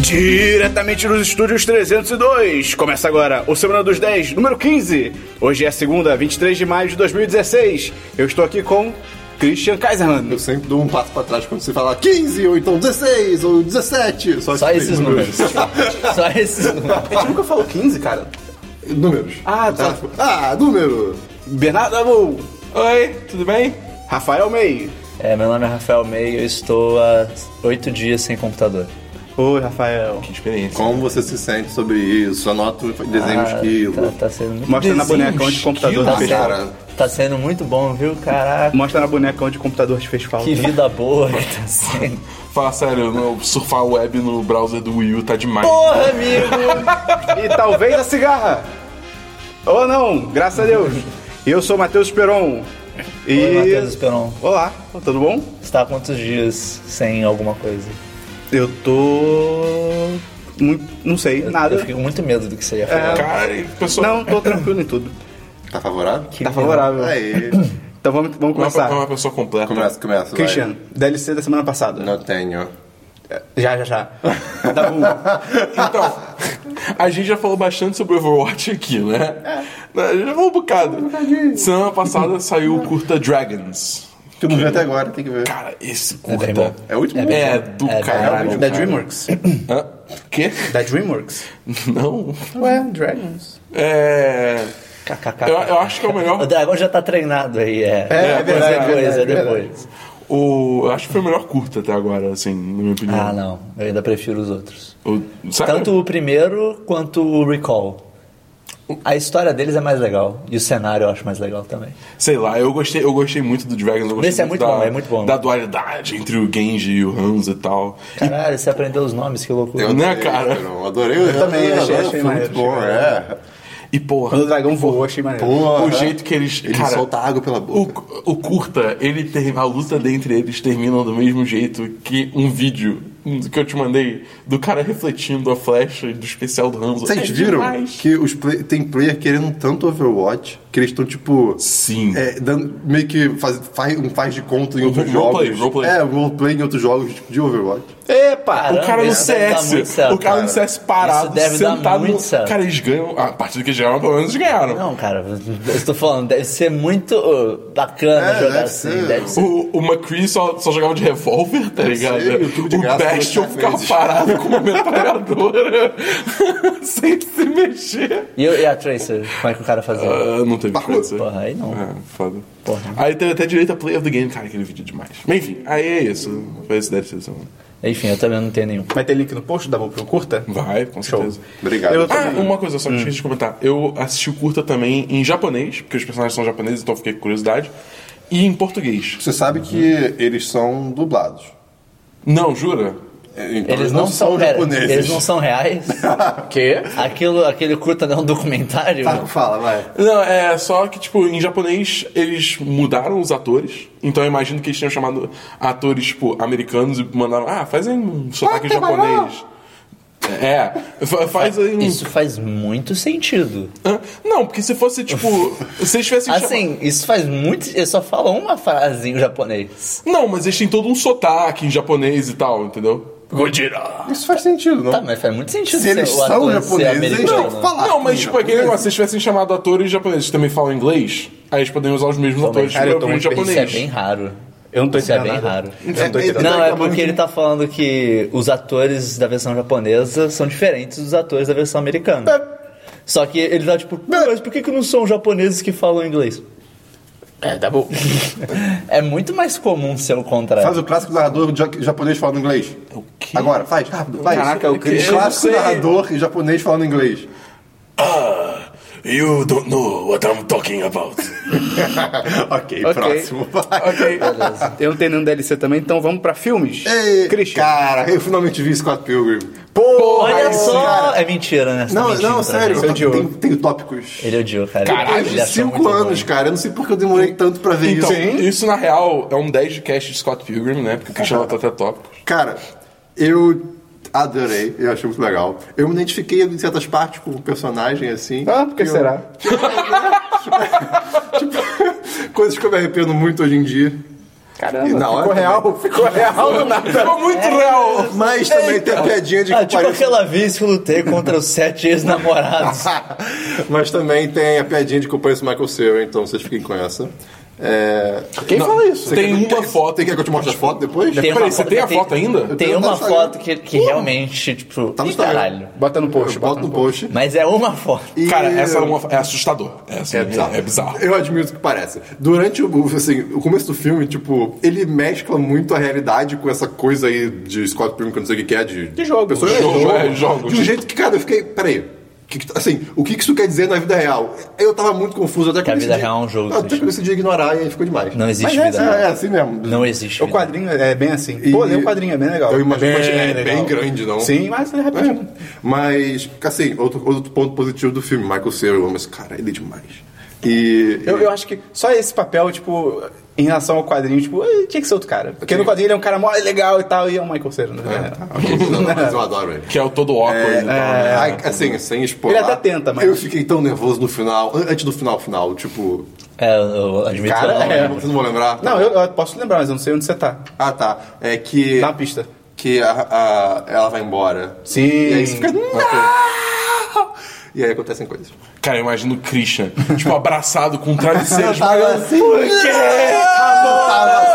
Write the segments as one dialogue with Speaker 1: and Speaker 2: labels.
Speaker 1: Diretamente nos estúdios 302. Começa agora o Semana dos 10, número 15. Hoje é segunda, 23 de maio de 2016. Eu estou aqui com Christian Kaiserman.
Speaker 2: Eu sempre dou um passo pra trás quando você fala 15, ou então 16, ou 17. Só,
Speaker 3: Só
Speaker 2: tem
Speaker 3: esses números. Só esses números.
Speaker 1: A gente nunca falou 15, cara.
Speaker 2: Números.
Speaker 1: Ah, tá.
Speaker 2: Sabe? Ah, número.
Speaker 1: Bernardo Abu.
Speaker 4: Oi, tudo bem?
Speaker 1: Rafael May.
Speaker 3: É, meu nome é Rafael May eu estou há oito dias sem computador.
Speaker 1: Oi, Rafael.
Speaker 4: Que experiência.
Speaker 2: Como você se sente sobre isso? Anota desenhos
Speaker 3: Ah,
Speaker 2: que...
Speaker 3: Tá, tá sendo muito
Speaker 1: Mostra na
Speaker 3: Desenho,
Speaker 1: boneca onde o computador
Speaker 3: tá
Speaker 1: te fez
Speaker 3: sendo-
Speaker 1: falta.
Speaker 2: cara.
Speaker 3: Tá sendo muito bom, viu? Caraca,
Speaker 1: Mostra na boneca onde o computador te fez falta.
Speaker 3: que vida boa que tá sendo.
Speaker 4: Fala sério, no- surfar web no browser do Wii U tá demais.
Speaker 3: Porra, amigo!
Speaker 1: E talvez a cigarra. Ou não, graças a Deus. Eu sou Matheus Peron. E...
Speaker 3: Oi, Matheus Esperon.
Speaker 1: Olá, tudo bom?
Speaker 3: Você tá há quantos dias sem alguma coisa?
Speaker 1: Eu tô. mui- Não sei, nada.
Speaker 3: Eu fiquei com muito medo do que você ia falar.
Speaker 4: Cara, e pessoal.
Speaker 1: Não, tô tranquilo em tudo.
Speaker 2: Tá favorável?
Speaker 3: Que
Speaker 1: Tá
Speaker 3: medo.
Speaker 1: favorável.
Speaker 2: Aí.
Speaker 1: Então vamos, vamos
Speaker 4: Não é uma- não é uma
Speaker 1: começar.
Speaker 4: pessoa completa.
Speaker 2: Começa, começa. vai.
Speaker 1: Christian, DLC da semana passada.
Speaker 2: Não tenho.
Speaker 1: Já, já, Tá já. Dabu.
Speaker 4: Então, a gente já falou bastante sobre Overwatch aqui, né? A gente já falou um bocado. Semana passada saiu o curta Dragons.
Speaker 2: Tu não viu até agora, tem que ver.
Speaker 4: Cara, esse
Speaker 3: É bem
Speaker 4: curta.
Speaker 3: bom.
Speaker 2: É o último?
Speaker 4: É, do
Speaker 3: É bem
Speaker 4: caralho.
Speaker 1: da
Speaker 4: cara.
Speaker 1: Tá Dreamworks.
Speaker 4: Hã? Quê?
Speaker 1: Da Dreamworks.
Speaker 4: Não.
Speaker 1: Ué, Dragons.
Speaker 4: É. Eu, eu acho que é o melhor
Speaker 3: O dragão já tá treinado aí, é.
Speaker 1: é
Speaker 3: Depois,
Speaker 1: verdade,
Speaker 3: depois,
Speaker 1: verdade,
Speaker 3: é
Speaker 1: verdade.
Speaker 3: depois.
Speaker 4: O, eu acho que foi o melhor curta até agora, assim, na minha opinião.
Speaker 3: Ah, não. Eu ainda prefiro os outros.
Speaker 4: O, sério?
Speaker 3: Tanto o primeiro quanto o Recall. A história deles é mais legal. E o cenário eu acho mais legal também.
Speaker 4: Sei lá, eu gostei, eu gostei muito do Dragons. Eu gostei
Speaker 3: Esse é muito
Speaker 4: da,
Speaker 3: bom, é muito bom.
Speaker 4: Da dualidade entre o Genji e o Hanzo e tal.
Speaker 3: Caralho, você aprendeu os nomes, que loucura.
Speaker 4: Eu- Né,
Speaker 2: Adorei,
Speaker 4: cara?
Speaker 2: Esperon, Adorei. Eu
Speaker 1: também, achei-
Speaker 2: adorei,
Speaker 1: achei
Speaker 2: foi
Speaker 1: maneiro,
Speaker 2: muito bom,
Speaker 1: achei
Speaker 2: é.
Speaker 4: E porra,
Speaker 1: Quando o dragão voou, achei maneiro.
Speaker 2: Porra.
Speaker 4: o jeito que eles.
Speaker 2: Ele
Speaker 4: cara,
Speaker 2: solta água pela boca.
Speaker 4: O, o curta, ele ter, a luta dentre eles termina do mesmo jeito que um vídeo que eu te mandei do cara refletindo a flecha do especial do Hanzo.
Speaker 2: Vocês
Speaker 4: É
Speaker 2: viram
Speaker 4: demais.
Speaker 2: que os play- tem player querendo tanto Overwatch que eles estão tipo.
Speaker 4: Sim.
Speaker 2: é, dando- meio que faz, faz, um faz de conta em outros jogos.
Speaker 4: roleplay, roleplay.
Speaker 2: É, roleplay em outros jogos tipo de Overwatch.
Speaker 1: Epa!
Speaker 4: O cara no
Speaker 3: isso deve dar muito
Speaker 4: CS,
Speaker 3: certo,
Speaker 4: o cara no
Speaker 3: cara.
Speaker 4: CS parado,
Speaker 3: Isso deve dar
Speaker 4: sentado
Speaker 3: muito
Speaker 4: no...
Speaker 3: certo.
Speaker 4: Cara, eles ganham, a partida que eles ganharam, pelo menos eles ganharam.
Speaker 3: Não, cara, eu estou falando, deve ser muito uh, bacana
Speaker 2: É,
Speaker 3: jogar
Speaker 2: deve
Speaker 3: assim.
Speaker 2: ser.
Speaker 3: Deve ser.
Speaker 4: O, o McCree só, só jogava de revólver, tá ligado?
Speaker 2: sei, É, o tubo de
Speaker 4: o
Speaker 2: graça
Speaker 4: Bastion
Speaker 2: que você
Speaker 4: ficava
Speaker 2: fez.
Speaker 4: parado com uma metralhadora sem se mexer.
Speaker 3: E, o- e a Tracer, como é que o cara fazia?
Speaker 4: Ah, não teve diferença.
Speaker 3: Porra, aí não.
Speaker 4: É, foda.
Speaker 3: Porra.
Speaker 4: Aí teve até direito a play of the game, cara, aquele vídeo é demais. Mas enfim, aí é isso. Foi esse DLC da semana.
Speaker 3: Enfim, eu também não tenho nenhum.
Speaker 1: Vai ter link no post, Dabu, pro curta?
Speaker 4: Vai, com
Speaker 1: Show.
Speaker 4: certeza.
Speaker 2: Obrigado.
Speaker 1: Eu
Speaker 4: Ah,
Speaker 2: um-
Speaker 1: também.
Speaker 4: uma coisa
Speaker 3: Hum.
Speaker 4: só que eu esqueci de comentar. Eu assisti o curta também em japonês, porque os personagens são japoneses, então eu fiquei com curiosidade. E em português.
Speaker 2: Você sabe que eles são dublados.
Speaker 4: Não, jura?
Speaker 2: Então,
Speaker 3: Eles não, são, pera,
Speaker 2: japoneses.
Speaker 3: Eles não são reais.
Speaker 1: Que?
Speaker 3: Aquilo, aquele curta não é um documentário.
Speaker 2: Tá, fala, vai.
Speaker 4: Não, é só que, tipo, em japonês eles mudaram os atores. Então eu imagino que eles tinham chamado atores, tipo, americanos e mandaram, ah, faz aí um sotaque japonês. É, fa- faz aí um.
Speaker 3: Isso faz muito sentido.
Speaker 4: Hã? Não, porque se fosse, tipo. se eles tivessem chamado-
Speaker 3: Assim, isso faz muito. Eu só falo uma frase em japonês.
Speaker 4: Não, mas eles têm todo um sotaque em japonês e tal, entendeu?
Speaker 1: Gojira.
Speaker 2: Isso faz sentido, não?
Speaker 3: Tá, mas faz muito sentido
Speaker 2: Se
Speaker 3: ser
Speaker 2: eles
Speaker 3: o
Speaker 2: são
Speaker 3: ator ser
Speaker 2: japoneses, eles
Speaker 3: americano.
Speaker 2: vão falar.
Speaker 4: não, mas,
Speaker 2: com
Speaker 4: tipo, aquele negócio, se eles tivessem chamado atores japoneses que também falam inglês, aí eles poderiam usar os mesmos atores
Speaker 1: cara, eu tô
Speaker 4: para o
Speaker 1: muito
Speaker 4: japonês.
Speaker 3: Isso é bem raro.
Speaker 1: Eu não tô
Speaker 3: Isso é
Speaker 1: entendendo
Speaker 3: bem
Speaker 1: nada.
Speaker 3: raro.
Speaker 1: Eu não tô
Speaker 2: É,
Speaker 1: entendendo.
Speaker 2: Tá
Speaker 3: Não, é
Speaker 2: reclamando
Speaker 3: porque
Speaker 2: que-
Speaker 3: ele tá falando que os atores da versão japonesa são diferentes dos atores da versão americana.
Speaker 2: É.
Speaker 3: Só que ele tá tipo, "Pô, mas por que, que não são japoneses que falam inglês?
Speaker 1: É, Dabu.
Speaker 3: É muito mais comum ser o contrário.
Speaker 2: Faz o clássico narrador ja- japonês falando inglês.
Speaker 4: O quê?
Speaker 2: Agora, faz, rápido, faz.
Speaker 1: Caraca, o Chris-
Speaker 2: clássico
Speaker 4: eu não sei.
Speaker 2: narrador japonês falando inglês.
Speaker 4: Ah, you don't know what I'm talking about.
Speaker 2: ok,
Speaker 1: Ok.
Speaker 2: próximo, vai.
Speaker 4: ok.
Speaker 1: Eu não tenho nenhum DLC também, então vamos pra filmes.
Speaker 2: Ei,
Speaker 1: Christian.
Speaker 2: Cara, eu finalmente vi Scott Pilgrim.
Speaker 4: Porra,
Speaker 3: Olha
Speaker 4: isso,
Speaker 3: só!
Speaker 4: cara.
Speaker 3: É mentira, né? Você tá
Speaker 2: Não,
Speaker 3: mentindo
Speaker 2: não,
Speaker 3: pra
Speaker 2: sério,
Speaker 3: gente.
Speaker 1: Você odiou.
Speaker 2: tem, tem tópicos.
Speaker 3: Ele odiou, cara.
Speaker 2: Caralho,
Speaker 3: Ele
Speaker 2: de
Speaker 3: achou
Speaker 2: 5
Speaker 3: muito
Speaker 2: anos,
Speaker 3: ruim.
Speaker 2: cara. Eu não sei porque eu demorei tanto pra ver
Speaker 4: Então,
Speaker 2: isso.
Speaker 4: isso na real é um 10 de cast de Scott Pilgrim, né? Porque o Christian tá até tópico.
Speaker 2: Cara, eu adorei, eu achei muito legal. Eu me identifiquei em certas partes com o personagem, assim.
Speaker 1: Ah, por que
Speaker 2: Eu-
Speaker 1: será?
Speaker 2: Coisas que eu me arrependo muito hoje em dia. E
Speaker 1: Caramba,
Speaker 2: na hora
Speaker 1: Ah, ficou real, ficou real do nada.
Speaker 4: Ficou muito real.
Speaker 2: Mas também tem a piadinha de que
Speaker 3: Ah, tipo
Speaker 2: parece-
Speaker 3: aquela vez que eu lutei contra os sete ex-namorados.
Speaker 2: Mas também tem a piadinha de que eu pareço Michael Cera, então vocês fiquem com essa. É...
Speaker 1: Quem fala isso?
Speaker 2: Você
Speaker 4: Tem
Speaker 2: quer-
Speaker 4: uma
Speaker 2: quer-
Speaker 4: foto.
Speaker 2: Tem quer que eu te mostre as fotos depois?
Speaker 3: Tem
Speaker 4: Peraí,
Speaker 3: uma
Speaker 4: você
Speaker 3: foto-
Speaker 4: tem a foto ainda?
Speaker 3: Tem
Speaker 2: Eu
Speaker 3: uma
Speaker 2: tenho no Uh!
Speaker 3: foto que, que realmente, tipo,
Speaker 2: Tá no
Speaker 3: ih,
Speaker 2: Instagram.
Speaker 3: caralho.
Speaker 1: Bota no post,
Speaker 2: Eu boto no post.
Speaker 3: Mas é uma foto.
Speaker 2: E-
Speaker 4: Cara, essa é, uma, é assustador. É, assim, é, bizarro. é bizarro.
Speaker 2: Eu admito que parece. Durante o, assim, o começo do filme, tipo, ele mescla muito a realidade com essa coisa aí de Scott Pilgrim, que eu não sei o que que é, de, de
Speaker 1: jogo.
Speaker 2: Pessoas,
Speaker 4: Jogo,
Speaker 2: jogo.
Speaker 4: é, jogos.
Speaker 2: De um jeito que, cara, eu fiquei, peraí. que que- assim, o que que isso quer dizer na vida real? Eu tava muito confuso até que
Speaker 3: Que a
Speaker 2: eu
Speaker 3: vida
Speaker 2: decidi-
Speaker 3: real é um jogo,
Speaker 2: Até que eu
Speaker 3: Cristiano.
Speaker 2: decidi ignorar e aí ficou demais.
Speaker 3: Não
Speaker 1: Mas
Speaker 3: existe
Speaker 1: é,
Speaker 2: é,
Speaker 3: vida.
Speaker 2: é
Speaker 3: real.
Speaker 2: assim mesmo.
Speaker 3: Não existe.
Speaker 1: O
Speaker 3: vida.
Speaker 1: quadrinho é bem assim.
Speaker 2: E-
Speaker 1: Pô, lê o quadrinho, é bem legal.
Speaker 2: Eu imagino,
Speaker 1: é
Speaker 2: mas é
Speaker 1: legal.
Speaker 2: bem grande, não?
Speaker 1: Sim, mas é
Speaker 2: É.
Speaker 1: rapidinho.
Speaker 2: Mas, assim, outro, outro ponto positivo do filme, Michael Cera, eu amo esse cara, ele é demais. E.
Speaker 1: Eu, eu acho que só esse papel, tipo, em relação ao quadrinho, tipo, eh, tinha que ser outro cara. Porque no quadrinho ele é um cara mó legal e tal, e é o Michael Cera, né?
Speaker 2: É, tá, ok, não, não, mas eu adoro ele.
Speaker 4: Que é o todo awkward e tal. né?
Speaker 2: Ah, assim, sem spoiler.
Speaker 1: Ele até tenta, mas-
Speaker 2: Eu fiquei tão nervoso no final, an- antes do final, final, tipo.
Speaker 3: É, eu admito
Speaker 1: Cara,
Speaker 3: que eu não
Speaker 1: é.
Speaker 3: lembro.
Speaker 2: Vocês não vão lembrar?
Speaker 1: Não, eu, eu posso lembrar, mas eu não sei onde você tá.
Speaker 2: Ah, tá. É que.
Speaker 1: Na pista.
Speaker 2: Que a, a- ela vai embora.
Speaker 1: Sim.
Speaker 2: E aí você fica. "Não!" E aí acontecem coisas.
Speaker 1: Tipo,
Speaker 4: Cara, eu imagino o Christian, tipo, abraçado com um travesseiro. tipo,
Speaker 2: tava assim. Tava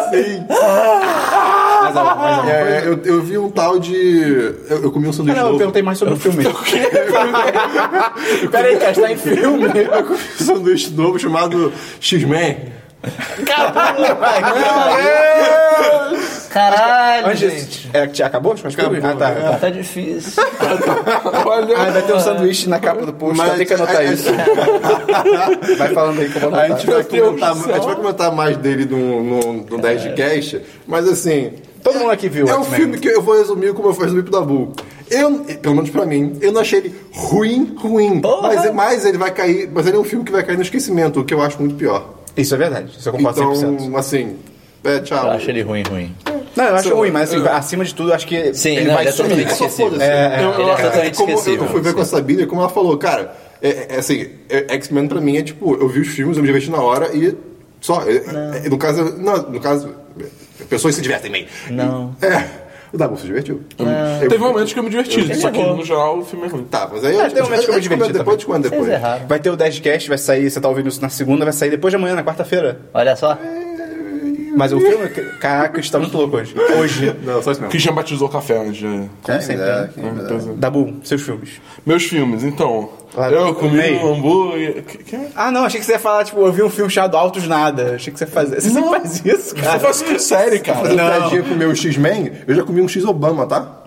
Speaker 2: assim.
Speaker 1: Mas, ah, mas, ah,
Speaker 2: É, eu, eu vi um tal de. Eu, eu comi um sanduíche
Speaker 1: não, eu
Speaker 2: novo.
Speaker 1: perguntei mais sobre o filme. Peraí, cara, está em filme.
Speaker 2: Eu comi um sanduíche novo chamado X-Men.
Speaker 3: Caralho, gente.
Speaker 1: Antes, é, que já acabou? Acho que
Speaker 2: Acabou,
Speaker 1: Ah, tá.
Speaker 2: é.
Speaker 3: Tá difícil.
Speaker 1: Ah, vai ter um sanduíche na capa do post,
Speaker 2: Mas-
Speaker 1: tem que anotar
Speaker 2: é- é-
Speaker 1: isso. Vai falando aí que eu vou
Speaker 2: A
Speaker 1: anotar. é
Speaker 2: gente, vai comentar, a gente vai comentar mais dele num, num, num 10 de cast, mas assim.
Speaker 1: Todo mundo aqui viu
Speaker 2: É um
Speaker 1: X-Men.
Speaker 2: filme que eu vou resumir como eu fiz resumir pro Dabu. Eu, pelo menos pra mim, eu não achei ele ruim, ruim. Mas, mas ele vai cair. Mas ele é um filme que vai cair no esquecimento, o que eu acho muito pior.
Speaker 1: Isso é verdade, isso eu concordo
Speaker 2: Então,
Speaker 1: 100%.
Speaker 2: assim. É, tchau.
Speaker 3: Eu acho ele ruim, ruim.
Speaker 1: Não, eu acho ruim, mas assim, acima de tudo, eu acho que
Speaker 3: Sim,
Speaker 1: ele
Speaker 3: não,
Speaker 1: vai
Speaker 3: ele é
Speaker 1: sumir.
Speaker 3: totalmente esquecível.
Speaker 2: É,
Speaker 3: Ele é totalmente
Speaker 2: como eu fui
Speaker 3: esquecível.
Speaker 2: ver com essa Bíblia, como ela falou, cara, é, é assim, é- X-Men pra mim é tipo, eu vi os filmes, eu me diverti na hora e só. É, é, no caso, não, no caso, é, pessoas se divertem bem.
Speaker 3: Não.
Speaker 2: É. O Dabu se divertiu. Eu- tipo,
Speaker 4: Teve momentos que eu me diverti,
Speaker 3: Ele
Speaker 4: só que
Speaker 3: negou.
Speaker 4: no geral o filme é ruim.
Speaker 2: Tá, mas aí
Speaker 1: É, tem
Speaker 2: eu.
Speaker 1: momentos que eu me diverti
Speaker 2: Depois de quando é
Speaker 3: Vocês
Speaker 2: depois?
Speaker 3: erraram.
Speaker 1: Vai ter o 10 cast, vai sair, você tá ouvindo isso na segunda, vai sair depois de amanhã, na quarta-feira.
Speaker 3: Olha só.
Speaker 1: Mas o filme, caraca, está muito louco hoje. Hoje.
Speaker 2: Não, só isso
Speaker 4: O
Speaker 2: mesmo.
Speaker 4: Christian batizou o café antes. né?
Speaker 1: Como sempre.
Speaker 2: é,
Speaker 1: né? Dabu, seus filmes.
Speaker 4: Meus filmes, então.
Speaker 1: Ah,
Speaker 4: eu comi
Speaker 1: meio.
Speaker 4: um hambúrguer. Que, que é?
Speaker 1: Ah, não, achei que você ia falar, tipo, eu vi um filme chamado Altos Nada. Achei que você fazia. Você sempre faz isso,
Speaker 4: Eu
Speaker 1: cara.
Speaker 4: faço que série, cara.
Speaker 2: Fazendo
Speaker 1: Não.
Speaker 2: piadinha com o meu X-Men, eu já comi um X-Obama, tá?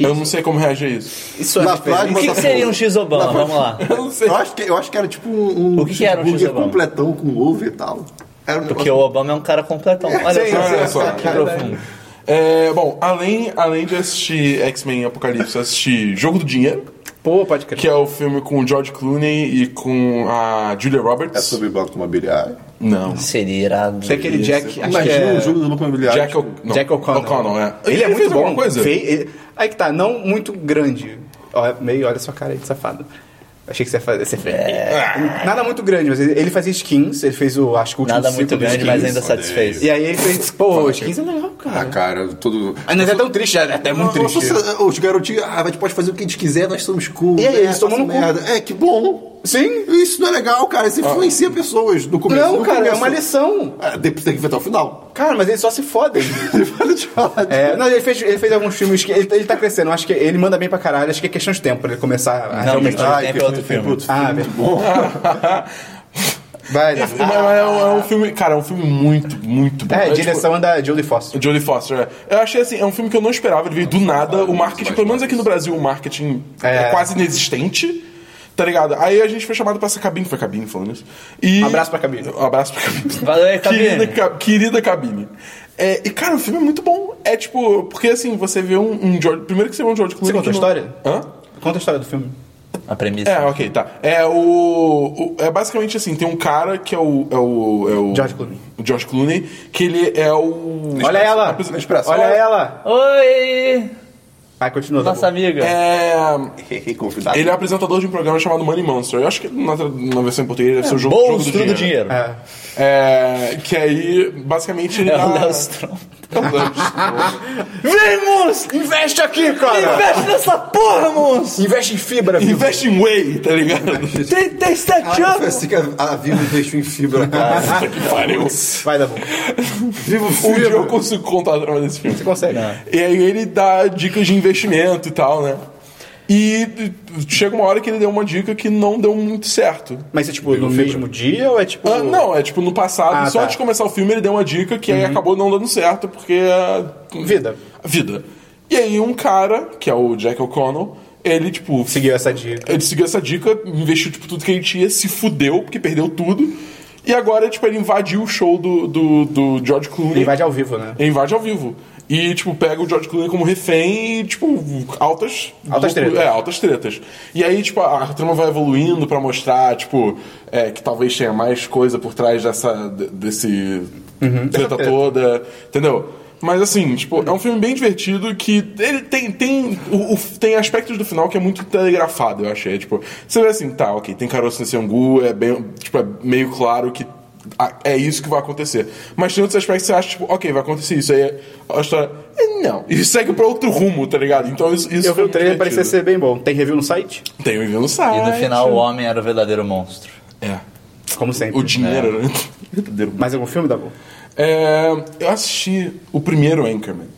Speaker 4: Eu não sei como reagir a isso.
Speaker 1: Isso é
Speaker 2: Na
Speaker 1: diferente.
Speaker 3: O que, que seria um X-Obama? Vamos lá.
Speaker 4: Eu não sei.
Speaker 2: Eu acho que, eu acho que era tipo um.
Speaker 3: O que que era um
Speaker 2: cheeseburger
Speaker 3: X-Obama?
Speaker 2: completão com ovo e tal. Era um
Speaker 3: Porque o Obama é um cara completão. Olha
Speaker 1: sim,
Speaker 2: é,
Speaker 3: só.
Speaker 1: sim,
Speaker 4: Olha só.
Speaker 3: Que profundo.
Speaker 4: É, bom, além, além de assistir X-Men Apocalipse, eu assisti Jogo do Dinheiro,
Speaker 1: Pô, pode crer.
Speaker 4: que é o filme com o George Clooney e com a Julia Roberts.
Speaker 2: É sobre banco imobiliário.
Speaker 4: Não.
Speaker 3: Seria irado.
Speaker 1: Tem aquele Jack, acho que
Speaker 2: Imagina
Speaker 1: é...
Speaker 2: um jogo do banco imobiliário.
Speaker 4: Jack, o... não.
Speaker 1: Jack O'Connell.
Speaker 4: O'Connell, é.
Speaker 1: Ele, é muito
Speaker 4: fez alguma
Speaker 1: bom.
Speaker 4: coisa?
Speaker 1: Fei- ele- Aí que tá, não muito grande. Ó, é meio, olha sua cara aí de safado. Achei que você ia fazer você fez.
Speaker 4: É.
Speaker 1: Nada muito grande, mas ele, ele fazia skins, ele fez o, acho que o último
Speaker 3: Nada
Speaker 1: ciclo
Speaker 3: muito
Speaker 1: dos
Speaker 3: grande,
Speaker 1: skins.
Speaker 3: mas ainda satisfeito.
Speaker 1: E aí ele fez, pô, skins é legal,
Speaker 2: Ah,
Speaker 1: cara.
Speaker 2: cara, todo. um
Speaker 4: Ah,
Speaker 1: Aí não é tão triste, é até muito
Speaker 2: Nossa,
Speaker 1: triste.
Speaker 2: os garotinhos, ah, a gente pode fazer o que a gente quiser, nós somos cool.
Speaker 1: E aí,
Speaker 2: né?
Speaker 1: eles tomam
Speaker 2: Faça
Speaker 1: no cu.
Speaker 2: É, que bom.
Speaker 1: Sim.
Speaker 2: Isso não é legal, cara. Isso influencia pessoas no começo.
Speaker 1: Não,
Speaker 2: no
Speaker 1: cara, é
Speaker 2: começo.
Speaker 1: uma lição.
Speaker 2: Ah, depois tem que ver até o final.
Speaker 1: Cara, mas eles só se fodem. É, não, ele fez, ele fez alguns filmes que ele, ele tá crescendo. Acho que ele manda bem pra caralho. Acho que é questão de tempo pra ele começar a
Speaker 3: Não,
Speaker 1: realmente.
Speaker 3: mas
Speaker 2: Ai,
Speaker 3: tem
Speaker 2: que
Speaker 3: pra outro
Speaker 2: filme,
Speaker 3: filme.
Speaker 2: puto.
Speaker 1: Ah, velho. Vai, né?
Speaker 4: Mas é, um, é um filme, cara, é um filme muito, muito bom.
Speaker 1: É,
Speaker 4: tipo,
Speaker 1: direção da Jodie Foster.
Speaker 4: Jodie Foster, é. Eu achei assim, é um filme que eu não esperava, ele veio do nada. O marketing, pelo menos aqui no Brasil, o marketing
Speaker 1: É.
Speaker 4: é, quase inexistente. Tá ligado? Aí a gente foi chamado pra essa cabine, foi cabine falando isso. E...
Speaker 1: Abraço pra cabine.
Speaker 4: Um abraço pra cabine.
Speaker 3: Valeu aí, cabine.
Speaker 4: Querida, ca- querida cabine. É, e cara, o filme é muito bom. É tipo, porque assim, você vê um, um George. Primeiro que você vê um George Clooney.
Speaker 1: Você conta
Speaker 4: que
Speaker 1: a história?
Speaker 4: Hã?
Speaker 1: Conta a história do filme.
Speaker 3: A premissa.
Speaker 4: É, ok, tá. É o, o- É basicamente assim, tem um cara que é o. É o, é o
Speaker 1: George Clooney.
Speaker 4: o George Clooney, que ele é o.
Speaker 1: Olha ela!
Speaker 4: Expresso.
Speaker 1: Olha ela!
Speaker 3: Oi!
Speaker 1: Vai, continua. tá
Speaker 3: Nossa
Speaker 1: Dabu.
Speaker 3: amiga.
Speaker 4: É.
Speaker 2: Convidado.
Speaker 4: Ele é apresentador de um programa chamado Money Monster. Eu acho que na, tra- na versão em português deve ser o jogo, jogo do
Speaker 3: É, Bolso
Speaker 4: dinheiro.
Speaker 3: do dinheiro.
Speaker 1: É.
Speaker 4: É, que aí, basicamente, ele
Speaker 3: É
Speaker 4: dá-
Speaker 3: o Léo Strom.
Speaker 4: É o Léo Stronda.
Speaker 3: Vem, monstro!
Speaker 1: um Investe aqui, cara!
Speaker 3: Investe nessa porra, monstro!
Speaker 1: Investe em fibra, viu?
Speaker 4: Investe em Whey, tá ligado?
Speaker 3: 37
Speaker 2: Ah, foi
Speaker 3: anos!
Speaker 2: assim que a, a Vivo investiu em fibra, cara.
Speaker 4: que pariu.
Speaker 1: Vai, tá Dabu.
Speaker 2: Vivo
Speaker 4: Um dia
Speaker 2: fibra.
Speaker 4: eu consigo contar a trama desse filme.
Speaker 1: Você consegue.
Speaker 4: E aí ele dá dicas de investimento e tal, né? E chega uma hora que ele deu uma dica que não deu muito certo.
Speaker 1: Mas é tipo no mesmo dia ou é tipo.
Speaker 4: Ah, não, é tipo no passado,
Speaker 1: Ah,
Speaker 4: só
Speaker 1: tá.
Speaker 4: antes de começar o filme, ele deu uma dica que
Speaker 3: Uhum.
Speaker 4: aí acabou não dando certo, porque. ah,
Speaker 1: Vida.
Speaker 4: Vida. E aí um cara, que é o Jack O'Connell, ele, tipo,
Speaker 1: Seguiu essa dica.
Speaker 4: ele seguiu essa dica, investiu tipo, tudo que ele tinha, se fudeu, porque perdeu tudo. E agora, tipo, ele invadiu o show do, do, do George Clooney.
Speaker 1: Ele invade ao vivo, né?
Speaker 4: Ele invade ao vivo. E, tipo, pega o George Clooney como refém e, tipo, altas...
Speaker 1: Altas tretas.
Speaker 4: É, altas tretas. E aí, tipo, a, a trama vai evoluindo pra mostrar, tipo, é, que talvez tenha mais coisa por trás dessa... de- desse...
Speaker 1: Dessa
Speaker 4: Treta
Speaker 1: Uhum. treta.
Speaker 4: toda, entendeu? Mas, assim, tipo, é um filme bem divertido que ele tem... Tem, o, o- tem aspectos do final que é muito telegrafado, eu achei. Tipo, você vê assim, tá, ok, tem caroço nesse angu, é bem... Tipo, é meio claro que ah, é isso que vai acontecer. Mas tem outros aspectos que você acha, tipo, ok, vai acontecer isso. Aí a história. eh, Não. E segue pra outro rumo, tá ligado? Então isso. isso
Speaker 1: Eu vi
Speaker 4: foi
Speaker 1: o trailer,
Speaker 4: muito
Speaker 1: parecia
Speaker 4: divertido.
Speaker 1: ser bem bom. Tem review no site?
Speaker 4: Tem o envio no site.
Speaker 3: E no final o homem era o verdadeiro monstro.
Speaker 4: É.
Speaker 1: Como sempre.
Speaker 4: O dinheiro,
Speaker 1: É.
Speaker 4: né?
Speaker 1: Mais algum filme, Dabu?
Speaker 4: É, eu assisti o primeiro Anchorman.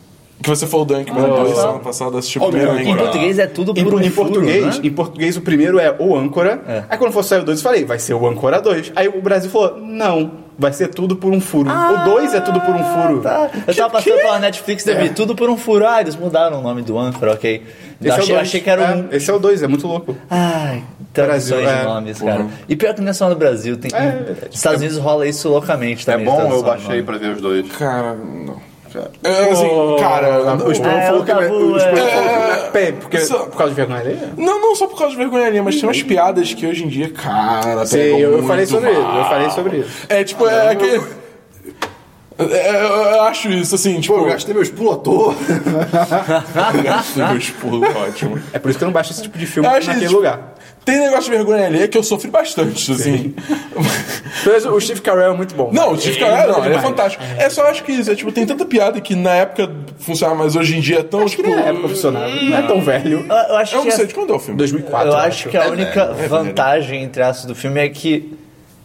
Speaker 4: Que você falou do Anchorman
Speaker 1: Ah, tá.
Speaker 4: 2 semana passada, eu assisti o
Speaker 1: Oh,
Speaker 4: primeiro
Speaker 1: meu,
Speaker 3: Em
Speaker 4: Anchorman.
Speaker 3: português é tudo
Speaker 1: Em,
Speaker 3: por um
Speaker 1: em
Speaker 3: furo,
Speaker 1: português,
Speaker 3: né?
Speaker 1: em português, o primeiro é o âncora.
Speaker 3: É.
Speaker 1: Aí quando for sair o 2, eu falei, vai ser o âncora 2. Aí o Brasil falou, não, vai ser tudo por um furo. o 2 é tudo por um furo.
Speaker 3: Ah, Tá. Eu tava passando pela Netflix, eu vi tudo por um furo. Ah, eles mudaram o nome do âncora, ok.
Speaker 1: É. Esse é o
Speaker 3: achei,
Speaker 1: dois.
Speaker 3: achei que era um...
Speaker 1: É, esse é o 2, é muito louco.
Speaker 3: Ai,
Speaker 1: Brasil,
Speaker 3: traduções
Speaker 1: é.
Speaker 3: de nomes, cara. E pior que não é só no Brasil, tem.
Speaker 1: É,
Speaker 3: Estados Unidos rola isso loucamente
Speaker 2: É
Speaker 3: também.
Speaker 2: bom,
Speaker 3: então tradução
Speaker 2: eu
Speaker 3: de
Speaker 2: baixei
Speaker 3: nome.
Speaker 2: pra ver os dois.
Speaker 4: Cara, não. É, assim,
Speaker 1: Ô,
Speaker 4: cara. tipo,
Speaker 1: o Spam
Speaker 3: é,
Speaker 1: falou
Speaker 3: o
Speaker 1: que é.
Speaker 3: tabu,
Speaker 1: O Spam
Speaker 3: é.
Speaker 1: falou que é. Pé, porque,
Speaker 4: Isso-
Speaker 1: por causa de vergonha dele?
Speaker 4: Não, não só por causa de vergonha ali, mas tem umas piadas que hoje em dia, cara.
Speaker 1: Sei,
Speaker 4: pegam
Speaker 1: eu- eu
Speaker 4: muito
Speaker 1: falei sobre
Speaker 4: mal.
Speaker 1: isso, eu falei sobre isso.
Speaker 4: É tipo, é aquele. É, eu- eu acho isso, assim, tipo.
Speaker 2: Pô, eu gastei meus pulos à toa.
Speaker 4: gastei meus pulos, tipo, ótimo.
Speaker 1: É por isso que eu não baixo esse tipo de filme
Speaker 4: Eu acho
Speaker 1: naquele
Speaker 4: isso,
Speaker 1: lugar.
Speaker 4: Tem negócio de vergonha ali que eu sofri bastante, assim.
Speaker 1: Mas o Steve Carell é muito bom.
Speaker 4: Não, o Steve Carell, não, ele é
Speaker 1: demais.
Speaker 4: fantástico. É só acho que isso, é tipo, tem tanta piada que na época funcionava, mas hoje em dia é tão,
Speaker 1: Acho que
Speaker 4: tipo.
Speaker 1: na época funcionava. Não é tão velho.
Speaker 3: Eu, eu acho
Speaker 4: Eu
Speaker 3: que
Speaker 4: não sei
Speaker 3: a,
Speaker 4: de quando é o filme.
Speaker 1: 2004,
Speaker 3: eu acho que a única
Speaker 4: velho.
Speaker 3: vantagem, entre aspas, do filme é que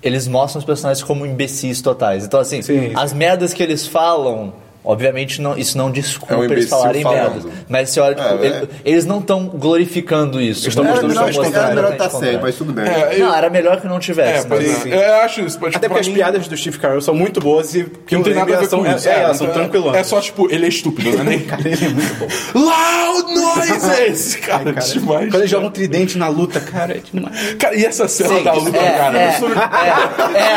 Speaker 3: eles mostram os personagens como imbecis totais. Então, assim,
Speaker 1: Sim,
Speaker 3: as merdas que eles falam. Obviamente, não, isso não desculpa
Speaker 2: É um
Speaker 3: eles
Speaker 2: imbecil
Speaker 3: falarem
Speaker 2: falando.
Speaker 3: merdas. Mas você olha, tipo,
Speaker 2: É,
Speaker 3: ele-
Speaker 2: é.
Speaker 3: eles não estão glorificando isso.
Speaker 1: Eles tão
Speaker 3: Não,
Speaker 1: mostrando
Speaker 3: não,
Speaker 1: só os
Speaker 3: mostrando
Speaker 1: contrários.
Speaker 2: melhor
Speaker 3: exatamente
Speaker 2: tá
Speaker 3: o
Speaker 2: sério,
Speaker 3: contrário.
Speaker 2: mas tudo bem.
Speaker 4: É, eu-
Speaker 3: Não, era melhor que não
Speaker 4: é,
Speaker 3: tivesse. mas-
Speaker 4: pois é. Eu acho isso, mas, tipo,
Speaker 1: Até porque
Speaker 4: pra
Speaker 1: as
Speaker 4: mim-
Speaker 1: piadas do Steve Carell são muito boas e que
Speaker 4: Não tem nada a ver com
Speaker 1: são,
Speaker 4: isso.
Speaker 1: É, elas
Speaker 4: então
Speaker 1: são tranquilonas.
Speaker 4: É só, tipo, ele é estúpido, né? Nem...
Speaker 1: Ele é muito bom.
Speaker 4: Loud noises! Cara,
Speaker 1: Cara,
Speaker 4: demais.
Speaker 1: quando ele joga um tridente na luta, cara, é demais.
Speaker 4: Cara, e essa cena da luta,
Speaker 3: é,
Speaker 4: cara?
Speaker 3: é, é, é,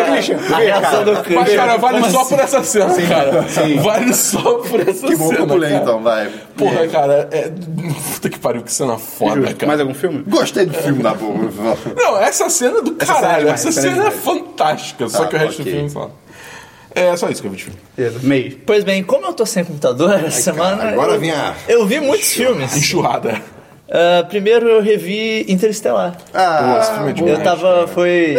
Speaker 3: é,
Speaker 1: Christian,
Speaker 3: a
Speaker 1: vem,
Speaker 3: reação
Speaker 1: cara.
Speaker 3: do
Speaker 4: Mas,
Speaker 3: Christian.
Speaker 4: cara, vale
Speaker 3: Como
Speaker 4: só
Speaker 3: assim?
Speaker 4: por essa cena, cara.
Speaker 1: sim.
Speaker 4: Vale só por essa
Speaker 2: Que bom que eu
Speaker 4: cena,
Speaker 2: pulei,
Speaker 4: cara.
Speaker 2: então, vai.
Speaker 4: Porra,
Speaker 2: É.
Speaker 4: cara, é... Puta que pariu, que cena é foda, cara.
Speaker 1: Mais algum filme?
Speaker 2: Gostei do filme da boa.
Speaker 4: Não, essa cena é do
Speaker 1: cena é
Speaker 4: caralho.
Speaker 1: demais,
Speaker 4: Essa
Speaker 1: essa é
Speaker 4: cena é
Speaker 1: demais.
Speaker 4: fantástica, só
Speaker 2: Tá,
Speaker 4: que o resto
Speaker 2: ok.
Speaker 4: do filme, só... É só isso que eu vi de filme.
Speaker 1: Beleza, Meio.
Speaker 3: Pois bem, como eu tô sem computador essa semana.
Speaker 2: agora
Speaker 3: eu,
Speaker 2: vem a-
Speaker 3: Eu vi muitos filmes.
Speaker 4: Enxurrada.
Speaker 3: Ah, primeiro eu revi Interestelar.
Speaker 2: Ah,
Speaker 4: Nossa, filme é demais.
Speaker 3: eu tava. Foi.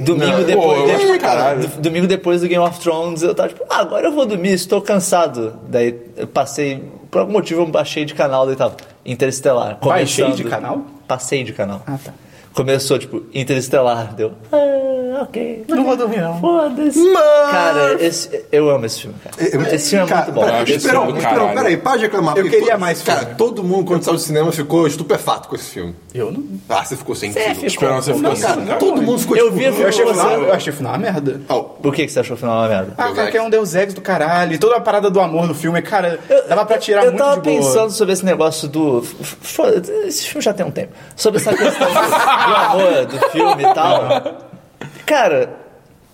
Speaker 3: Domingo
Speaker 4: Não.
Speaker 3: depois.
Speaker 4: Pô, eu acho
Speaker 3: do-
Speaker 4: pra caralho.
Speaker 3: do- domingo depois do Game of Thrones, eu tava tipo, ah, agora eu vou dormir, estou cansado. Daí eu passei. Por algum motivo eu baixei de canal, daí tava. Interestelar.
Speaker 1: Baixei
Speaker 3: começando.
Speaker 1: de canal?
Speaker 3: Passei de canal.
Speaker 1: Ah, tá.
Speaker 3: Começou, tipo, Interestelar, deu. Ah, ok.
Speaker 1: Não vou dormir, não.
Speaker 3: Foda-se. Cara, esse- eu amo esse filme, cara. Esse filme é muito bom.
Speaker 4: Eu acho esse
Speaker 2: Esperão,
Speaker 4: filme do
Speaker 2: Esperão,
Speaker 4: caralho.
Speaker 2: peraí, para de reclamar.
Speaker 1: Eu
Speaker 2: porque
Speaker 1: queria
Speaker 2: todo-
Speaker 1: mais
Speaker 2: Cara,
Speaker 1: filme.
Speaker 2: todo mundo, quando saiu do cinema, ficou estupefato com esse filme.
Speaker 1: Eu não.
Speaker 2: Ah, você ficou sem
Speaker 3: Você
Speaker 2: filme.
Speaker 3: ficou-
Speaker 4: Esperando você ficar
Speaker 1: Não, cara,
Speaker 4: assim,
Speaker 1: não.
Speaker 4: cara.
Speaker 2: Todo mundo ficou
Speaker 3: Eu
Speaker 2: tipo,
Speaker 3: vi a
Speaker 1: Eu achei, o
Speaker 3: Você-
Speaker 1: final, eu achei o final uma merda.
Speaker 2: "Au".
Speaker 3: Por que, que você achou o final uma merda?
Speaker 1: Ah,
Speaker 2: Deus
Speaker 1: cara,
Speaker 2: Ex.
Speaker 1: que é um Deus Ex do caralho. E toda a parada do amor no filme, cara, dava pra tirar
Speaker 3: eu
Speaker 1: muito
Speaker 3: tava
Speaker 1: de boa.
Speaker 3: pensando sobre esse negócio do. f- f- foda- Esse filme já tem um tempo. Sobre essa questão do, do amor, do filme e tal. Cara,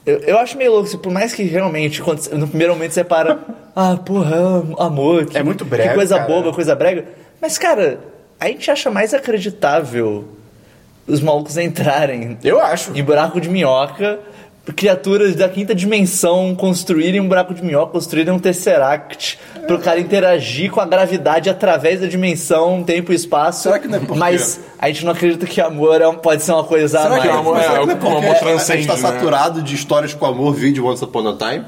Speaker 3: eu, eu acho meio louco, assim, por mais que realmente, quando você- no primeiro momento você para. Ah, porra, am- amor. que-
Speaker 1: É muito brega,
Speaker 3: Que coisa
Speaker 1: cara.
Speaker 3: boba, coisa brega. Mas, cara, a gente acha mais acreditável os malucos entrarem
Speaker 1: Eu acho.
Speaker 3: em buraco de minhoca criaturas da quinta dimensão construírem um buraco de minhoca, construírem um tesseract, pro cara interagir com a gravidade através da dimensão, tempo e espaço.
Speaker 5: Será que não é porque-
Speaker 3: Mas a gente não acredita que amor é um- pode ser uma coisa a
Speaker 5: Será
Speaker 3: mais.
Speaker 5: que é
Speaker 4: amor-
Speaker 5: amor,
Speaker 4: é,
Speaker 5: será que não é
Speaker 4: o
Speaker 5: porque
Speaker 4: amor
Speaker 5: a
Speaker 4: transcende,
Speaker 5: gente tá
Speaker 4: né?
Speaker 5: saturado de histórias com amor, vídeo Once Upon a Time?
Speaker 3: Não,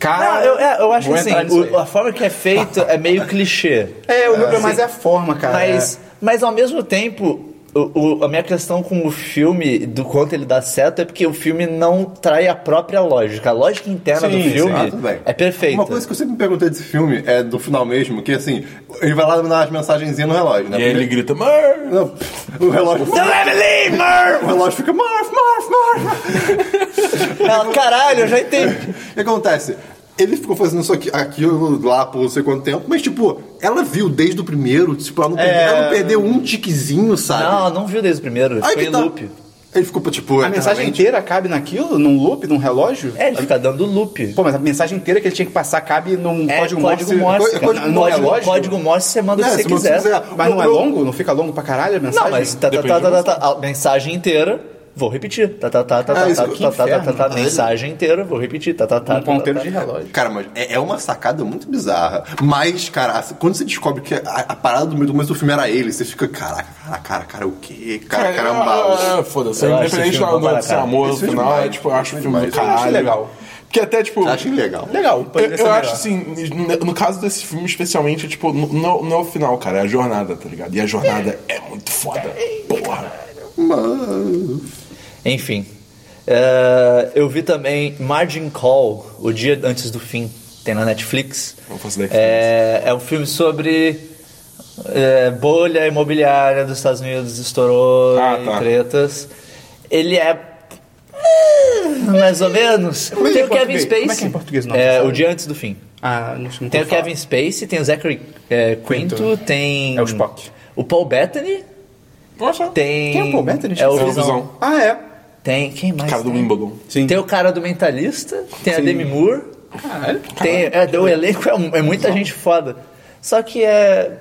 Speaker 1: Cara,
Speaker 3: eu, é, eu acho que
Speaker 5: Vou
Speaker 3: assim,
Speaker 5: entrar nisso aí.
Speaker 3: o- a forma que é feito é meio clichê.
Speaker 1: é, o meu problema mais é a forma, cara. é.
Speaker 3: Mas, é mas ao mesmo tempo, o- o- a minha questão com o filme, do quanto ele dá certo, é porque o filme não trai a própria lógica. A lógica interna do
Speaker 1: Sim,
Speaker 3: filme
Speaker 5: Ah, tudo bem.
Speaker 3: é perfeita.
Speaker 5: Uma coisa que eu sempre me perguntei desse filme é do final mesmo, que assim, ele vai lá dar as mensagenzinhas no relógio, né?
Speaker 4: E aí ele grita, Murr!
Speaker 5: Não, o relógio. O relógio fica Marf, Marf, Marf.
Speaker 3: Ela, Caralho, eu já entendi.
Speaker 5: O que acontece? Ele ficou fazendo isso aqui, aquilo lá por não sei quanto tempo, mas tipo, ela viu desde o primeiro, tipo, ela não, perdeu, ela não perdeu um tiquezinho, sabe?
Speaker 3: É. Não, não viu desde o primeiro.
Speaker 5: Aí
Speaker 3: Foi
Speaker 5: que
Speaker 3: em
Speaker 5: tá.
Speaker 3: loop.
Speaker 5: Ele ficou tipo,
Speaker 1: a mensagem
Speaker 5: eternamente-
Speaker 1: inteira cabe naquilo? Num loop, num relógio?
Speaker 3: É, ele fica dando loop.
Speaker 1: Pô, mas a mensagem inteira que ele tinha que passar cabe num
Speaker 3: É,
Speaker 1: código,
Speaker 3: código,
Speaker 1: Morse.
Speaker 3: Morse.
Speaker 5: co- código
Speaker 3: cara. Código,
Speaker 1: Morse,
Speaker 3: código,
Speaker 1: lógico.
Speaker 3: Morse, você manda o
Speaker 5: É,
Speaker 3: que você
Speaker 5: se você
Speaker 3: quiser.
Speaker 5: quiser.
Speaker 1: Mas não é
Speaker 5: Eu-
Speaker 1: longo? Não fica longo pra caralho a mensagem?
Speaker 3: Não, mas tá, tá,
Speaker 4: Depende
Speaker 3: tá,
Speaker 4: de
Speaker 3: tá, tá, tá, a mensagem inteira, vou repetir. Tá, tá, tá, tá, tá,
Speaker 5: Ah, isso-
Speaker 3: tá,
Speaker 5: que
Speaker 3: tá, tá, tá, tá,
Speaker 1: inferno,
Speaker 3: tá, mensagem inteira, vou repetir. Tá, tá, tá,
Speaker 1: Um
Speaker 3: tá,
Speaker 1: ponteiro
Speaker 3: tá,
Speaker 1: de
Speaker 3: tá.
Speaker 1: relógio.
Speaker 5: Cara, mas é é uma sacada muito bizarra. Mas, cara, assim, quando você descobre que a, a parada do meio do começo do filme era ele, você fica, caraca, cara, cara, cara, o quê? Cara, um caramba.
Speaker 4: É, é, Foda-se.
Speaker 3: Eu acho
Speaker 4: Independente
Speaker 3: esse filme
Speaker 4: da
Speaker 3: bom pra
Speaker 4: do seu
Speaker 3: caralho.
Speaker 4: amor no
Speaker 5: Esse filme
Speaker 4: final,
Speaker 5: demais.
Speaker 4: é, tipo, eu acho o filme do
Speaker 5: Demais.
Speaker 4: caralho.
Speaker 1: Eu acho legal.
Speaker 4: Porque até, tipo.
Speaker 5: Eu acho legal.
Speaker 1: Legal, poderia
Speaker 4: Eu,
Speaker 1: ser
Speaker 4: eu
Speaker 1: melhor.
Speaker 4: acho assim, no, no caso desse filme especialmente, é tipo, n- não, não é o final, cara, é a jornada, tá ligado? E a jornada é, muito foda. Porra.
Speaker 3: Enfim. É, eu vi também Margin Call, O Dia Antes do Fim, tem na Netflix.
Speaker 4: Não faço ideia que
Speaker 3: é, é um filme sobre é, bolha imobiliária dos Estados Unidos, estourou
Speaker 4: Ah,
Speaker 3: e
Speaker 4: tá.
Speaker 3: tretas. Ele é. é, Mais ou menos.
Speaker 1: é que
Speaker 3: tem
Speaker 1: é
Speaker 3: o
Speaker 1: em
Speaker 3: Kevin
Speaker 1: português?
Speaker 3: Spacey.
Speaker 1: Como é que é em português o nome?
Speaker 3: É, O Dia Antes do Fim.
Speaker 1: Ah, não sei não
Speaker 3: Tem o
Speaker 1: tô falando.
Speaker 3: Kevin Spacey, tem o Zachary é, Quinto,
Speaker 1: Quinto.
Speaker 3: tem.
Speaker 1: É o Spock.
Speaker 3: O Paul Bettany.
Speaker 4: Nossa.
Speaker 3: Tem.
Speaker 1: Quem é o Paul Bettany?
Speaker 3: É o
Speaker 4: É o
Speaker 3: Visão.
Speaker 4: Visão.
Speaker 1: Ah, é.
Speaker 3: Tem. Quem mais?
Speaker 4: Cara do
Speaker 3: tem?
Speaker 4: Wimbledon.
Speaker 1: Sim.
Speaker 3: Tem o cara do Mentalista, tem a
Speaker 1: Sim.
Speaker 3: Demi Moore,
Speaker 1: Caralho.
Speaker 3: tem, é, o elenco é, um- é muita gente foda. Só que é.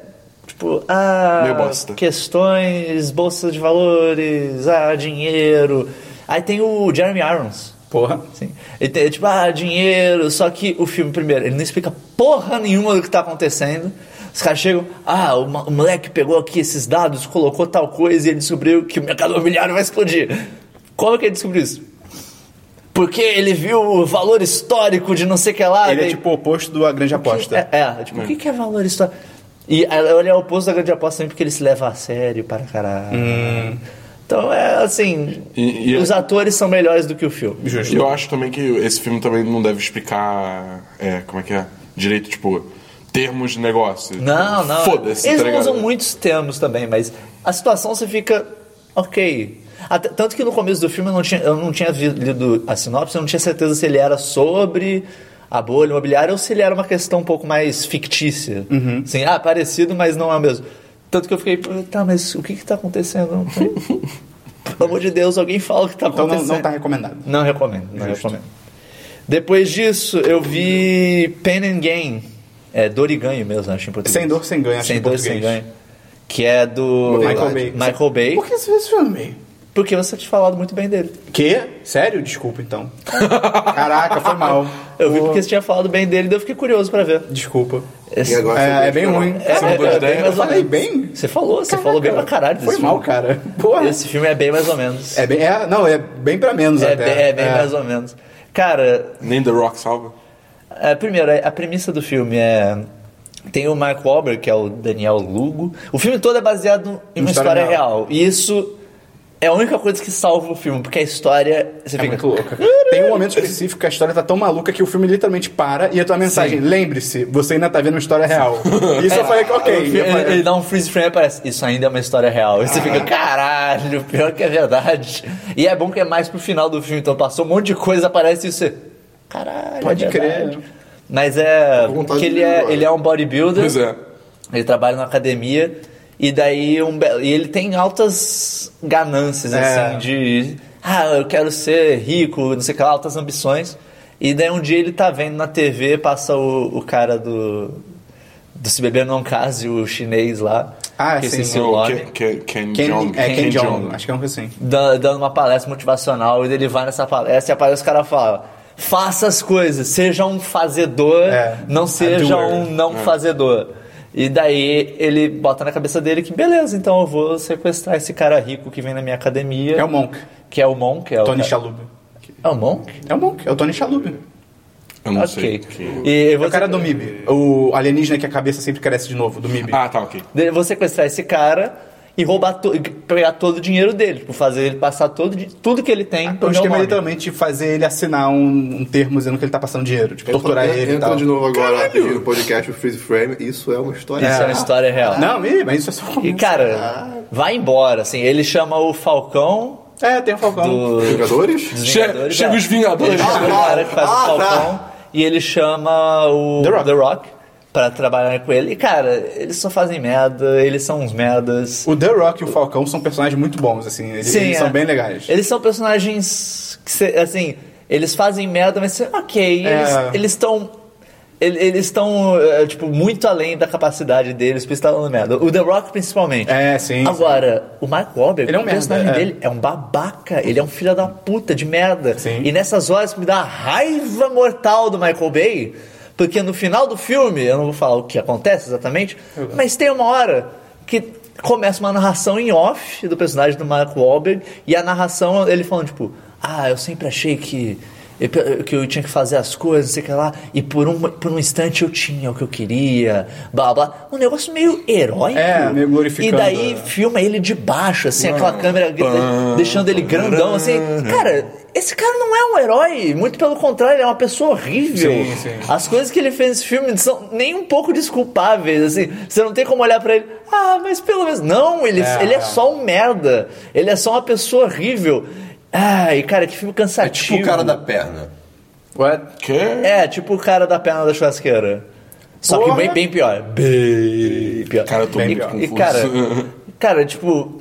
Speaker 3: Tipo, ah.
Speaker 4: Meio bosta.
Speaker 3: Questões, bolsa de valores, ah, dinheiro. Aí tem o Jeremy Irons.
Speaker 1: Porra.
Speaker 3: Sim. Ele tem, tipo, ah, dinheiro. Só que o filme, primeiro, ele não explica porra nenhuma do que tá acontecendo. Os caras chegam, ah, o, ma- o moleque pegou aqui esses dados, colocou tal coisa e ele descobriu que o mercado imobiliário vai explodir. Como que ele descobriu isso? Porque ele viu o valor histórico de não sei o que lá.
Speaker 1: Ele é
Speaker 3: daí-
Speaker 1: tipo o oposto do A Grande Aposta.
Speaker 3: é, é, tipo, o que, que é valor histórico? E aí, ele é o oposto da grande aposta também porque ele se leva a sério para caralho.
Speaker 1: Hum.
Speaker 3: Então é assim.
Speaker 4: E- e-
Speaker 3: os atores são melhores do que o filme.
Speaker 4: E eu acho também que esse filme também não deve explicar. é, como é que é? Direito, tipo, termos de negócio.
Speaker 3: Não,
Speaker 4: Tipo,
Speaker 3: não.
Speaker 4: Foda-se,
Speaker 3: Eles
Speaker 4: tá
Speaker 3: não
Speaker 4: ligado?
Speaker 3: usam muitos termos também, mas a situação você fica. Ok. Até- tanto que no começo do filme eu não tinha, eu não tinha vi- lido a sinopse, eu não tinha certeza se ele era sobre a bolha imobiliária ou se ele era uma questão um pouco mais fictícia. Assim, ah, parecido, mas não é o mesmo. Tanto que eu fiquei, tá, mas o que que tá acontecendo? Eu não sei. Pelo amor de Deus, alguém fala o que tá
Speaker 1: Então
Speaker 3: acontecendo.
Speaker 1: não, não tá recomendado.
Speaker 3: Não recomendo, não recomendo. Depois disso, eu vi Pain and Gain. É, dor e ganho mesmo, acho em português.
Speaker 1: Sem dor, sem ganho, acho
Speaker 3: Sem
Speaker 1: em
Speaker 3: dor, sem
Speaker 1: português.
Speaker 3: ganho. Que é do
Speaker 1: Michael Bay.
Speaker 3: Michael Bay,
Speaker 1: Por que você fez esse filme? é
Speaker 3: porque você tinha falado muito bem dele.
Speaker 1: Que? Sério? Desculpa, então. Caraca, foi mal.
Speaker 3: Eu vi porque você tinha falado bem dele, daí eu fiquei curioso pra ver.
Speaker 1: Desculpa.
Speaker 3: Esse-
Speaker 5: E agora?
Speaker 1: É, é bem ruim.
Speaker 3: É,
Speaker 4: Você não
Speaker 3: é,
Speaker 4: deu
Speaker 3: é
Speaker 4: ideia?
Speaker 3: bem mais
Speaker 1: Eu
Speaker 3: ou
Speaker 1: falei
Speaker 3: menos.
Speaker 1: bem?
Speaker 3: Você falou, você falou bem pra caralho desse
Speaker 1: Foi
Speaker 3: filme.
Speaker 1: mal, cara. Porra.
Speaker 3: Esse filme é bem mais ou menos.
Speaker 1: É bem, é, não, é bem pra menos
Speaker 3: É
Speaker 1: até.
Speaker 3: bem, é bem mais ou menos. Cara,
Speaker 4: Nem The Rock salva.
Speaker 3: É, primeiro, a premissa do filme é. Tem o Mark Wahlberg, que é o Daniel Lugo. O filme todo é baseado em uma história,
Speaker 1: história
Speaker 3: real. E isso é a única coisa que salva o filme, porque a história. Você
Speaker 1: É
Speaker 3: fica.
Speaker 1: muito louca. Tem um momento específico que a história tá tão maluca que o filme literalmente para e a tua mensagem, lembre-se, você ainda tá vendo uma história real. Isso eu falei que, ok.
Speaker 3: É, Ele,
Speaker 1: Eu falei, né? Ah.
Speaker 3: ele- ele dá um freeze frame e aparece. Isso ainda é uma história real. E você fica, caralho, pior que é verdade. E é bom que é mais pro final do filme, então passou um monte de coisa, aparece isso. e você, Caralho.
Speaker 1: Pode
Speaker 3: é
Speaker 1: crer.
Speaker 3: verdade." Mas é.
Speaker 5: vontade
Speaker 3: Porque
Speaker 5: de
Speaker 3: ele
Speaker 5: ir
Speaker 3: é,
Speaker 5: embora.
Speaker 3: ele é um bodybuilder.
Speaker 4: Pois é.
Speaker 3: Ele trabalha na academia e daí um be- e ele tem altas ganâncias
Speaker 1: É.
Speaker 3: assim de ah, eu quero ser rico, não sei o que lá, altas ambições. E daí um dia ele tá vendo na TV, passa o, o cara do do Se Beber Não Case, o chinês lá.
Speaker 1: Ah,
Speaker 3: Esqueci
Speaker 1: sim.
Speaker 3: seu
Speaker 4: O
Speaker 3: nome.
Speaker 4: Ken, Ken, Ken
Speaker 1: Ken,
Speaker 4: Jeong.
Speaker 1: é, Ken,
Speaker 4: Ken
Speaker 1: Jong.
Speaker 4: Jeong.
Speaker 1: Acho que é um assim.
Speaker 3: da- dando uma palestra motivacional e ele vai nessa palestra e aparece o cara e fala: faça as coisas, seja um fazedor,
Speaker 1: É,
Speaker 3: não
Speaker 1: a
Speaker 3: seja
Speaker 1: doer. Hum.
Speaker 3: um não fazedor. E daí ele bota na cabeça dele que beleza, então eu vou sequestrar esse cara rico que vem na minha academia.
Speaker 1: É o Monk.
Speaker 3: Que é o Monk, é o
Speaker 1: Tony
Speaker 3: cara-
Speaker 1: Chalub.
Speaker 3: É o Monk?
Speaker 1: É o Monk, é o Tony Chalub.
Speaker 4: Eu não sei.
Speaker 3: ok.
Speaker 4: que-
Speaker 3: E eu
Speaker 1: É
Speaker 3: vou
Speaker 1: o cara
Speaker 3: sequ-
Speaker 1: do MIB. O alienígena que a cabeça sempre cresce de novo, do MIB.
Speaker 4: Ah, tá, ok.
Speaker 3: Eu vou sequestrar esse cara e roubar to- e pegar todo o dinheiro dele, tipo, fazer ele passar todo, di- tudo que ele tem pro
Speaker 1: o
Speaker 3: Então, meu
Speaker 1: esquema é
Speaker 3: nome.
Speaker 1: literalmente fazer ele assinar um, um termo dizendo que ele tá passando dinheiro, tipo, torturar
Speaker 2: entra,
Speaker 1: ele e
Speaker 2: Entra
Speaker 1: tal.
Speaker 2: de novo agora rapidinho no podcast o Freeze Frame. Isso é uma história.
Speaker 3: Isso é uma história real.
Speaker 1: Não, ih, mas isso é só um
Speaker 3: E,
Speaker 1: começo.
Speaker 3: cara, vai embora, assim. Ele chama o Falcão
Speaker 1: É, tem o Falcão.
Speaker 3: do...
Speaker 2: Vingadores?
Speaker 3: dos
Speaker 4: Che-
Speaker 3: Vingadores,
Speaker 4: chega
Speaker 3: é.
Speaker 4: os Vingadores.
Speaker 3: Ele chama o cara que faz
Speaker 2: Ah,
Speaker 3: o
Speaker 2: tá.
Speaker 3: Falcão e ele chama o
Speaker 1: The Rock.
Speaker 3: pra trabalhar com ele. E, cara, eles só fazem merda, eles são uns merdas.
Speaker 1: O The Rock e o Falcão são personagens muito bons, assim. Eles,
Speaker 3: Sim,
Speaker 1: eles
Speaker 3: é.
Speaker 1: são bem legais.
Speaker 3: Eles são personagens que, cê- assim, eles fazem merda, mas cê, ok,
Speaker 1: É.
Speaker 3: eles- eles estão... Eles estão, eh, tipo, muito além da capacidade deles pra estar falando merda. O The Rock, principalmente.
Speaker 1: É, sim,
Speaker 3: Agora, o Mark Wahlberg,
Speaker 1: Ele é um
Speaker 3: o
Speaker 1: merda,
Speaker 3: personagem
Speaker 1: é.
Speaker 3: dele é um babaca. Ele é um filho da puta, de merda.
Speaker 1: Sim.
Speaker 3: E nessas horas me dá a raiva mortal do Michael Bay. Porque no final do filme, eu não vou falar o que acontece exatamente, mas tem uma hora que começa uma narração em off do personagem do Mark Wahlberg e a narração, ele falando tipo, ah, eu sempre achei que eu- que eu tinha que fazer as coisas, não sei o que lá, e por um, por um instante eu tinha o que eu queria, blá blá. Um negócio meio heróico.
Speaker 1: É, meio glorificando,
Speaker 3: E daí
Speaker 1: né?
Speaker 3: filma ele de baixo, assim,
Speaker 5: Ah.
Speaker 3: aquela câmera gr- deixando ele grandão, assim. Cara, esse cara não é um herói, muito pelo contrário, ele é uma pessoa horrível.
Speaker 1: Sim, sim.
Speaker 3: As coisas que ele fez nesse filme são nem um pouco desculpáveis, assim. Você não tem como olhar pra ele, ah, mas pelo menos. Não, ele é,
Speaker 1: É,
Speaker 3: ele é
Speaker 1: é.
Speaker 3: só um merda. Ele é só uma pessoa horrível. Ai, cara, que filme
Speaker 5: É
Speaker 3: cansativo.
Speaker 5: tipo o cara da perna.
Speaker 1: What?
Speaker 4: Que?
Speaker 3: É, tipo o cara da perna da churrasqueira. Só
Speaker 1: Porra.
Speaker 3: que bem, bem pior. Bem pior.
Speaker 4: Cara, eu tô
Speaker 3: bem
Speaker 4: muito
Speaker 3: pior. E
Speaker 4: confuso.
Speaker 3: cara, cara, tipo.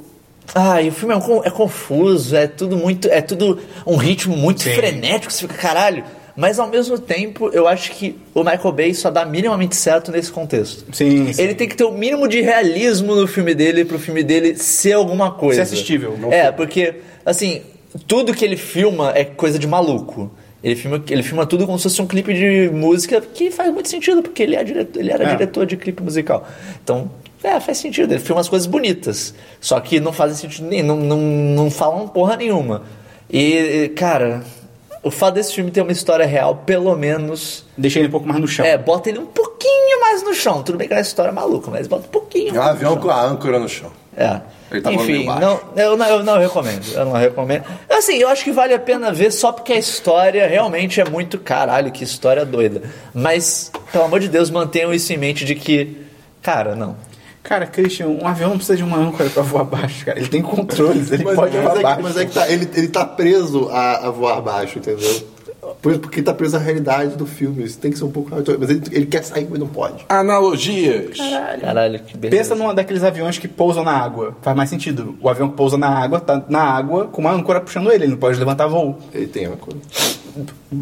Speaker 3: Ai, o filme é, con- é confuso, é tudo muito. É tudo um ritmo muito frenético, você fica, caralho. Mas ao mesmo tempo, eu acho que o Michael Bay só dá minimamente certo nesse contexto.
Speaker 1: Sim, sim.
Speaker 3: Ele tem que ter o mínimo de realismo no filme dele pro filme dele ser alguma coisa.
Speaker 1: Ser assistível, não
Speaker 3: É, porque, assim, tudo que ele filma é coisa de maluco. Ele filma, ele filma tudo como se fosse um clipe de música, que faz muito sentido, porque ele, é diretor, ele era
Speaker 1: É.
Speaker 3: diretor de clipe musical. Então, é, faz sentido. Ele filma as coisas bonitas. Só que não fazem sentido nem, não, não, não falam porra nenhuma. E, cara, o fato desse filme ter uma história real, pelo menos.
Speaker 1: Deixei ele um pouco mais no chão.
Speaker 3: É, bota ele um pouquinho mais no chão. Tudo bem que é uma história maluca, mas bota um pouquinho
Speaker 2: Ah,
Speaker 5: É um
Speaker 3: mais no
Speaker 5: avião
Speaker 3: chão.
Speaker 5: com a âncora no chão.
Speaker 3: É.
Speaker 5: Ele tá falando
Speaker 3: Enfim,
Speaker 5: meio baixo.
Speaker 3: não, eu, não, eu não recomendo. Eu não recomendo. Assim, eu acho que vale a pena ver só porque a história realmente é muito caralho, que história doida. Mas, pelo amor de Deus, mantenham isso em mente de que, cara, não.
Speaker 1: Cara, Christian, um avião não precisa de uma âncora pra voar baixo, cara. Ele tem controles, ele
Speaker 2: Mas,
Speaker 1: pode
Speaker 2: mas
Speaker 1: voar
Speaker 2: é que,
Speaker 1: baixo.
Speaker 2: mas é que tá, ele, ele tá preso a, a voar baixo, entendeu? Por- Porque ele tá preso à realidade do filme. Isso tem que ser um pouco. Mas ele, ele quer sair, mas não pode.
Speaker 4: Analogias.
Speaker 3: Caralho, que beleza.
Speaker 1: Pensa num daqueles aviões que pousam na água. Faz mais sentido. O avião que pousa na água tá na água com uma âncora puxando ele. Ele não pode levantar voo.
Speaker 2: Ele tem âncora.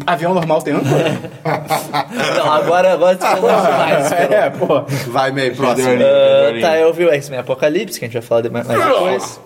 Speaker 1: Avião normal tem âncora?
Speaker 3: Não, agora, agora você falou demais, cara.
Speaker 1: é, pô.
Speaker 5: Vai, meio
Speaker 4: Perdeu
Speaker 5: próximo.
Speaker 4: a linha, perdeu a
Speaker 3: Ah,
Speaker 4: linha.
Speaker 3: tá, eu vi o X-Men Apocalipse, que a gente vai falar de mais mais depois.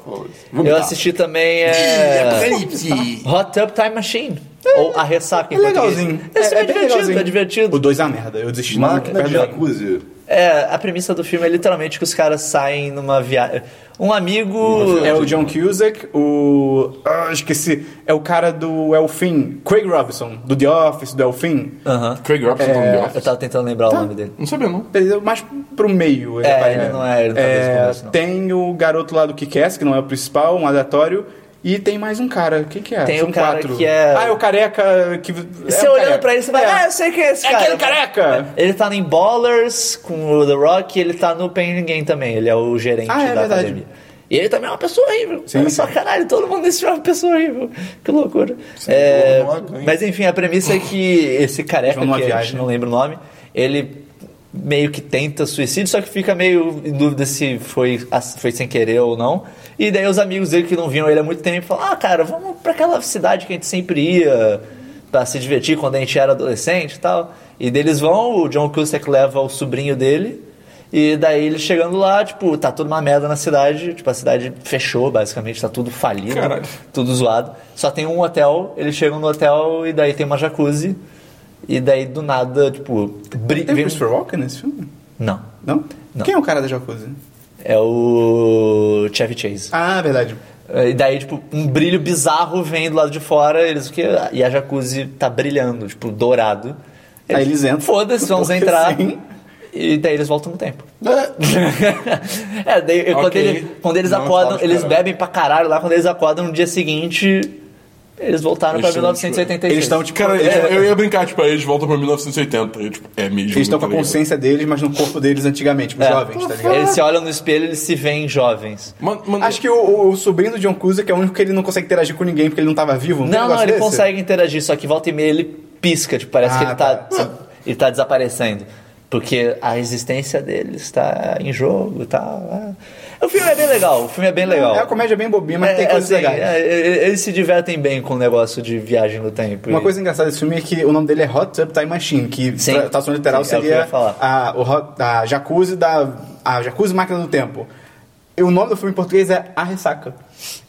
Speaker 3: Eu assisti também. É...
Speaker 5: Apocalipse.
Speaker 3: Hot Tub Time Machine. Ou A Ressaca em
Speaker 1: É legalzinho.
Speaker 3: português. Esse filme é,
Speaker 1: bem
Speaker 3: divertido,
Speaker 1: legalzinho.
Speaker 3: é divertido.
Speaker 1: O 2 é uma merda. Eu desisti.
Speaker 5: Máquina de
Speaker 1: Perdão.
Speaker 5: jacuzzi.
Speaker 3: É, a premissa do filme é literalmente que os caras saem numa viagem. Um amigo.
Speaker 1: É o John Cusack, o. Ah, esqueci. É o cara do Elfin. Craig Robinson, do The Office, do Elfin.
Speaker 3: Aham.
Speaker 4: Craig Robinson do The
Speaker 3: Eu
Speaker 4: Office.
Speaker 3: tava tentando lembrar
Speaker 1: Tá.
Speaker 3: o nome dele.
Speaker 4: Não sabia, não.
Speaker 1: Perdeu mais pro meio.
Speaker 3: É,
Speaker 1: aparece.
Speaker 3: ele não é- ele não tá desde o começo, não.
Speaker 1: Tem o garoto lá do Kick-Ass, que não é o principal, um aleatório. E tem mais um cara. Quem que é?
Speaker 3: Tem
Speaker 1: São
Speaker 3: o cara
Speaker 1: quatro.
Speaker 3: que é-
Speaker 1: Ah, é o careca que...
Speaker 3: Você
Speaker 1: é o
Speaker 3: olhando
Speaker 1: careca.
Speaker 3: pra ele, você vai,
Speaker 1: É.
Speaker 3: ah, eu sei quem é esse
Speaker 1: É
Speaker 3: cara.
Speaker 1: aquele careca!
Speaker 3: Ele tá em Ballers com o The Rock e ele tá no Pain Ninguém também. Ele é o gerente
Speaker 1: Ah, é
Speaker 3: da
Speaker 1: verdade.
Speaker 3: academia. E ele também é uma pessoa horrível.
Speaker 1: Sim,
Speaker 3: Olha só,
Speaker 1: sim.
Speaker 3: caralho, todo mundo nesse filme é uma pessoa horrível. Que loucura. É,
Speaker 5: porra, não aguento.
Speaker 3: mas enfim, a premissa é que esse careca,
Speaker 1: Vão numa
Speaker 3: que é a gente
Speaker 1: viagem.
Speaker 3: não lembra o nome, ele meio que tenta suicídio, só que fica meio em dúvida se foi, ass- foi sem querer ou não. E daí os amigos dele que não viam ele há muito tempo falam, ah, cara, vamos pra aquela cidade que a gente sempre ia pra se divertir quando a gente era adolescente e tal. E deles vão, o John Cusack leva o sobrinho dele, E daí ele chegando lá, tipo, tá tudo uma merda na cidade, tipo, a cidade fechou, basicamente, tá tudo falido,
Speaker 4: Caralho.
Speaker 3: tudo zoado. Só tem um hotel, eles chegam no hotel e daí tem uma jacuzzi. E daí do nada, tipo, bri-
Speaker 1: Tem um
Speaker 3: vem-
Speaker 1: Christopher Walken é nesse filme?
Speaker 3: Não.
Speaker 1: Não?
Speaker 3: Não.
Speaker 1: Quem é o cara da Jacuzzi?
Speaker 3: É o Chevy Chase.
Speaker 1: Ah, verdade.
Speaker 3: E daí, tipo, um brilho bizarro vem do lado de fora, eles o que e a jacuzzi tá brilhando, tipo, dourado.
Speaker 1: Aí eles entram.
Speaker 3: Foda-se, vamos
Speaker 1: Porque
Speaker 3: entrar.
Speaker 1: sim.
Speaker 3: E daí eles voltam no tempo.
Speaker 2: É,
Speaker 3: é, daí eu- quando,
Speaker 4: Ok.
Speaker 3: ele- quando eles
Speaker 4: Não
Speaker 3: acordam,
Speaker 4: fala de
Speaker 3: eles
Speaker 4: caralho.
Speaker 3: bebem pra caralho lá, quando eles acordam no dia seguinte, eles voltaram
Speaker 4: Eles
Speaker 3: pra
Speaker 4: estão,
Speaker 3: 1986.
Speaker 1: Eles estão, tipo,
Speaker 4: Cara,
Speaker 1: eles
Speaker 3: É.
Speaker 4: eu- eu ia brincar, tipo, aí eles voltam pra 1980. Eu, tipo, é mesmo.
Speaker 1: estão com a
Speaker 4: tá ligado?
Speaker 1: consciência deles, mas no corpo deles antigamente, os
Speaker 3: É.
Speaker 1: jovens, tá ligado?
Speaker 3: Eles se olham no espelho e eles se veem jovens.
Speaker 4: Mano, mano,
Speaker 1: Acho que o, o- o sobrinho do John Cusack que é o único que ele não consegue interagir com ninguém porque ele não tava vivo. tem um
Speaker 3: Não, não,
Speaker 1: negócio
Speaker 3: ele
Speaker 1: desse?
Speaker 3: consegue interagir, só que volta e meia ele pisca, tipo, parece
Speaker 1: Ah,
Speaker 3: que ele tá,
Speaker 1: tá.
Speaker 3: sabe, ele tá desaparecendo. Porque a existência dele está em jogo e tal. é. O filme é bem legal, o filme é bem legal.
Speaker 1: É uma comédia bem bobinha, mas
Speaker 3: É,
Speaker 1: tem coisas
Speaker 3: assim,
Speaker 1: legais.
Speaker 3: é, é, eles se divertem bem com o negócio de viagem no tempo.
Speaker 1: Uma
Speaker 3: e-
Speaker 1: coisa engraçada desse filme é que o nome dele é Hot Tub Time Machine, que
Speaker 3: Sim.
Speaker 1: tra- tradução literal
Speaker 3: Sim, é o que eu
Speaker 1: seria
Speaker 3: ia falar.
Speaker 1: a, o hot- a jacuzzi da a jacuzzi máquina do tempo. E o nome do filme em português é A Ressaca.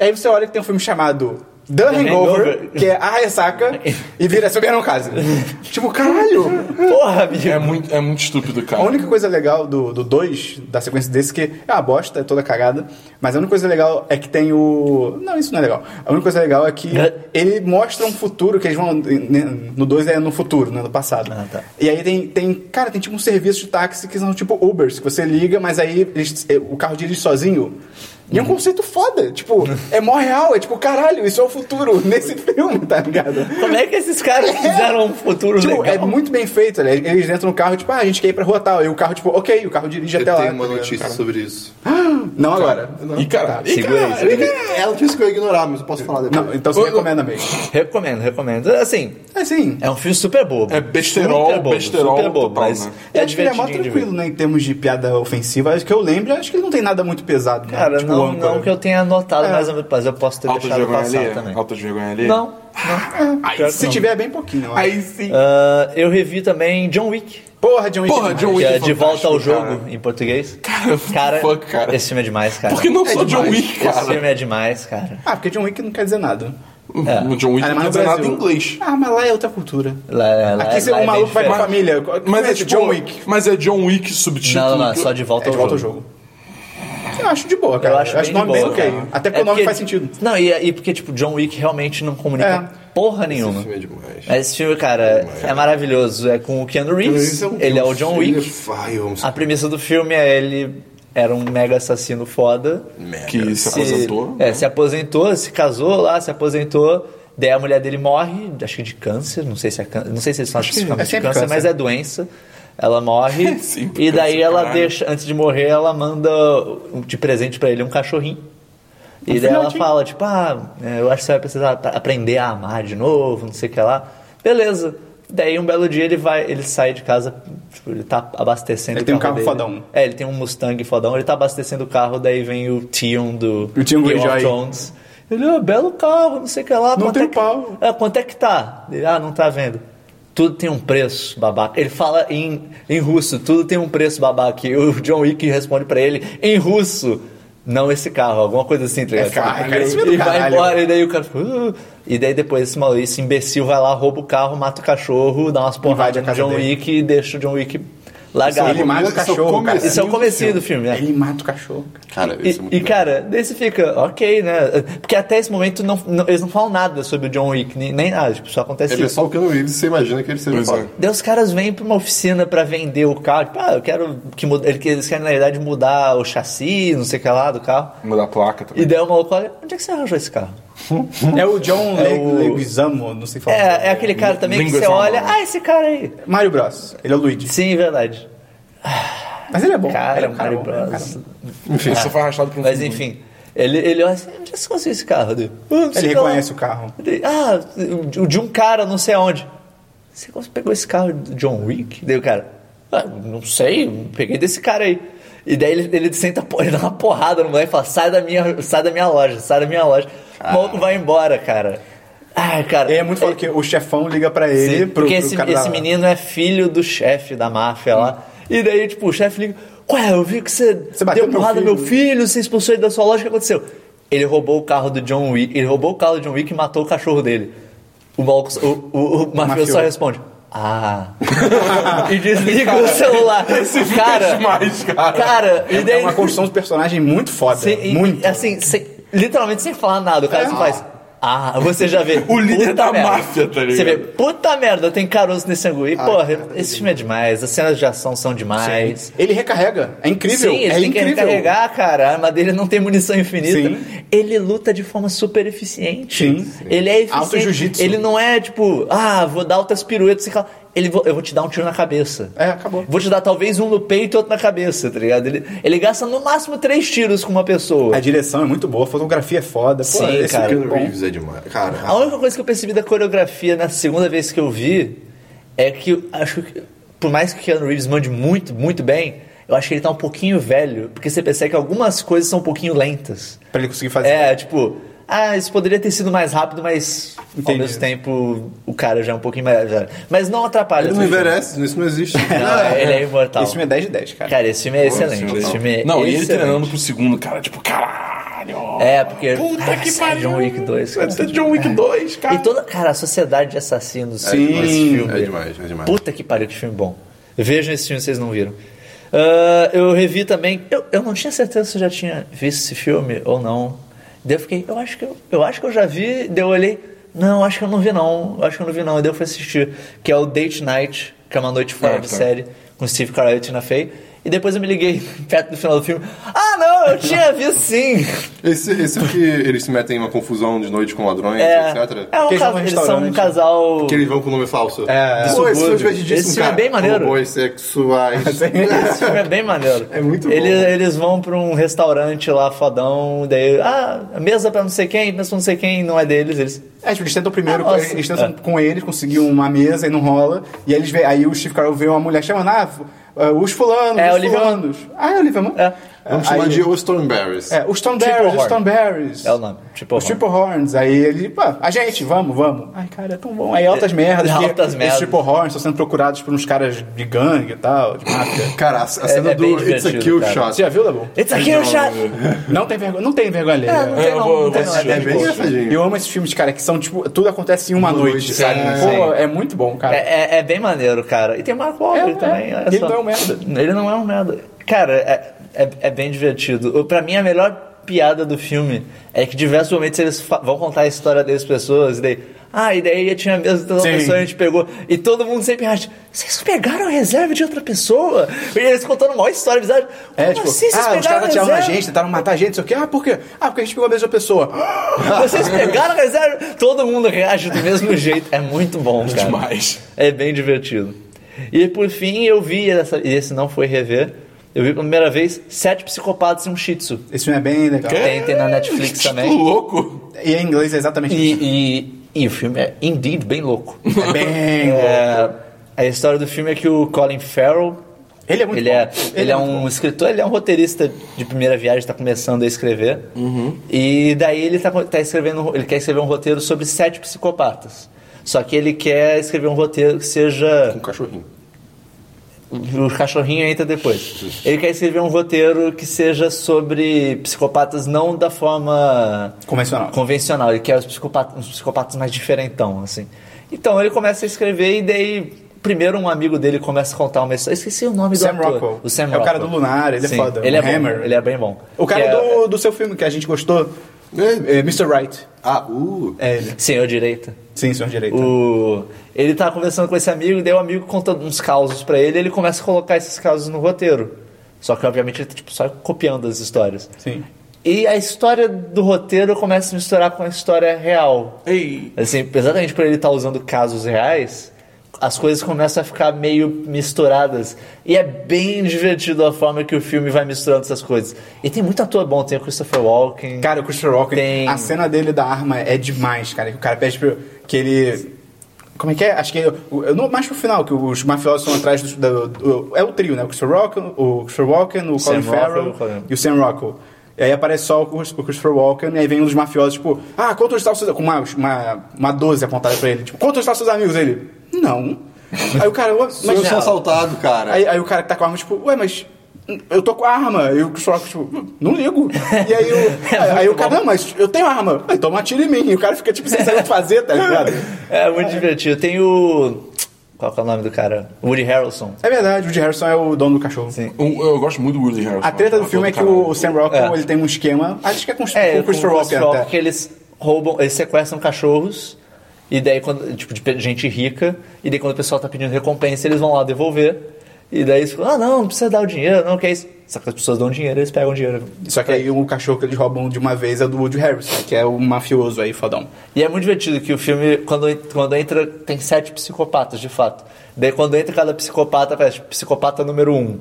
Speaker 1: E aí você olha que tem um filme chamado The, Hangover,
Speaker 3: Hangover.
Speaker 1: que é A Ressaca, e vira Sobre no Caso. tipo, caralho!
Speaker 3: Porra, amigo.
Speaker 4: é muito, é muito estúpido, cara.
Speaker 1: A única coisa legal do 2, da sequência desse, que é uma bosta, é toda cagada, mas a única coisa legal é que tem o. Não, isso não é legal. A única coisa legal é que
Speaker 3: É.
Speaker 1: ele mostra um futuro que eles vão. né, No 2 é no futuro, né? No passado.
Speaker 3: Ah, tá.
Speaker 1: E aí tem, tem. Cara, tem tipo um serviço de táxi que são tipo Ubers, que você liga, mas aí eles- eh, o carro dirige sozinho. E é um conceito foda, tipo, é mó real, é tipo, caralho, isso é o futuro nesse filme, tá ligado?
Speaker 3: Como é que esses caras fizeram um futuro
Speaker 1: Tipo,
Speaker 3: legal?
Speaker 1: é muito bem feito, né? Eles entram no carro, tipo, ah, a gente quer ir pra rua tal. E o carro, tipo, ok, o carro dirige
Speaker 5: Eu
Speaker 1: até lá.
Speaker 5: tenho uma
Speaker 1: tá ligado?
Speaker 5: notícia sobre isso.
Speaker 1: Não agora.
Speaker 4: E, cara, e,
Speaker 3: Segura aí,
Speaker 2: Ah,
Speaker 4: cara,
Speaker 3: segura aí.
Speaker 5: É uma notícia que eu ia ignorar, mas eu posso falar depois.
Speaker 1: Não, então você
Speaker 4: Ô,
Speaker 1: recomenda mesmo.
Speaker 3: Recomendo, recomendo. Assim,
Speaker 1: Assim,
Speaker 3: é um filme super bobo.
Speaker 4: É besterol,
Speaker 3: super bobo,
Speaker 4: besterol
Speaker 3: super bobo,
Speaker 4: total,
Speaker 3: mas
Speaker 4: né?
Speaker 1: eu
Speaker 3: é
Speaker 1: acho que ele é mó
Speaker 3: divertidinho de ver.
Speaker 1: tranquilo, né? Em termos de piada ofensiva, acho que eu lembro, acho que ele não tem nada muito pesado. né?
Speaker 3: Cara,
Speaker 1: Tipo,
Speaker 3: não,
Speaker 1: âncora.
Speaker 3: não que eu tenha anotado mais ou menos, mas eu posso ter
Speaker 4: Alta de
Speaker 3: deixado
Speaker 4: vergonha
Speaker 3: passar
Speaker 4: alheia?
Speaker 3: também.
Speaker 4: Alta de vergonha alheia?
Speaker 3: Não, não.
Speaker 1: Aí,
Speaker 3: Pior que
Speaker 1: se
Speaker 3: não.
Speaker 1: tiver, é bem pouquinho. eu acho.
Speaker 4: Aí sim.
Speaker 3: Ah, eu revi também John Wick,
Speaker 1: porra, John Wick.
Speaker 4: Porra,
Speaker 1: demais.
Speaker 4: John
Speaker 3: que
Speaker 4: Wick
Speaker 3: é
Speaker 4: é
Speaker 3: De Volta
Speaker 4: fantástico,
Speaker 3: ao Jogo,
Speaker 4: cara.
Speaker 3: em português.
Speaker 4: Cara, fuck, cara.
Speaker 3: esse filme é demais, cara.
Speaker 4: Porque não só John Wick,
Speaker 3: Esse
Speaker 4: cara.
Speaker 3: filme é demais, cara.
Speaker 1: Ah, porque John Wick não quer dizer nada.
Speaker 3: é.
Speaker 4: O John Wick
Speaker 1: Ah,
Speaker 4: não
Speaker 1: mas
Speaker 4: quer
Speaker 1: no
Speaker 4: dizer nada em
Speaker 1: Brasil-
Speaker 4: inglês.
Speaker 1: Ah, mas lá é outra cultura.
Speaker 3: Lá- lá-
Speaker 1: Aqui se
Speaker 3: lá é
Speaker 1: um
Speaker 3: bem
Speaker 1: maluco vai com a
Speaker 3: diferente.
Speaker 1: família.
Speaker 4: Mas é,
Speaker 1: conhece
Speaker 4: tipo,
Speaker 1: John Wick.
Speaker 4: Mas é John Wick subtítulo.
Speaker 3: Não, não, não, só De Volta,
Speaker 1: É de volta ao jogo. Eu acho de boa, cara.
Speaker 3: Eu acho,
Speaker 1: o
Speaker 3: bem
Speaker 1: nome
Speaker 3: de
Speaker 1: bem
Speaker 3: boa,
Speaker 1: ok.
Speaker 3: cara.
Speaker 1: Até porque
Speaker 3: É
Speaker 1: o nome faz sentido.
Speaker 3: Não, e, e porque, tipo, John Wick realmente não comunica
Speaker 1: É.
Speaker 3: porra nenhuma.
Speaker 5: filme é demais.
Speaker 3: Mas Esse filme, cara, é maravilhoso. É com o Keanu Reeves,
Speaker 2: um
Speaker 5: um
Speaker 3: ele é o John Wick.
Speaker 5: Ai, eu amo
Speaker 3: A premissa do filme é ele era um mega assassino foda.
Speaker 2: Hum.
Speaker 4: Que se aposentou.
Speaker 3: É, se aposentou, se casou lá, se aposentou. Daí a mulher dele morre, acho que de câncer, não sei se é câncer, não sei se eles falam especificamente de
Speaker 1: sempre
Speaker 3: câncer,
Speaker 1: câncer.
Speaker 3: mas é doença. Ela morre
Speaker 4: Sempre
Speaker 3: e daí
Speaker 4: câncer,
Speaker 3: ela
Speaker 4: caralho.
Speaker 3: deixa, antes de morrer, ela manda um- de presente pra ele um cachorrinho. E daí ela
Speaker 1: filhotinho.
Speaker 3: fala, tipo, ah, é, eu acho que você vai precisar ap- aprender a amar de novo, não sei o que lá. Beleza. Daí um belo dia ele vai, ele sai de casa, tipo, ele tá abastecendo
Speaker 1: Ele
Speaker 3: o
Speaker 1: tem um
Speaker 3: carro
Speaker 1: carro
Speaker 3: dele.
Speaker 1: fodão.
Speaker 3: É, ele tem um Mustang fodão, ele tá abastecendo o carro, daí vem o Tion do
Speaker 1: O Tion
Speaker 3: Game of
Speaker 1: Greyjoy.
Speaker 3: Thrones. Ele, ó, belo carro, não sei o que lá.
Speaker 1: Não
Speaker 3: quanto
Speaker 1: tem
Speaker 3: é que,
Speaker 1: pau.
Speaker 3: É, quanto é que tá? Ele, ah, não tá vendo. Tudo tem um preço, babaca. Ele fala em, em russo, tudo tem um preço, babaca. E o John Wick responde pra ele em russo. Não esse carro, alguma coisa assim, tá ligado?
Speaker 1: caralho, cara, esse filme é do
Speaker 3: e vai
Speaker 1: caralho.
Speaker 3: embora, e daí o cara fica, "Uh". E daí depois esse maluco, esse imbecil vai lá, rouba o carro, mata o cachorro, dá umas
Speaker 1: a
Speaker 3: porradas no
Speaker 1: casa
Speaker 3: John
Speaker 1: dele.
Speaker 3: Wick e deixa o John Wick largado.
Speaker 1: Ele mata o
Speaker 5: Isso é o
Speaker 1: cachorro, cara.
Speaker 5: começo.
Speaker 3: Isso é o comecinho do filme, né?
Speaker 1: Ele mata o cachorro. cara.
Speaker 5: Cara,
Speaker 3: E,
Speaker 5: isso é muito
Speaker 3: e,
Speaker 5: bom.
Speaker 3: cara, daí você fica, ok, né? Porque até esse momento não- não- eles não falam nada sobre o John Wick, nem, nem nada, tipo, só acontece
Speaker 5: Ele é
Speaker 3: isso.
Speaker 5: só o Keanu Reeves, você imagina que ele seja
Speaker 4: Pois
Speaker 5: foda.
Speaker 4: é.
Speaker 3: Daí os caras vêm pra uma oficina pra vender o carro, tipo, ah, eu quero que muda, ele- que eles querem, na verdade, mudar o chassi, não sei o que lá, do carro.
Speaker 4: Mudar a placa também.
Speaker 3: E daí o maluco olha, onde é que você arranjou esse carro?
Speaker 1: É o John
Speaker 3: É
Speaker 1: Le-
Speaker 3: o-
Speaker 1: Leguizamo, não sei falar.
Speaker 3: É, é aquele cara também que
Speaker 4: Língua
Speaker 3: você
Speaker 4: de
Speaker 3: olha,
Speaker 4: mamão.
Speaker 3: ah, esse cara aí.
Speaker 1: Mario Bros. Ele é o Luigi.
Speaker 3: Sim, verdade.
Speaker 1: Mas ele é bom. ele
Speaker 3: Cara,
Speaker 1: é um
Speaker 3: Mario
Speaker 1: bom, ele é um
Speaker 3: Bros.
Speaker 1: cara bom.
Speaker 4: Enfim, você foi arrastado pra um
Speaker 3: Mas
Speaker 4: filme ruim.
Speaker 3: enfim, ele, ele olha assim, onde é que você conseguiu esse carro? Ele, "Ah, não sei
Speaker 1: Ele
Speaker 3: o que lá."
Speaker 1: reconhece o carro.
Speaker 3: Ele, Ah, o de um cara não sei aonde. Você cons- pegou esse carro do John Wick? Daí o cara, "Ah, não sei, peguei desse cara aí. E daí ele, ele senta, ele dá uma porrada no moleque e fala, sai da minha, sai da minha loja, sai da minha loja. O maluco vai embora, cara. Ai, cara.
Speaker 1: Ah. E é muito foda que o chefão liga pra
Speaker 3: Sim,
Speaker 1: ele, pro,
Speaker 3: porque
Speaker 1: pro
Speaker 3: esse,
Speaker 1: cara
Speaker 3: esse
Speaker 1: da-
Speaker 3: menino é filho do chefe da máfia lá. E daí, tipo, o chefe liga. Ué, eu vi que você,
Speaker 1: Você bateu
Speaker 3: deu
Speaker 1: meu
Speaker 3: porrada no
Speaker 1: filho."
Speaker 3: meu filho, você expulsou ele da sua loja, o que aconteceu? Ele roubou o carro do John Wick, ele roubou o carro do John Wick e matou o cachorro dele. O maluco, o, o, o mafioso só
Speaker 1: Mafioso.
Speaker 3: responde, ah, e desliga o celular. cara,
Speaker 4: demais, cara.
Speaker 3: cara, e
Speaker 1: É
Speaker 3: daí... tipo,
Speaker 1: uma construção de personagem muito foda.
Speaker 3: Sem- e-
Speaker 1: muito.
Speaker 3: e, Assim, sem- literalmente sem falar nada. O cara só faz. Ah, você já vê.
Speaker 4: O líder
Speaker 3: puta
Speaker 4: da
Speaker 3: merda.
Speaker 4: máfia, tá ligado?
Speaker 3: Você vê, puta merda, tem caroço nesse angu. E, porra, esse filme é demais. As cenas de ação são demais.
Speaker 1: Ele recarrega. É incrível.
Speaker 3: é Sim, ele
Speaker 1: é
Speaker 3: tem
Speaker 1: incrível.
Speaker 3: que recarregar, cara. A arma dele não tem munição infinita.
Speaker 1: Sim.
Speaker 3: Ele luta de forma super eficiente.
Speaker 1: Sim, sim.
Speaker 3: Ele é eficiente.
Speaker 1: Alto jiu-jitsu.
Speaker 3: Ele não é tipo, ah, vou dar altas piruetas e cal- ele vo- Eu vou te dar um tiro na cabeça.
Speaker 1: É, acabou.
Speaker 3: Vou te dar talvez um no peito e outro na cabeça, tá ligado? Ele, ele gasta no máximo três tiros com uma pessoa.
Speaker 1: A direção é muito boa, a fotografia é foda. Pô,
Speaker 3: Sim,
Speaker 1: esse
Speaker 3: cara.
Speaker 1: filme é
Speaker 2: Keanu
Speaker 1: bom.
Speaker 2: Reeves é demais. Cara,
Speaker 3: A única coisa que eu percebi da coreografia na segunda vez que eu vi é que acho que, por mais que o Keanu Reeves mande muito, muito bem, eu acho que ele tá um pouquinho velho, porque você percebe que algumas coisas são um pouquinho lentas.
Speaker 1: Pra ele conseguir fazer.
Speaker 3: É, tipo, ah, isso poderia ter sido mais rápido, mas ao
Speaker 1: Entendi.
Speaker 3: mesmo tempo o cara já é um pouquinho mais velho. Mas não atrapalha.
Speaker 2: ele não
Speaker 3: esse filme.
Speaker 2: envelhece, né? isso não existe.
Speaker 3: Não, ele é imortal.
Speaker 1: Esse filme é 10 de 10, cara.
Speaker 3: Cara, esse filme é excelente. Esse filme é
Speaker 4: Não, e ele
Speaker 3: excelente.
Speaker 4: treinando pro segundo, cara, tipo, caralho.
Speaker 3: É, porque-
Speaker 4: Puta
Speaker 3: Ah,
Speaker 4: que
Speaker 3: isso é
Speaker 4: pariu.
Speaker 3: John Wick 2, cara.
Speaker 4: Isso é John Wick 2, cara.
Speaker 3: E toda, cara, a sociedade de assassinos
Speaker 1: Sim.
Speaker 3: nesse filme.
Speaker 2: É demais, é demais.
Speaker 3: Puta que pariu, que filme bom. Vejam esse filme, vocês não viram. Ah, eu revi também. Eu, eu não tinha certeza se eu já tinha visto esse filme ou não. Daí eu fiquei, eu acho que eu, eu acho que eu já vi. Daí eu olhei, não, acho que eu não vi não. Acho que eu não vi não. E daí eu fui assistir, que é o Date Night, que é uma noite fora
Speaker 4: Ah,
Speaker 3: de
Speaker 4: tá.
Speaker 3: série, com Steve Carell e Tina Fey. E depois eu me liguei perto do final do filme. Ah, não, eu tinha visto sim.
Speaker 2: Esse, esse é o que eles se metem em uma confusão de noite com ladrões,
Speaker 3: É,
Speaker 2: etc.
Speaker 3: é um
Speaker 1: eles vão
Speaker 3: casal,
Speaker 1: no
Speaker 3: eles são um
Speaker 1: restaurante.
Speaker 3: casal.
Speaker 2: Que eles vão com nome falso.
Speaker 1: É,
Speaker 2: Pô, esse filme é
Speaker 3: subúrbio.
Speaker 2: divertidíssimo,
Speaker 3: Esse filme é
Speaker 2: cara.
Speaker 3: bem maneiro.
Speaker 2: Robôs sexuais.
Speaker 3: Esse filme é bem maneiro.
Speaker 2: É muito bom.
Speaker 3: Eles, eles vão pra um restaurante lá fodão, daí, ah, mesa pra não sei quem, mesa pra não sei quem, não é deles. Eles,
Speaker 1: É, tipo, eles tentam primeiro,
Speaker 3: Ah, nossa.
Speaker 1: eles tentam com eles, conseguir uma mesa e não rola. E aí, eles vê, aí o Steve Carell vê uma mulher chamando, ah, fu- ah, os fulanos,
Speaker 3: É,
Speaker 1: os
Speaker 3: Olivia
Speaker 1: fulanos. Ah, é Olivia Munn?
Speaker 3: É.
Speaker 2: Vamos chamar
Speaker 1: aí-
Speaker 2: de Austin Barris.
Speaker 1: É, os
Speaker 3: Triple
Speaker 1: Stoneberries, os
Speaker 3: Horn.
Speaker 1: Stoneberries.
Speaker 3: É o nome, Triple
Speaker 1: Os Triple Horns. Aí ele, pô, a gente, vamos, vamos. Ai, cara, é tão bom. Aí altas merdas. que
Speaker 3: altas merdas.
Speaker 1: Os Triple Horns estão sendo procurados por uns caras de gangue e tal, de máfia.
Speaker 2: Cara, a, a cena
Speaker 3: é bem
Speaker 2: do It's a
Speaker 3: divertido,
Speaker 2: Kill
Speaker 3: cara. é
Speaker 2: Shot.
Speaker 1: Você já viu, Dabu?
Speaker 2: É,
Speaker 3: it's a kill shot!
Speaker 1: Não tem vergonha, não tem vergonha alheia.
Speaker 3: não
Speaker 4: É, eu vou, eu vou
Speaker 3: não,
Speaker 4: assistir.
Speaker 2: É bem engraçadinho.
Speaker 1: Eu amo esses filmes, cara, que são tipo, tudo acontece em uma
Speaker 2: Noite,
Speaker 1: noite, sabe?
Speaker 4: sim,
Speaker 1: Pô, é muito bom, cara.
Speaker 3: É, é- é bem maneiro, cara. E tem o Mark Wahlberg
Speaker 1: É,
Speaker 3: também.
Speaker 1: é.
Speaker 3: olha
Speaker 1: Ele
Speaker 3: só.
Speaker 1: não é um merda.
Speaker 3: Ele não é um merda. Cara, é, é, é bem divertido. O- Pra mim, a melhor piada do filme é que diversos momentos eles fa- vão contar a história deles pra pessoas e daí... Ah, e daí tinha a mesa de outra
Speaker 1: Sim.
Speaker 3: pessoa e a gente pegou. E todo mundo sempre acha, vocês pegaram a reserva de outra pessoa? E eles contando uma história bizarra.
Speaker 1: É,
Speaker 3: Como
Speaker 1: tipo,
Speaker 3: assim, vocês
Speaker 1: ah, os
Speaker 3: pegaram a
Speaker 1: caras tiraram a
Speaker 3: reserva?
Speaker 1: gente, tentaram matar a gente, não sei o quê. Ah, por quê? Ah, porque a gente pegou a mesma pessoa.
Speaker 3: Vocês pegaram a reserva? Todo mundo reage do mesmo jeito. É muito bom, cara.
Speaker 4: Demais.
Speaker 3: É bem divertido. E por fim, eu vi, essa- e esse não foi rever, eu vi pela primeira vez Sete Psicopatas e um Shih Tzu.
Speaker 1: Esse filme é bem legal.
Speaker 4: Quê?
Speaker 3: Tem, tem na Netflix
Speaker 4: Título
Speaker 3: também.
Speaker 4: tipo, louco.
Speaker 1: E em inglês é exatamente isso.
Speaker 3: E, e, e o filme é, indeed, bem louco.
Speaker 1: É bem
Speaker 3: É, a história do filme é que o Colin Farrell.
Speaker 1: Ele é muito
Speaker 3: ele
Speaker 1: bom.
Speaker 3: é,
Speaker 1: Ele
Speaker 3: ele
Speaker 1: é
Speaker 3: é um escritor, ele é um roteirista de primeira viagem, está começando a escrever.
Speaker 1: Uhum.
Speaker 3: E daí ele tá, co- tá escrevendo, ele quer escrever um roteiro sobre sete psicopatas. Só que ele quer escrever um roteiro que seja
Speaker 2: Um cachorrinho.
Speaker 3: o cachorrinho entra depois. Ele quer escrever um roteiro que seja sobre psicopatas não da forma
Speaker 1: Convencional.
Speaker 3: Convencional. Ele quer os psicopatas, uns psicopatas mais diferentão, assim. Então ele começa a escrever e daí primeiro um amigo dele começa a contar uma história. Esqueci o nome
Speaker 1: Sam
Speaker 3: do ator.
Speaker 1: Rockwell.
Speaker 3: O Sam
Speaker 1: É o cara
Speaker 3: Rockwell.
Speaker 1: do Lunar, ele é
Speaker 3: Sim,
Speaker 1: foda.
Speaker 3: Ele
Speaker 1: O
Speaker 3: é bom,
Speaker 1: Hammer.
Speaker 3: ele é bem bom.
Speaker 1: O cara
Speaker 3: Que é-
Speaker 1: do, do seu filme que a gente gostou, é, Mr. Right.
Speaker 2: Ah, uh.
Speaker 1: É ele.
Speaker 3: Senhor Direita.
Speaker 1: Sim, senhor direito.
Speaker 3: O... Ele tá conversando com esse amigo, daí o amigo conta uns causos pra ele, e ele começa a colocar esses causos no roteiro. Só que, obviamente, ele tá tipo, só copiando as histórias.
Speaker 1: Sim.
Speaker 3: E a história do roteiro começa a se misturar com a história real.
Speaker 4: Ei.
Speaker 3: Assim, exatamente por ele estar usando casos reais, as coisas começam a ficar meio misturadas. E é bem divertido a forma que o filme vai misturando essas coisas. E tem muito ator bom, tem o Christopher Walken.
Speaker 1: Cara, o Christopher Walken,
Speaker 3: Tem.
Speaker 1: a cena dele da arma é demais, cara. Que o cara pede pro, que ele... Como é que é? Acho que é... o- eu não- mais pro final, que os mafiosos estão atrás do, do- do- É o trio, né? O Christopher Walken, o, Christopher Walken, o
Speaker 3: Sam
Speaker 1: Colin Farrell
Speaker 3: Rockwell, Colin.
Speaker 1: e o Sam Rockwell. E aí aparece só o Chris- o Christopher Walken, e aí vem um dos mafiosos, tipo... Ah, quantos estavam seus... Com uma, uma, uma 12 apontada pra ele. Tipo, quantos estavam seus amigos? Ele... Não. Aí o cara... "Ué,
Speaker 2: Eu
Speaker 1: Mas é,
Speaker 2: sou assaltado, cara.
Speaker 1: Aí, aí o cara que tá com a arma, tipo, ué, mas. eu tô com arma. E o Shrek, tipo, não ligo. E aí o, aí, aí o cara, não, mas eu tenho arma. Aí toma tiro em mim. E o cara fica, tipo, sem saber o que fazer, tá ligado?
Speaker 3: É muito divertido. Tem o. Qual que é o nome do cara? Woody Harrelson.
Speaker 1: É verdade, o Woody Harrison é o dono do cachorro.
Speaker 3: Sim.
Speaker 4: Um- eu gosto muito do Woody Harrelson.
Speaker 1: A treta do
Speaker 4: ator
Speaker 1: filme é que
Speaker 4: caralho.
Speaker 1: o Sam Rockwell,
Speaker 3: É.
Speaker 1: ele tem um esquema, acho que é com,
Speaker 3: É,
Speaker 1: com o Christopher Walken até.
Speaker 3: que eles roubam, eles sequestram cachorros e daí quando tipo de pe- gente rica e daí quando o pessoal tá pedindo recompensa eles vão lá devolver e daí eles falam, ah não, não precisa dar o dinheiro, não que é isso. Só que as pessoas dão dinheiro, eles pegam o dinheiro. É
Speaker 1: Só que aí o cachorro que eles roubam de uma vez é do Woody Harrison, que é o mafioso aí, fodão.
Speaker 3: E é muito divertido que o filme quando quando entra tem sete psicopatas de fato. Daí quando entra cada psicopata parece tipo, psicopata número um.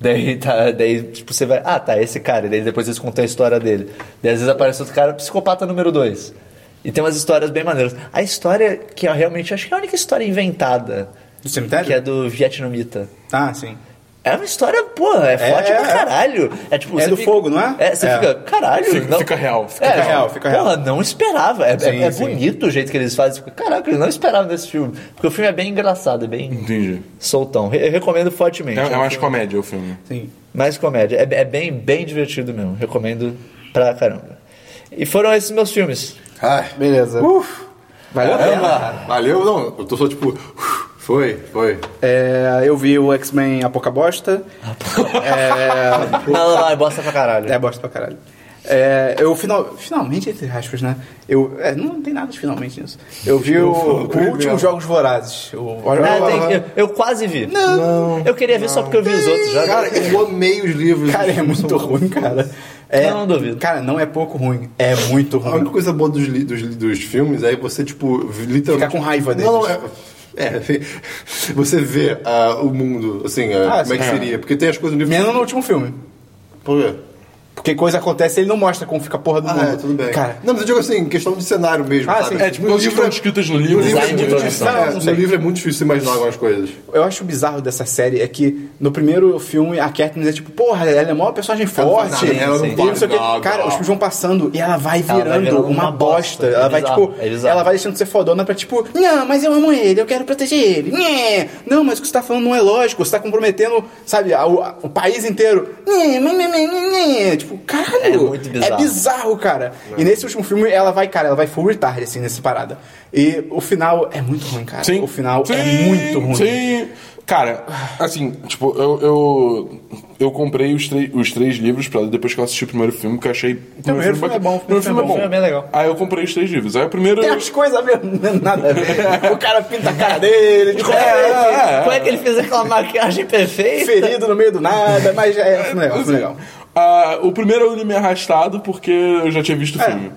Speaker 3: Daí, tá, daí, tipo, você vai, ah, tá, esse cara. E daí depois eles contam a história dele. Daí às vezes aparece outro cara, psicopata número dois. E tem umas histórias bem maneiras. A história que eu realmente acho que é a única história inventada,
Speaker 1: Do cemitério?
Speaker 3: que é do vietnamita.
Speaker 1: Ah, sim.
Speaker 3: É uma história, porra, é forte
Speaker 1: é,
Speaker 3: pra
Speaker 1: é.
Speaker 3: caralho. É, tipo,
Speaker 1: É
Speaker 3: você
Speaker 1: do fogo, não é?
Speaker 3: É, você
Speaker 1: É.
Speaker 3: fica, caralho.
Speaker 4: Fica-
Speaker 3: não-
Speaker 4: fica real, fica
Speaker 3: É,
Speaker 1: real, fica real.
Speaker 3: Porra, não esperava. É, é-
Speaker 1: Sim,
Speaker 3: é
Speaker 1: sim.
Speaker 3: bonito o jeito que eles fazem. Fica, Caraca, eles não esperavam desse filme. Porque o filme é bem engraçado, é bem
Speaker 4: Entendi.
Speaker 3: soltão. Re- Eu recomendo fortemente.
Speaker 4: É, é
Speaker 3: um
Speaker 4: mais
Speaker 3: filme-
Speaker 4: comédia o filme.
Speaker 1: Sim.
Speaker 3: mais comédia. É, é bem, bem divertido mesmo. Recomendo pra caramba. E foram esses meus filmes.
Speaker 5: Ai,
Speaker 1: Beleza. Valeu a pena.
Speaker 5: caramba.
Speaker 2: Valeu, não. Eu tô só tipo. uf, Foi, foi.
Speaker 1: É, eu vi o X-Men A Pouca Bosta.
Speaker 3: Não, não, não, é bosta pra caralho.
Speaker 1: Ah, É bosta pra caralho. É, eu final, finalmente, entre aspas, né? Eu, é, não tem nada de finalmente nisso. Eu vi o, o último Jogos Vorazes. O,
Speaker 3: Ah, tem- eu, eu quase vi. Não. Eu queria ver só porque eu vi os outros já.
Speaker 2: Cara, eu amei os livros.
Speaker 1: Cara, é muito ruim, cara. É,
Speaker 3: Eu não duvido.
Speaker 1: Cara, não é pouco ruim. É muito
Speaker 2: A única
Speaker 1: ruim.
Speaker 2: coisa boa dos, li- dos, li- dos filmes é você, tipo, literalmente.
Speaker 1: Ficar com raiva deles.
Speaker 2: Não, não, é. É, você vê ah, o mundo, assim, ah,
Speaker 1: Ah,
Speaker 2: como é que
Speaker 1: sim.
Speaker 2: seria. Porque tem as coisas no livro.
Speaker 1: Menos no último filme.
Speaker 2: Por quê?
Speaker 1: Porque coisa acontece, ele não mostra como fica a porra do
Speaker 2: Ah,
Speaker 1: mundo.
Speaker 2: é, tudo bem.
Speaker 1: Cara,
Speaker 2: Não, mas eu digo assim, questão de cenário mesmo.
Speaker 1: Ah,
Speaker 2: sabe?
Speaker 1: sim.
Speaker 4: É, tipo, coisas que estão descritas no
Speaker 2: No
Speaker 4: livro.
Speaker 2: livro, é
Speaker 3: Design de
Speaker 2: muito
Speaker 3: produção.
Speaker 2: difícil,
Speaker 1: Não,
Speaker 2: é,
Speaker 1: não sei. É,
Speaker 2: no livro é muito difícil você imaginar algumas coisas.
Speaker 1: eu acho bizarro dessa série é que no primeiro filme a Katniss é tipo, porra, ela é maior personagem
Speaker 2: faz
Speaker 1: forte.
Speaker 2: nada, ela não
Speaker 1: e não sei o
Speaker 2: faz
Speaker 1: que.
Speaker 2: nada.
Speaker 1: Cara, os filmes vão passando e ela vai
Speaker 3: Ela
Speaker 1: virando,
Speaker 3: vai virando
Speaker 1: uma,
Speaker 3: uma bosta.
Speaker 1: bosta.
Speaker 3: É
Speaker 1: Ela vai
Speaker 3: bizarro,
Speaker 1: tipo,
Speaker 3: é bizarro.
Speaker 1: ela vai deixando de ser fodona pra tipo, não, mas eu amo ele, eu quero proteger ele. Nhê. Não, mas o que você tá falando não é lógico, você tá comprometendo, sabe, a- o, a- o país inteiro. Nhê, nhê, nhê, nhê, nhê. Tipo, caralho.
Speaker 3: É muito bizarro.
Speaker 1: É bizarro, cara. E nesse último filme ela vai, cara, ela vai full retard assim nessa parada. E o final é muito ruim, cara.
Speaker 4: Sim.
Speaker 1: O final é
Speaker 4: Sim,
Speaker 1: muito ruim.
Speaker 4: Sim. Cara, assim, tipo, eu, eu, eu comprei os, três- os três livros pra ler depois que eu assisti o primeiro filme, que eu achei. O
Speaker 1: primeiro filme é bom, É, o
Speaker 4: O primeiro filme é bom.
Speaker 3: filme é bem legal.
Speaker 4: Aí eu comprei os três livros. Aí o primeiro.
Speaker 1: Tem umas coisas mesmo, nada a ver. O cara pinta a cara dele, tipo,
Speaker 3: Como é, que ele
Speaker 1: é,
Speaker 3: fez- como é que ele fez aquela maquiagem perfeita?
Speaker 1: ferido no meio do nada, mas é, é legal, é legal.
Speaker 4: assim, Ah, o primeiro eu li meio arrastado porque eu já tinha visto
Speaker 1: É.
Speaker 4: o filme.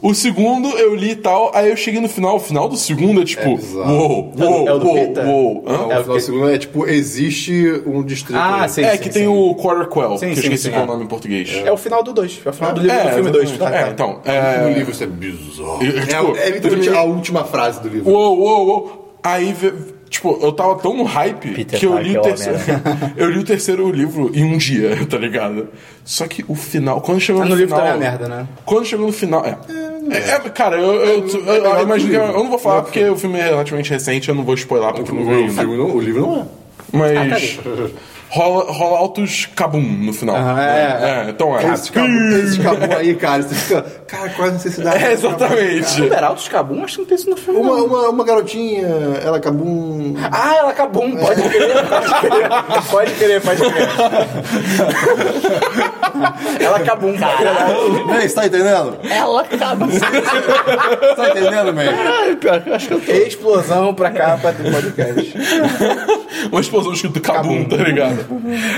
Speaker 4: O segundo eu li e tal, aí eu cheguei no final. O final do segundo é tipo.
Speaker 2: bizarro.
Speaker 4: uou, uou,
Speaker 1: É o do
Speaker 4: uou,
Speaker 1: Pita?
Speaker 4: uou. Hã?
Speaker 2: Não, o final do segundo é tipo, existe um distrito.
Speaker 1: Ah,
Speaker 2: né?
Speaker 1: sim.
Speaker 4: é que tem o Quarter Quell,
Speaker 1: Sim,
Speaker 4: que
Speaker 1: sim,
Speaker 4: eu esqueci
Speaker 1: sim,
Speaker 4: qual
Speaker 1: é.
Speaker 4: o nome em português.
Speaker 1: É o final do 2, é o final do livro do filme tá. 2.
Speaker 4: exatamente. É, então. É,
Speaker 2: No livro isso é bizarro.
Speaker 4: Eu- eu, tipo,
Speaker 2: é, é literalmente a última frase do livro.
Speaker 4: Uou, uou, uou. Aí, ve- tipo, eu tava tão no hype
Speaker 3: Peter
Speaker 4: que eu
Speaker 1: é
Speaker 4: li, o
Speaker 3: Parker,
Speaker 4: terceiro, eu li o terceiro livro em um dia, tá ligado? Só que o final, quando chegou
Speaker 1: Ah,
Speaker 4: no,
Speaker 1: no livro
Speaker 4: final...
Speaker 1: também é merda, né?
Speaker 4: Quando chegou no final, é. É, é, cara, eu, eu, eu- eu
Speaker 2: melhor que
Speaker 4: imagino
Speaker 2: o
Speaker 4: que eu,
Speaker 2: livro.
Speaker 4: eu não vou falar porque o filme é relativamente recente, eu não vou spoiler porque eu não vi
Speaker 2: O,
Speaker 4: ainda.
Speaker 2: filme não, o livro não é.
Speaker 1: Ah, tá
Speaker 4: Mas rola, rola altos cabum no final.
Speaker 1: Ah, é,
Speaker 4: então é.
Speaker 2: Esse cabum, esse cabum aí, cara, você fica, cara, qual é a necessidade?
Speaker 4: É, exatamente.
Speaker 1: Super altos cabum, acho que não tem isso no filme.
Speaker 2: Uma,
Speaker 1: não.
Speaker 2: uma, uma garotinha, ela acabou um.
Speaker 1: Ah, ela acabou, pode crer, pode crer, pode crer, pode crer. ela é acabou, cara.
Speaker 5: Ei, você tá entendendo?
Speaker 3: Ela acaba.
Speaker 5: Você tá entendendo, man?
Speaker 3: Ai, pior que eu acho que eu tô.
Speaker 1: Explosão pra capa do podcast.
Speaker 4: Uma explosão escrito cabum, tá ligado?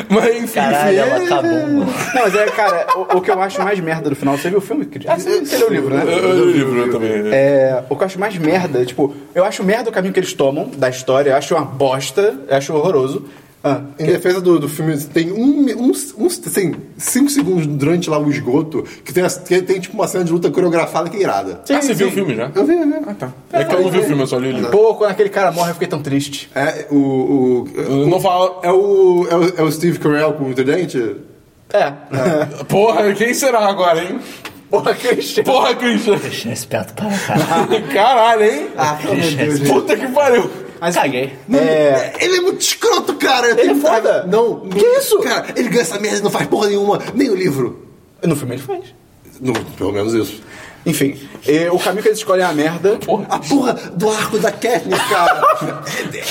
Speaker 4: Mas enfim.
Speaker 3: Caralho, ela
Speaker 2: tá
Speaker 3: acabou.
Speaker 1: Não, mas é, cara, o, o que eu acho mais merda do final, você viu o filme? Cris? Ah, você,
Speaker 2: É,
Speaker 1: você leu o livro, né?
Speaker 4: Eu, eu li o livro também. né?
Speaker 1: É, o que eu acho mais merda, tipo, eu acho merda o caminho que eles tomam da história, eu acho uma bosta, eu acho horroroso. Ah,
Speaker 2: Em defesa do, do filme, tem um, um, um assim, cinco segundos durante lá o esgoto, que tem, as- que tem tipo uma cena de luta coreografada que é irada.
Speaker 4: ah, você viu o filme já?
Speaker 2: Eu vi, eu vi.
Speaker 4: Ah, tá. É que eu não vi o filme, eu só li o livro.
Speaker 1: pô, quando aquele cara morre, eu fiquei tão triste.
Speaker 2: É o. o
Speaker 4: Eu Não fala.
Speaker 2: é o, é o, é o Steve Carell com o tridente?
Speaker 1: É.
Speaker 4: Porra, quem será agora, hein?
Speaker 1: Porra, Christian.
Speaker 4: Porra, Christian.
Speaker 3: Deixa eu esperto para caralho.
Speaker 4: Caralho, hein?
Speaker 2: Ah, pelo amor de Deus, gente.
Speaker 4: Puta que pariu.
Speaker 1: é, Mas,
Speaker 3: Caguei.
Speaker 1: É.
Speaker 5: Ele é muito escroto, cara. Eu
Speaker 1: Ele é
Speaker 5: tenho-
Speaker 1: foda.
Speaker 5: Não.
Speaker 1: Que isso?
Speaker 5: Cara, ele ganha essa merda e não faz porra nenhuma, nem o livro.
Speaker 1: No filme ele faz.
Speaker 5: No, pelo menos isso.
Speaker 1: Enfim, eh, o caminho que eles escolhem é a merda.
Speaker 5: A porra do arco da Katniss, cara.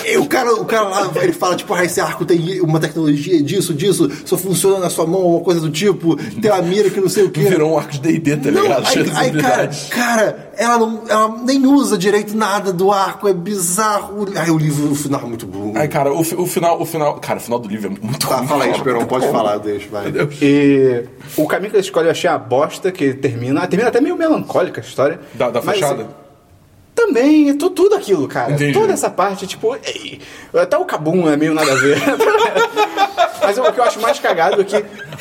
Speaker 5: E o cara. O cara lá, ele fala, tipo, ah, esse arco tem uma tecnologia disso, disso, só funciona na sua mão, uma coisa do tipo, tem uma mira que não sei o quê.
Speaker 4: Virou um arco de D&D, tá
Speaker 5: Não,
Speaker 4: ligado?
Speaker 5: aí,
Speaker 4: Cheio de
Speaker 5: aí, cara,
Speaker 4: habilidades.
Speaker 5: cara, ela, não, ela nem usa direito nada do arco, é bizarro. Ai, o livro, o final é muito bom.
Speaker 4: Ai, cara, o, fi- o final, o final... Cara, o final do livro é muito
Speaker 5: Tá,
Speaker 4: ruim,
Speaker 5: fala aí,
Speaker 4: cara.
Speaker 5: Esperão, pode falar, deixa, vai.
Speaker 1: E o caminho que eles escolhem eu achei a bosta, que termina. Termina até meio melancólica a história.
Speaker 4: Da, da
Speaker 1: Mas,
Speaker 4: fachada?
Speaker 1: Também, é tu- tudo aquilo, cara.
Speaker 4: Entendi.
Speaker 1: Toda essa parte, tipo, ei, até o Cabum é meio nada a ver. Mas o que eu acho mais cagado é que.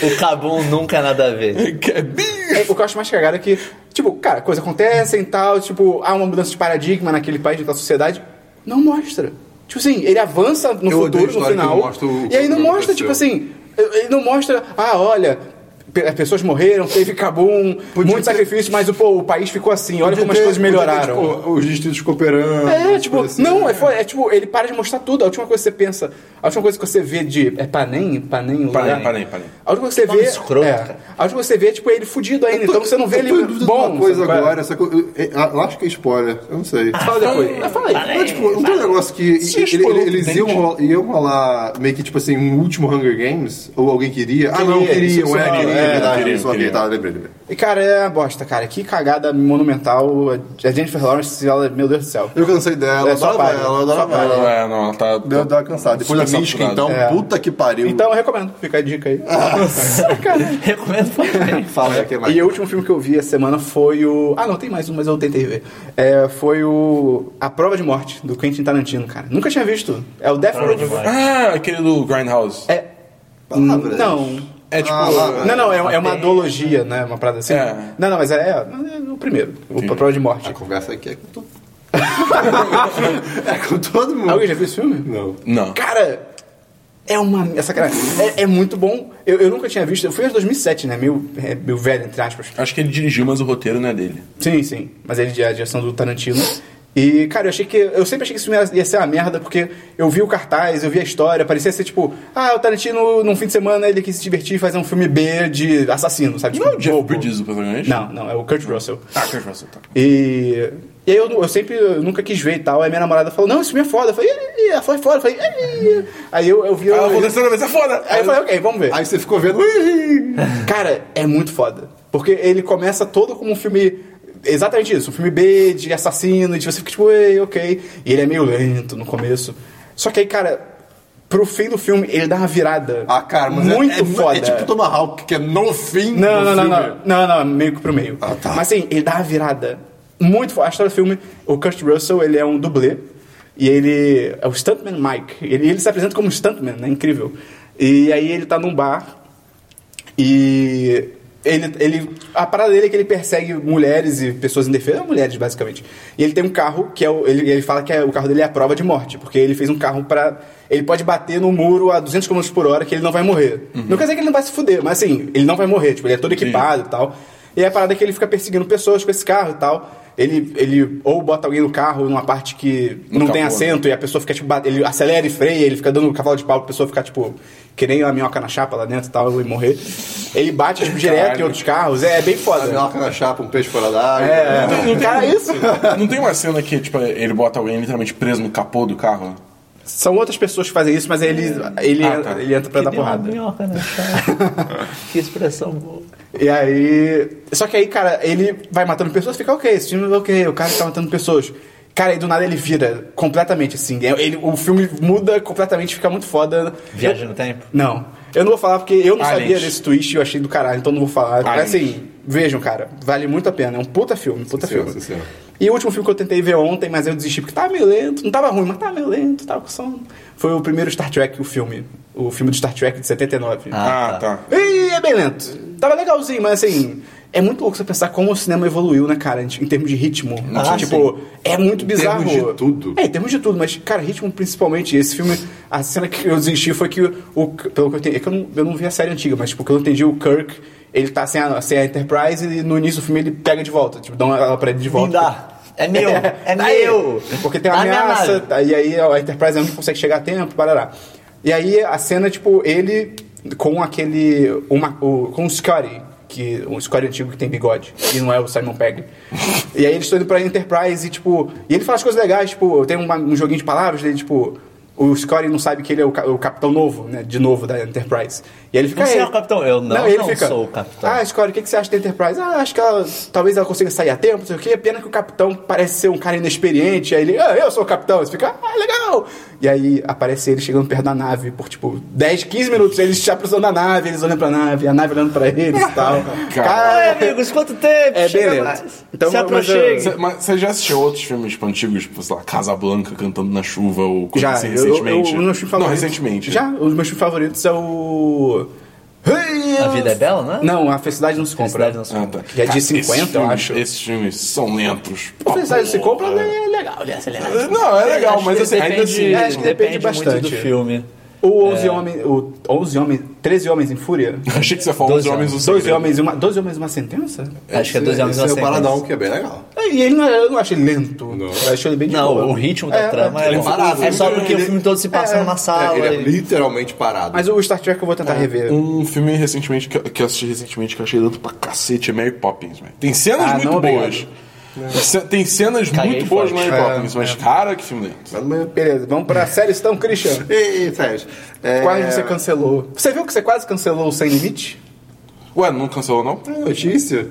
Speaker 3: O Cabum nunca é nada a ver.
Speaker 4: Que é bem-
Speaker 1: é, o que eu acho mais cagado é que, tipo, cara, coisas acontecem e tal, tipo, há uma mudança de paradigma naquele país, naquela sociedade. Não mostra. Tipo assim, ele avança no
Speaker 2: Eu
Speaker 1: futuro, no
Speaker 2: odeio história que não
Speaker 1: final.
Speaker 2: mostra o-
Speaker 1: E aí não
Speaker 2: o que
Speaker 1: mostra,
Speaker 2: aconteceu.
Speaker 1: tipo assim, ele não mostra, ah, olha. pe- Pessoas morreram, teve Cabum, muito sacrifício, mas pô, o país ficou assim. Olha como as
Speaker 2: Podia ter-
Speaker 1: coisas
Speaker 2: podia ter,
Speaker 1: melhoraram.
Speaker 2: tipo, os distritos cooperando.
Speaker 1: É,
Speaker 2: coisa
Speaker 1: tipo,
Speaker 2: assim.
Speaker 1: não, é, fo- é tipo, ele para de mostrar tudo. A última coisa que você pensa, a última coisa que você vê de. É Panem? Panem? o
Speaker 4: Panem,
Speaker 1: lugar?
Speaker 4: Panem, Panem.
Speaker 1: A última coisa que você
Speaker 3: Nome
Speaker 1: vê.
Speaker 3: escroto,
Speaker 1: é,
Speaker 3: cara.
Speaker 1: a última coisa que você vê é tipo ele fudido ainda, então você não vê
Speaker 2: Eu
Speaker 1: ele
Speaker 2: tô em dúvida de
Speaker 1: bom.
Speaker 2: uma coisa
Speaker 1: sabe qual é?
Speaker 2: agora, só que eu, eu- eu acho que é spoiler, eu não sei.
Speaker 1: Fala depois. Ah, fala aí.
Speaker 3: Panem.
Speaker 5: Não, tipo, não tem um negócio que
Speaker 4: Se
Speaker 5: ele-
Speaker 4: explorou,
Speaker 5: ele- eles
Speaker 4: entende?
Speaker 5: iam rolar, iam rolar meio que tipo assim, um último Hunger Games? Ou alguém queria? Ah, não,
Speaker 1: Queria,
Speaker 5: queria,
Speaker 1: isso,
Speaker 5: ué,
Speaker 1: isso,
Speaker 5: queria,
Speaker 1: é,
Speaker 5: é, verdade,
Speaker 4: queria,
Speaker 5: só
Speaker 4: queria.
Speaker 5: queria, tá, lembrei, lembrei.
Speaker 1: E cara, é uma bosta, cara. Que cagada monumental. A Jennifer Lawrence, ela, meu Deus do céu.
Speaker 5: Eu cansei dela,
Speaker 1: É,
Speaker 5: eu
Speaker 1: só
Speaker 5: adorava
Speaker 1: apaga,
Speaker 5: ela, eu
Speaker 1: só
Speaker 5: adorava
Speaker 1: apaga.
Speaker 5: ela.
Speaker 4: Não é, não, ela tá...
Speaker 5: Deu, deu uma cansada. Depois da
Speaker 4: Super
Speaker 5: Mística, então,
Speaker 4: saturado.
Speaker 1: É.
Speaker 5: puta que pariu.
Speaker 1: Então eu recomendo, fica a dica aí. Caralho.
Speaker 3: Recomendo também.
Speaker 5: Fala aí, o que mais?
Speaker 1: E o último filme que é eu vi essa semana foi o. Ah, não, tem mais um, mas eu tentei ver. É, foi o. A Prova de Morte, do Quentin Tarantino, cara. Nunca tinha visto. É o Death
Speaker 3: Prova
Speaker 1: Road
Speaker 3: de Morte.
Speaker 4: Ah, aquele do Grindhouse.
Speaker 1: É.
Speaker 5: Palavras.
Speaker 1: Não.
Speaker 4: É tipo...
Speaker 5: Ah,
Speaker 1: Não, não, é, é uma duologia, né? Uma parada assim.
Speaker 4: É.
Speaker 1: Não, não, mas é, é o primeiro. O Prova de Morte.
Speaker 5: A conversa aqui é com todo É com todo mundo.
Speaker 1: Alguém já viu esse filme?
Speaker 5: Não.
Speaker 4: Não.
Speaker 1: Cara, é uma. Essa cara. É, é muito bom. Eu, eu nunca tinha visto. Eu fui em 2007, né? Meio, é, meio velho, entre aspas.
Speaker 4: Acho que ele dirigiu, mas o roteiro não é dele.
Speaker 1: Sim, sim. Mas ele é a direção do Tarantino. E, cara, eu achei que. Eu sempre achei que esse filme ia- ia ser uma merda, porque eu vi o cartaz, eu vi a história, parecia ser tipo, ah, o Tarantino, num fim de semana, ele quis se divertir e fazer um filme B de assassino, sabe?
Speaker 4: Não é
Speaker 1: Tipo,
Speaker 4: o Jeff
Speaker 1: bobo.
Speaker 4: Bridges o protagonista?
Speaker 1: Não, não, é o Kurt Russell.
Speaker 4: Tá, Kurt Russell, tá.
Speaker 1: E, e aí eu, eu sempre eu nunca quis ver e tal. Aí minha namorada falou, não, esse filme é foda. Eu falei, "Ih, ih, ih", foi foda. Eu falei, "Ih, ih". aí eu, eu vi.
Speaker 4: Ela
Speaker 1: eu-
Speaker 4: falou, "Dessa vez é foda!
Speaker 1: Aí eu falei, ok, vamos ver.
Speaker 5: assim, Aí você ficou vendo. "Ih".
Speaker 1: Cara, é muito foda. Porque ele começa todo como um filme. Exatamente isso, um filme B de assassino, e você fica tipo, ei, ok. E ele é meio lento no começo. Só que aí, cara, pro fim do filme, ele dá uma virada.
Speaker 5: Ah, cara, mas é-
Speaker 1: muito
Speaker 5: é,
Speaker 1: foda.
Speaker 5: É tipo Tomahawk, que é no fim
Speaker 1: Não,
Speaker 5: do
Speaker 1: não, não,
Speaker 5: filme.
Speaker 1: não, não, não, meio que pro meio.
Speaker 5: Ah, tá.
Speaker 1: Mas assim, ele dá uma virada muito forte. A história do filme, o Kurt Russell, ele é um dublê. E ele é o Stuntman Mike. Ele, ele se apresenta como Stuntman, né? Incrível. E aí ele tá num bar e ele, ele, a parada dele é que ele persegue mulheres e pessoas indefesas, mulheres basicamente. E ele tem um carro que é o, ele, ele fala que é- o carro dele é a prova de morte, porque ele fez um carro pra. Ele pode bater no muro a 200 km por hora que ele não vai morrer. Não quer dizer que ele não vai se fuder, mas assim, ele não vai morrer, tipo, ele é todo equipado e tal. E a parada é que ele fica perseguindo pessoas com esse carro e tal. Ele, ele ou bota alguém no carro numa parte que
Speaker 4: No
Speaker 1: não tem
Speaker 4: capô, né?
Speaker 1: assento e a pessoa fica tipo, bate- ele acelera e freia, ele fica dando um cavalo de pau pra pessoa ficar tipo, que nem a minhoca na chapa lá dentro e tal, e morrer. Ele bate tipo, direto em outros carros, é, é bem
Speaker 5: A
Speaker 1: foda.
Speaker 5: minhoca na chapa, um peixe fora d'água.
Speaker 1: É, cara, isso.
Speaker 4: Não tem uma cena que, tipo, ele bota alguém literalmente preso no capô do carro?
Speaker 1: São outras pessoas que fazem isso, mas aí ele, ele,
Speaker 4: Ah, tá.
Speaker 1: ele entra pra dar
Speaker 3: Deu uma
Speaker 1: porrada.
Speaker 3: minhoca na chave. que expressão boa.
Speaker 1: E aí. Só que aí, cara, ele vai matando pessoas, fica ok, esse filme é ok, o cara tá matando pessoas. Cara, aí do nada ele vira completamente assim. é- Ele, o filme muda completamente, fica muito foda.
Speaker 3: Viagem no tempo?
Speaker 1: Não. Eu não vou falar porque eu não
Speaker 4: Aliens.
Speaker 1: sabia desse twist e eu achei do caralho, então não vou falar.
Speaker 4: Aliens.
Speaker 1: Mas assim, vejam, cara, vale muito a pena. É um puta filme, puta
Speaker 5: Sim,
Speaker 1: filme.
Speaker 5: sim, sim.
Speaker 1: E o último filme que eu tentei ver ontem, mas eu desisti porque tava meio lento. Não tava ruim, mas tava meio lento, tava com sono. Foi o primeiro Star Trek, o filme. O filme do Star Trek de 79.
Speaker 4: Ah, tá.
Speaker 1: E é bem lento. Tava legalzinho, mas assim. É muito louco você pensar como o cinema evoluiu, né, cara? Em termos de ritmo.
Speaker 3: Ah,
Speaker 1: tipo, é muito bizarro.
Speaker 5: termos de tudo.
Speaker 1: É, em termos de tudo, mas, cara, ritmo principalmente. Esse filme, a cena que eu desisti foi que, o- o, pelo que eu entendi, é que eu não, eu não vi a série antiga, mas, tipo, que eu entendi, o Kirk, ele tá sem a, sem a Enterprise e no início do filme ele pega de volta, tipo, dá ela pra ele de volta.
Speaker 3: Lindar. É meu, é,
Speaker 1: Daí,
Speaker 3: meu.
Speaker 1: Porque tem uma
Speaker 3: Dá minha
Speaker 1: ameaça,
Speaker 3: nave.
Speaker 1: tá, e aí a Enterprise não consegue chegar a tempo, parará. E aí a cena, tipo, ele com aquele. Uma, o, com o Scotty, que, um Scotty antigo que tem bigode, e não é o Simon Pegg. e aí eles estão indo pra Enterprise e, tipo. E ele fala as coisas legais, tipo, tem uma- um joguinho de palavras dele, tipo. O Scotty não sabe que ele é o, ca- o capitão novo, né? De novo da Enterprise. E aí ele fica.
Speaker 3: Você
Speaker 1: "Ei."
Speaker 3: é o capitão? Eu não,
Speaker 1: ele
Speaker 3: não
Speaker 1: fica,
Speaker 3: sou o capitão.
Speaker 1: Ah, Scotty, o que que você acha da Enterprise? Ah, acho que ela, talvez ela consiga sair a tempo, não sei o quê. Pena que o capitão parece ser um cara inexperiente. Aí ele, ah, eu sou o capitão. Você fica, ah, legal. E aí aparece ele chegando perto da nave por, tipo, 10, 15 minutos. Eles se aproximando da nave, eles olhando pra nave, a nave olhando pra eles e tal.
Speaker 3: Ai,
Speaker 1: cara,
Speaker 3: Tá. amigos, quanto tempo?
Speaker 1: É,
Speaker 3: Chega
Speaker 1: beleza.
Speaker 3: mais.
Speaker 1: Então,
Speaker 3: Se
Speaker 1: mas,
Speaker 3: aproxime.
Speaker 4: Cê- mas você já assistiu outros filmes tipo, antigos, tipo, sei lá, Casa Blanca cantando na chuva ou coisa
Speaker 1: já,
Speaker 4: assim,
Speaker 1: eu, eu,
Speaker 4: recentemente?
Speaker 1: os meus filmes
Speaker 4: não,
Speaker 1: favoritos...
Speaker 4: recentemente.
Speaker 1: Já, os meus filmes favoritos é o...
Speaker 3: A vida é bela, não é?
Speaker 1: Não, a felicidade não se compra.
Speaker 3: Felicidade não se
Speaker 4: Ah, tá.
Speaker 1: E é de
Speaker 4: Cara, esses
Speaker 1: 50, eu
Speaker 4: filmes-
Speaker 1: acho.
Speaker 4: Esses filmes são lentos.
Speaker 1: A felicidade não se compra é legal, né? Você lembra?
Speaker 4: Não, é legal,
Speaker 3: Acho
Speaker 4: mas
Speaker 3: que
Speaker 4: assim,
Speaker 3: depende,
Speaker 4: ainda assim.
Speaker 1: acho que depende bastante.
Speaker 3: muito do filme.
Speaker 1: O 11 homens, o 11 homens, 13 homens em fúria?
Speaker 4: Achei que você falou
Speaker 3: Dois
Speaker 4: dos homens do
Speaker 1: 12
Speaker 2: né?
Speaker 4: Segredo.
Speaker 1: homens, e uma, 12 homens e uma sentença?
Speaker 3: Acho que é 12 anos
Speaker 1: um
Speaker 2: Esse é o
Speaker 3: assim.
Speaker 2: paradão, que é bem legal.
Speaker 1: E ele não, é- eu não acho ele lento. Eu acho ele bem de
Speaker 3: Não,
Speaker 1: boa.
Speaker 3: o ritmo da
Speaker 1: É,
Speaker 3: trama
Speaker 1: é.
Speaker 3: é,
Speaker 2: Ele é parado.
Speaker 3: é só porque o
Speaker 2: Ele-
Speaker 3: filme todo se passa
Speaker 1: é,
Speaker 3: numa sala.
Speaker 2: É, ele é
Speaker 3: e-
Speaker 2: literalmente parado.
Speaker 1: Mas o Star Trek eu vou tentar rever.
Speaker 4: Um filme recentemente que, que eu assisti recentemente que eu achei lento pra cacete é Mary Poppins, velho. Tem cenas
Speaker 1: Ah,
Speaker 4: muito
Speaker 1: não,
Speaker 4: boas. Ce- Tem cenas
Speaker 3: Caguei
Speaker 4: muito boas no
Speaker 3: forte.
Speaker 4: Mary Poppins, mas cara, que filme lento.
Speaker 2: Mas não é-
Speaker 1: Beleza, vamos pra série então, Christian.
Speaker 2: Ei, Sérgio. É...
Speaker 1: Quase você cancelou. Você viu que você quase cancelou o Sem Limite?
Speaker 4: Ué, não cancelou não?
Speaker 2: É notícia?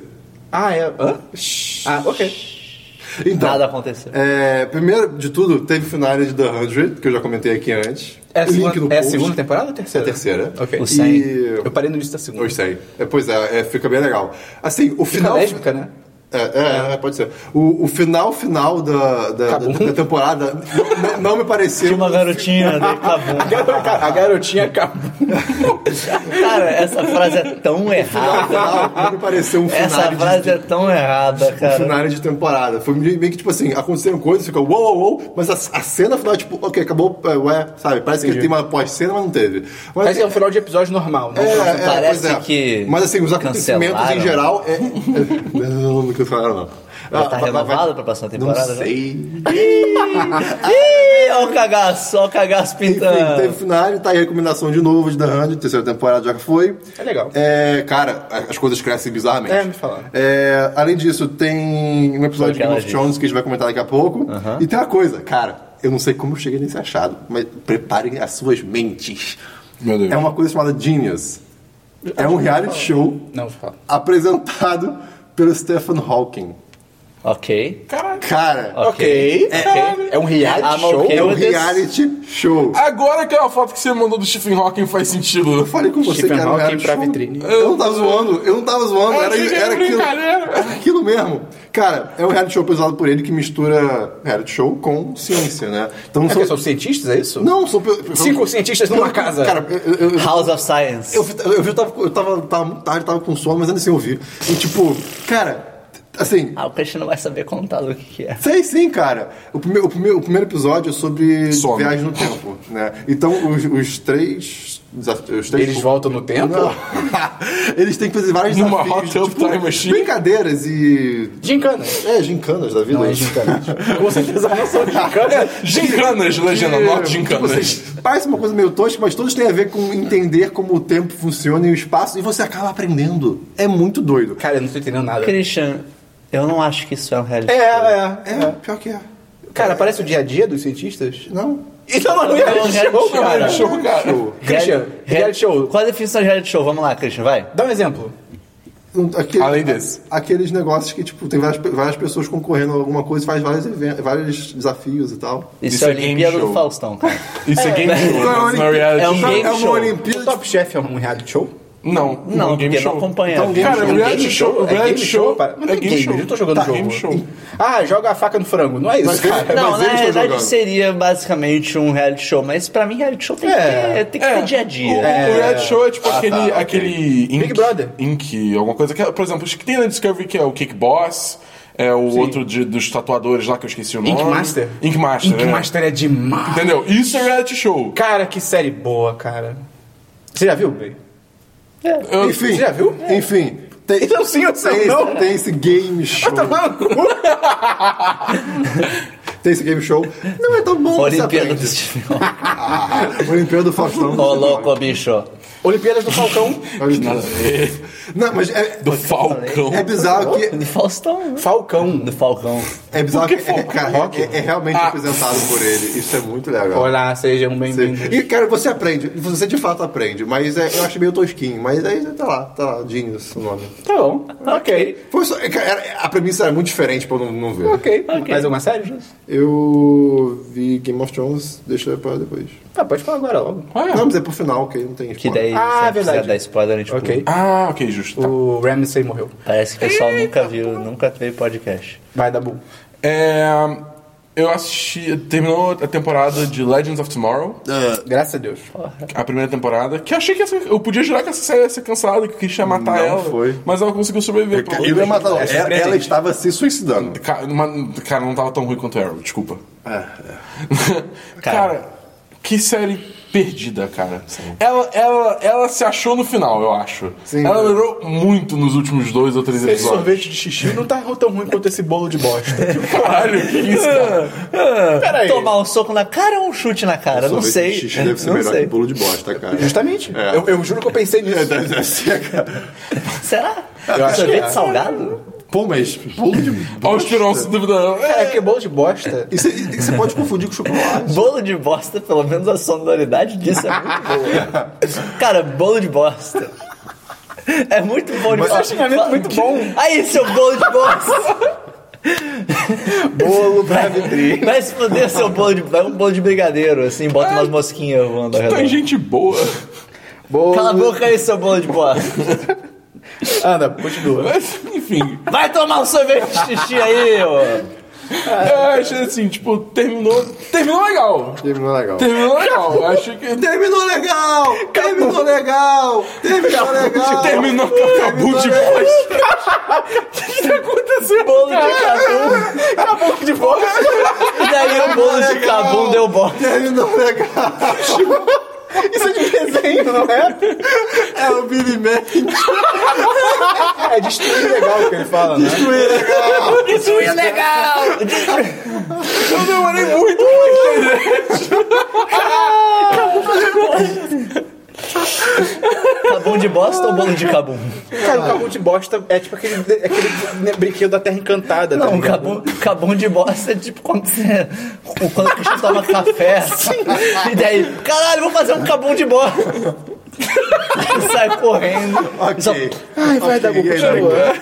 Speaker 1: Ah, é. Hã? Ah, ok.
Speaker 2: Então,
Speaker 3: Nada aconteceu.
Speaker 2: É, primeiro de tudo, teve finale de The 100, que eu já comentei aqui antes.
Speaker 1: É a
Speaker 2: Link
Speaker 1: segunda,
Speaker 2: no
Speaker 1: é a
Speaker 2: post.
Speaker 1: segunda temporada ou a terceira?
Speaker 2: É a terceira.
Speaker 1: Ok.
Speaker 3: O
Speaker 2: E-
Speaker 3: cem.
Speaker 1: Eu parei no início da segunda.
Speaker 2: Os 100. É, pois é, é, fica bem legal. Assim, o
Speaker 1: Fica
Speaker 2: final...
Speaker 1: lésbica, né?
Speaker 2: É, é, é, pode ser. O, o final final da, da, da,
Speaker 1: Acabou.
Speaker 2: da temporada não, não me
Speaker 3: Tinha
Speaker 2: pareceu...
Speaker 3: uma garotinha dentro da bunda.
Speaker 1: A garotinha acabou.
Speaker 3: Cara, essa frase é tão errada.
Speaker 2: um Não me pareceu um
Speaker 3: Essa
Speaker 2: final
Speaker 3: frase
Speaker 2: de...
Speaker 3: é tão errada,
Speaker 2: um
Speaker 3: cara.
Speaker 2: finale de temporada. Foi meio meio que tipo assim, aconteceram coisas, fica uou, uou, uou, mas a, a cena final, tipo, ok, acabou, é, ué, sabe? Parece que tem uma pós-cena, mas não teve. Mas,
Speaker 1: Parece que é um final de episódio normal, né?
Speaker 2: É, é,
Speaker 3: Parece
Speaker 2: pois é.
Speaker 3: que
Speaker 2: Mas assim, os acontecimentos
Speaker 3: cancelaram.
Speaker 2: em geral. É... não, não cancelaram, não.
Speaker 3: Vai estar renovado pra próxima temporada?
Speaker 2: Não
Speaker 3: né?
Speaker 2: sei.
Speaker 3: Ih, olha o cagaço, olha o cagaço
Speaker 1: Ah.
Speaker 2: Enfim, teve
Speaker 3: pintando.
Speaker 2: final, tá aí a recomendação de novo de The Hand, terceira temporada já foi.
Speaker 1: É legal.
Speaker 2: É, cara, a- as coisas crescem bizarramente.
Speaker 1: É, me falaram.
Speaker 2: É, além disso, tem um episódio de
Speaker 3: Aquela
Speaker 2: Game of
Speaker 3: disso.
Speaker 2: Thrones que a gente vai comentar daqui a pouco. E tem uma coisa, cara, eu não sei como eu cheguei nesse achado, mas preparem as suas mentes.
Speaker 4: Meu Deus.
Speaker 2: É uma coisa chamada Genius. É um reality show
Speaker 1: Não, fala.
Speaker 2: apresentado pelo Stephen Hawking.
Speaker 3: Ok.
Speaker 2: Cara,
Speaker 1: Ok.
Speaker 3: Ok.
Speaker 1: É um reality
Speaker 3: I'm
Speaker 1: show.
Speaker 3: okay
Speaker 2: é um
Speaker 3: with this.
Speaker 2: reality show.
Speaker 4: Agora aquela foto que você mandou do Stephen Hawking faz sentido.
Speaker 2: Eu falei com você
Speaker 1: Stephen
Speaker 2: que era um
Speaker 1: Hawking
Speaker 2: reality
Speaker 1: é pra
Speaker 2: show.
Speaker 1: vitrine.
Speaker 2: Eu não tava zoando, eu não tava zoando,
Speaker 4: Eu
Speaker 2: era,
Speaker 4: achei É que
Speaker 2: era
Speaker 4: era
Speaker 2: aquilo,
Speaker 4: brincadeira.
Speaker 2: era aquilo mesmo. Cara, é um reality show pesado por ele que mistura reality show com ciência, né? Então
Speaker 1: É
Speaker 2: são,
Speaker 1: que são cientistas, é isso?
Speaker 2: não, são pe-
Speaker 1: Cinco cientistas numa casa.
Speaker 2: Cara, eu, eu- eu-
Speaker 3: House of Science.
Speaker 2: Eu, vi- eu, vi- eu tava, eu tava, tava muito tarde, tava com sono, mas ainda assim eu vi. E tipo, cara, assim,
Speaker 3: Ah, o Christian não vai saber contar do que, que é.
Speaker 2: Sei sim, cara. O primeiro, o primeiro, o primeiro episódio é sobre
Speaker 4: Sono.
Speaker 2: viagem no tempo, né? Então, os, os três... desaf- Os três
Speaker 1: Eles voltam no tempo?
Speaker 2: Não. Eles têm que fazer vários
Speaker 4: Numa
Speaker 2: desafios, tipo,
Speaker 4: hot tub time machine?
Speaker 2: brincadeiras e...
Speaker 1: Gincana.
Speaker 2: É, gincanas da vida.
Speaker 1: Não é gincana. Com certeza não são gincanas.
Speaker 4: Gincanas, legenda,
Speaker 2: É,
Speaker 4: nota
Speaker 2: tipo
Speaker 4: gincanas.
Speaker 2: assim, parece uma coisa meio tosca, mas todos têm a ver com entender como o tempo funciona e o espaço, e você acaba aprendendo. É muito doido.
Speaker 1: Cara, eu não tô entendendo nada.
Speaker 3: Christian, eu não acho que isso é um reality
Speaker 1: É,
Speaker 3: show.
Speaker 1: é,
Speaker 2: É,
Speaker 1: é.
Speaker 2: pior que é.
Speaker 1: Cara, parece o dia a dia dos cientistas?
Speaker 2: Não? É,
Speaker 1: Então não
Speaker 3: é um reality show, cara.
Speaker 1: show, cara. Christian,
Speaker 3: Real-
Speaker 1: reality show.
Speaker 3: Qual a definição de reality show? Vamos lá, Christian, vai.
Speaker 1: Dá um exemplo.
Speaker 2: Não, Um, aquele-
Speaker 4: Além desse.
Speaker 2: a- Aqueles negócios que, tipo, tem várias, pe- várias pessoas concorrendo a alguma coisa e faz vários, even- vários desafios e tal.
Speaker 3: Isso,
Speaker 4: Isso
Speaker 3: é a
Speaker 4: é game
Speaker 3: Olimpíada do
Speaker 4: show.
Speaker 3: Faustão, cara.
Speaker 4: Isso é game show,
Speaker 2: Então,
Speaker 4: não é
Speaker 2: Olimpí-
Speaker 4: reality
Speaker 3: é um
Speaker 4: show. Tá
Speaker 3: game
Speaker 2: é uma
Speaker 3: show.
Speaker 1: O
Speaker 2: Olimpíada.
Speaker 1: Top Chef é um reality show?
Speaker 4: Não,
Speaker 3: Não,
Speaker 4: é um game
Speaker 3: porque
Speaker 4: show.
Speaker 3: não acompanha.
Speaker 2: Então, game
Speaker 4: Cara,
Speaker 2: show.
Speaker 4: o
Speaker 1: É um
Speaker 4: reality show, o
Speaker 1: É
Speaker 4: reality show.
Speaker 1: cara. Mas não é game, eu não tô jogando
Speaker 4: Tá,
Speaker 1: jogo.
Speaker 4: game show.
Speaker 1: Ah, joga a faca no frango. Não é isso,
Speaker 2: Mas-
Speaker 1: cara.
Speaker 2: Mas
Speaker 3: Não,
Speaker 2: eles
Speaker 3: na
Speaker 2: estão
Speaker 3: realidade
Speaker 2: jogando.
Speaker 3: seria basicamente um reality show, mas pra mim reality show tem que
Speaker 1: É. Ah,
Speaker 3: ter, tem que ter dia a dia.
Speaker 4: O, o reality show é tipo aquele.
Speaker 2: tá, ok.
Speaker 4: aquele
Speaker 1: Big Brother.
Speaker 4: Ink, alguma coisa. Que, é- por exemplo, os que tem na Discovery que é o Kick Boss, é o outro de- dos tatuadores lá que eu esqueci o nome.
Speaker 1: Ink Master?
Speaker 4: Ink Master.
Speaker 1: Ink
Speaker 4: é.
Speaker 1: Master é demais.
Speaker 4: Entendeu? Isso é reality show.
Speaker 1: Cara, que série boa, cara. Você já viu, Bey?
Speaker 4: Eu-
Speaker 2: Enfim,
Speaker 1: Você já viu?
Speaker 2: Enfim,
Speaker 5: Tem,
Speaker 1: Então sim, eu sei,
Speaker 5: tem,
Speaker 1: não.
Speaker 5: Tem esse game show.
Speaker 1: Tá maluco?
Speaker 5: Tem esse game show. Não é tão bom. você
Speaker 3: Olimpíada
Speaker 5: aprende.
Speaker 3: dos Tifiões.
Speaker 5: Olimpíada do Faustão.
Speaker 3: Ô, louco, bicho.
Speaker 1: Olimpíadas do Falcão.
Speaker 4: Nada a ver.
Speaker 5: Não, mas é,
Speaker 4: Do Falcão.
Speaker 5: é bizarro que...
Speaker 3: Do Faustão, né?
Speaker 1: Falcão.
Speaker 3: Do Falcão.
Speaker 5: É bizarro que,
Speaker 4: Por que
Speaker 5: é,
Speaker 4: Falcão
Speaker 5: cara, é, é realmente
Speaker 1: Ah.
Speaker 5: apresentado por ele. Isso é muito legal.
Speaker 1: Olá, sejam bem-vindos.
Speaker 5: E, cara, você aprende, você de fato aprende, mas é, eu acho meio tosquinho, mas aí tá lá, tá lá, Genius o nome.
Speaker 1: Tá bom, ok.
Speaker 5: Foi só, é, cara, era- a premissa era muito diferente pra eu não, não ver.
Speaker 1: Ok. Mais alguma série?
Speaker 5: Eu vi Game of Thrones, deixa eu pra depois.
Speaker 1: Ah, pode falar agora logo.
Speaker 4: Olha.
Speaker 5: Não, mas é pro final, ok, não tem
Speaker 3: Que
Speaker 5: spoiler.
Speaker 3: daí,
Speaker 1: Ah,
Speaker 3: se você quiser
Speaker 1: verdade.
Speaker 3: dar spoiler, a gente pula.
Speaker 1: Ok.
Speaker 4: Ah, ok, justo. tá.
Speaker 1: O Ramsey morreu.
Speaker 3: Parece que o pessoal nunca viu, nunca teve podcast.
Speaker 1: Vai, Dabu.
Speaker 4: É, eu assisti. Terminou a temporada de Legends of Tomorrow,
Speaker 1: Ah. Graças a Deus.
Speaker 4: a primeira temporada, que eu achei que essa- eu podia jurar que essa série ia ser cancelada, que o Christian ia matar
Speaker 5: Não
Speaker 4: ela.
Speaker 5: foi.
Speaker 4: Mas ela conseguiu sobreviver. pelo
Speaker 2: Ah,
Speaker 5: Ele ia
Speaker 4: menos.
Speaker 5: matar, não.
Speaker 1: É
Speaker 5: Ela, ela
Speaker 1: surpreendente.
Speaker 5: estava se suicidando.
Speaker 4: Cara, uma- cara, não tava tão ruim quanto Arrow, desculpa.
Speaker 3: Cara.
Speaker 4: cara, que série perdida, cara. Ela, ela, ela se achou no final, eu acho.
Speaker 5: Sim.
Speaker 4: ela melhorou muito nos últimos dois ou três
Speaker 1: Esse
Speaker 4: episódios.
Speaker 1: sorvete de xixi não tá tão ruim quanto esse bolo de bosta.
Speaker 4: Caralho, que isso, cara.
Speaker 1: Peraí.
Speaker 3: Tomar um soco na cara ou um chute na cara? Não
Speaker 5: Sorvete de
Speaker 3: sei.
Speaker 5: Xixi deve ser
Speaker 3: não
Speaker 5: melhor
Speaker 3: sei.
Speaker 5: que bolo de bosta, cara.
Speaker 1: Justamente.
Speaker 5: É.
Speaker 1: Eu, eu juro que eu pensei nisso.
Speaker 5: É, deve- deve ser, cara.
Speaker 3: Será?
Speaker 1: Eu acho
Speaker 3: Sorvete
Speaker 1: que é.
Speaker 3: salgado?
Speaker 5: Pô, mas bolo de bosta.
Speaker 4: Olha o Esperão se duvidando.
Speaker 1: É, que bolo de bosta.
Speaker 5: E você pode confundir com chocolate.
Speaker 3: Bolo de bosta, pelo menos a sonoridade disso é muito boa. Cara, bolo de bosta. É muito bom de
Speaker 1: Mas é um xingamento muito bom.
Speaker 3: Aí, seu bolo de bosta.
Speaker 1: Bolo pra vitrine.
Speaker 3: Vai se foder seu bolo de... É um bolo de brigadeiro, assim, bota umas mosquinhas voando ao
Speaker 4: Tem
Speaker 3: redor.
Speaker 4: gente boa.
Speaker 1: Bolo.
Speaker 3: Cala a boca aí, seu bolo de bosta.
Speaker 1: Anda, Ah, continua.
Speaker 4: Mas, enfim.
Speaker 3: Vai tomar um sorvete de xixi aí, ô.
Speaker 4: Eu achei assim, tipo, terminou. Terminou legal.
Speaker 5: Terminou legal.
Speaker 4: Terminou legal. Eu achei que.
Speaker 5: Terminou legal! Terminou legal! Terminou legal!
Speaker 4: Terminou com o Cabu de bosta.
Speaker 3: Bolo de cabum.
Speaker 1: Acabou de bosta.
Speaker 3: E daí o bolo de cabum deu bosta.
Speaker 5: Terminou legal!
Speaker 1: Isso é de desenho, não é?
Speaker 5: É o Billy Mack!
Speaker 1: É destruir legal que ele fala, né?
Speaker 3: Isso é legal.
Speaker 4: Eu demorei muito pra entender.
Speaker 3: Cabum de bosta ou bolo de cabum?
Speaker 1: Cara, o cabum de bosta é tipo aquele, aquele né, brinquedo da Terra Encantada. tá
Speaker 3: Não,
Speaker 1: ligado?
Speaker 3: cabum, cabum de bosta é tipo quando você. Quando a gente toma café. E daí, caralho, vou fazer um cabum de bosta. E sai correndo.
Speaker 5: Ok.
Speaker 3: Só-
Speaker 1: Ai, vai, Dabu, continua.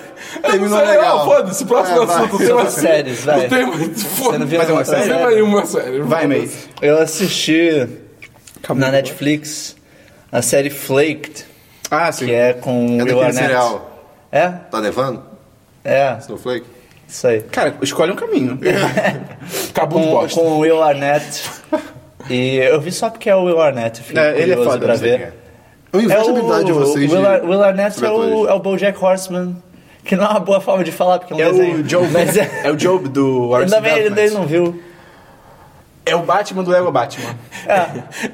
Speaker 5: Terminou
Speaker 4: Sei lá,
Speaker 5: legal!
Speaker 4: é, ah, Foda-se, próximo
Speaker 5: É, vai.
Speaker 4: assunto. Tem uma série.
Speaker 3: Séries, vai.
Speaker 4: Não tem mais.
Speaker 3: viu
Speaker 4: Foda-se.
Speaker 3: uma
Speaker 4: Mas
Speaker 3: série?
Speaker 4: Tem aí uma série.
Speaker 1: Vai, May.
Speaker 3: Eu assisti
Speaker 1: Cabum
Speaker 3: na
Speaker 1: de
Speaker 3: Netflix a série Flaked,
Speaker 1: Ah, sim.
Speaker 3: que é com
Speaker 5: É
Speaker 3: Will
Speaker 1: né?
Speaker 5: daquele
Speaker 3: Arnett.
Speaker 5: cereal.
Speaker 3: É?
Speaker 5: Tá nevando?
Speaker 3: É,
Speaker 5: Snowflake?
Speaker 3: isso aí.
Speaker 1: Cara, escolhe um caminho.
Speaker 4: Acabou de
Speaker 3: com,
Speaker 4: bosta.
Speaker 3: com o Will Arnett. E eu vi só porque é o Will Arnett. eu Fiquei
Speaker 1: É, ele é
Speaker 3: curioso
Speaker 1: foda,
Speaker 3: pra
Speaker 1: não sei
Speaker 3: ver. É
Speaker 5: Eu invejo a habilidade de vocês.
Speaker 3: Will,
Speaker 5: de-
Speaker 3: Ar- Will Arnett é o,
Speaker 5: Atores.
Speaker 3: é o BoJack Horseman. Que não é uma boa forma de falar, porque é um
Speaker 1: É
Speaker 3: desenho.
Speaker 1: o Job.
Speaker 3: Mas é...
Speaker 1: É o Job do
Speaker 3: Ele
Speaker 1: Arrested
Speaker 3: também ele daí
Speaker 1: Development.
Speaker 3: não viu.
Speaker 1: É o Batman do Lego Batman.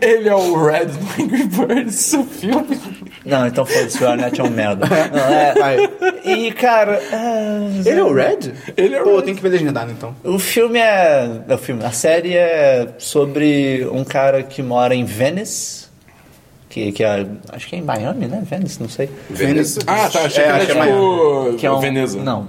Speaker 4: Ele é o Red do Angry Birds, o filme.
Speaker 3: Não, então foda-se, o Will Arnett é um merda. Não, é... E, cara... é,
Speaker 1: Ele é o Red?
Speaker 4: Ele é o
Speaker 1: Pô,
Speaker 4: Red.
Speaker 1: tem que ver legendado, então.
Speaker 3: O filme é... é o filme, a série é sobre um cara que mora em Venice. Que, que é... Acho que é em Miami, né? Venice, não sei.
Speaker 1: Vênus.
Speaker 4: Ah, tá. Achei
Speaker 1: É,
Speaker 4: que era
Speaker 1: acho que é
Speaker 4: tipo.
Speaker 3: Que é um...
Speaker 4: Veneza.
Speaker 3: Não.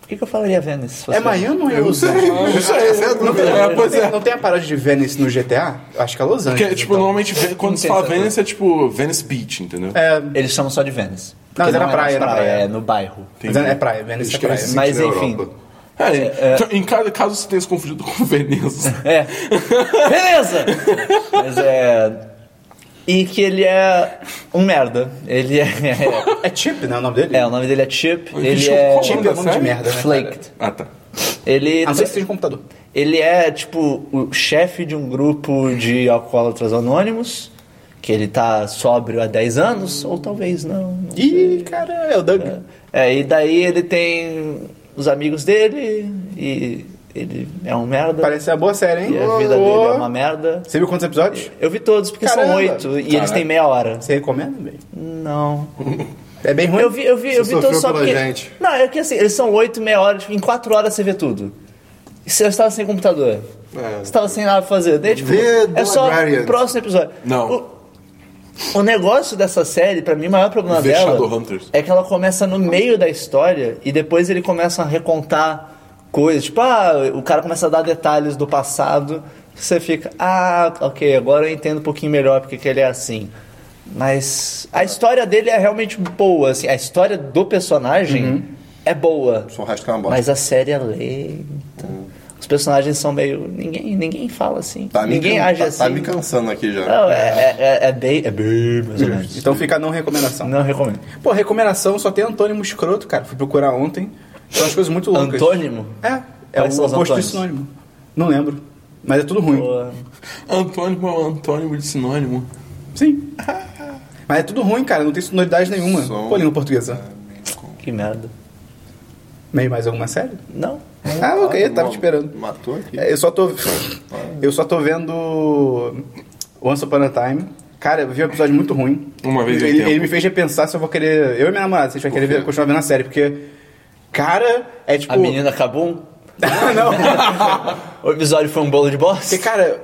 Speaker 3: Por que, que eu falaria Venice? se fosse-
Speaker 1: É Miami ou é
Speaker 5: Eu não
Speaker 1: Los
Speaker 5: sei.
Speaker 1: Angeles?
Speaker 5: Isso aí, essa é a dúvida.
Speaker 4: É,
Speaker 1: Não
Speaker 4: pois é.
Speaker 1: tem, não tem a paródia de Venice no GTA? Acho que é Los
Speaker 4: Que
Speaker 1: Angeles.
Speaker 4: é, tipo,
Speaker 1: então.
Speaker 4: normalmente ve- quando se
Speaker 3: Não tem
Speaker 4: fala
Speaker 3: essa
Speaker 4: Venice é tipo Venice Beach, entendeu?
Speaker 1: É,
Speaker 3: Eles chamam só de Venice. Porque
Speaker 1: mas é na
Speaker 3: não
Speaker 1: praia, é
Speaker 3: é,
Speaker 1: na
Speaker 3: na
Speaker 1: praia.
Speaker 3: é no bairro.
Speaker 1: mas é é praia, Venice é praia.
Speaker 5: Esquece.
Speaker 3: Mas
Speaker 5: na
Speaker 3: enfim.
Speaker 5: Europa.
Speaker 4: É, então, em cada caso você tenha se confundido com Veneza.
Speaker 3: É. Beleza! Mas é. E que ele é um merda. Ele é.
Speaker 1: É Chip, né? O nome dele?
Speaker 3: É, o nome dele é Chip. Ele
Speaker 4: Bicho,
Speaker 3: é.
Speaker 4: qual o
Speaker 1: Chip é
Speaker 4: da
Speaker 1: um nome de
Speaker 4: série?
Speaker 1: merda, né? cara? Ah,
Speaker 3: Flaked.
Speaker 4: Ah, tá.
Speaker 3: Ele,
Speaker 1: A não ser que seja de computador.
Speaker 3: ele é, tipo, o chefe de um grupo de alcoólatras anônimos. Que ele tá sóbrio há 10 anos, ou talvez não. não
Speaker 1: Ih, cara, é o Doug.
Speaker 3: É, e daí ele tem os amigos dele e ele é um merda.
Speaker 1: Parece um ser uma boa série, hein?
Speaker 3: E a vida dele é uma merda.
Speaker 1: Você viu quantos episódios?
Speaker 3: Eu vi todos, porque
Speaker 1: Caramba.
Speaker 3: são oito e eles têm meia hora.
Speaker 1: Você recomenda, bem?
Speaker 3: Não.
Speaker 1: É bem ruim.
Speaker 3: Eu vi, eu vi, eu vi
Speaker 2: sofreu
Speaker 3: tudo só
Speaker 2: pela
Speaker 3: porque...
Speaker 2: gente.
Speaker 3: Não, é que assim, eles são oito, meia hora, tipo, em quatro horas você vê tudo. E você estava sem computador.
Speaker 2: É.
Speaker 3: Você estava sem nada pra fazer. Daí, tipo,
Speaker 2: Vê
Speaker 3: é só
Speaker 2: Librarian.
Speaker 3: o próximo episódio.
Speaker 4: Não.
Speaker 3: O, o negócio dessa série, pra mim, o maior problema
Speaker 4: Vê
Speaker 3: dela
Speaker 4: Shadowhunters.
Speaker 3: é que ela começa no meio da história e depois ele começa a recontar coisas. Tipo, ah, o cara começa a dar detalhes do passado. que Você fica, ah, ok, agora eu entendo um pouquinho melhor porque que ele é assim. Mas a história dele é realmente boa, assim. A história do personagem é boa.
Speaker 2: Só o resto que é Uhum. uma bosta.
Speaker 3: Mas a série é lenta. Os personagens são meio. Ninguém, ninguém fala assim.
Speaker 2: Tá me
Speaker 3: ninguém
Speaker 2: can-
Speaker 3: age
Speaker 2: tá-
Speaker 3: assim.
Speaker 2: Tá me cansando aqui já.
Speaker 3: Não, é, é, é, é bem. É bem, mais ou menos.
Speaker 1: Então fica a não recomendação.
Speaker 3: Não recomendo.
Speaker 1: Pô, recomendação só tem antônimo escroto, cara. Fui procurar ontem. São as coisas muito loucas.
Speaker 3: Antônimo?
Speaker 1: É. É
Speaker 3: Quais
Speaker 1: o
Speaker 3: são os
Speaker 1: oposto do
Speaker 3: antônimos?
Speaker 1: sinônimo. Não lembro. Mas é tudo ruim.
Speaker 3: Boa.
Speaker 4: Antônimo é um antônimo de sinônimo.
Speaker 1: Sim. Mas é tudo ruim, cara. Não tem sonoridade nenhuma.
Speaker 2: Som.
Speaker 1: Pô, língua portuguesa.
Speaker 3: Que merda.
Speaker 1: Meio mais alguma série?
Speaker 3: Não.
Speaker 1: Ah, ok. Eu tava te
Speaker 2: Mal-
Speaker 1: esperando.
Speaker 2: Matou aqui.
Speaker 1: É, Eu só tô. Eu só tô vendo. Once Upon a Time. Cara, eu vi um episódio muito ruim.
Speaker 4: Uma vez em
Speaker 1: ele,
Speaker 4: tempo.
Speaker 1: ele me fez repensar se eu vou querer. Eu e minha namorada, se a gente vai querer ver- continuar vendo a série, porque. Cara, é tipo.
Speaker 3: A menina acabou.
Speaker 1: não.
Speaker 3: O episódio foi um bolo de bosta.
Speaker 1: Porque, cara,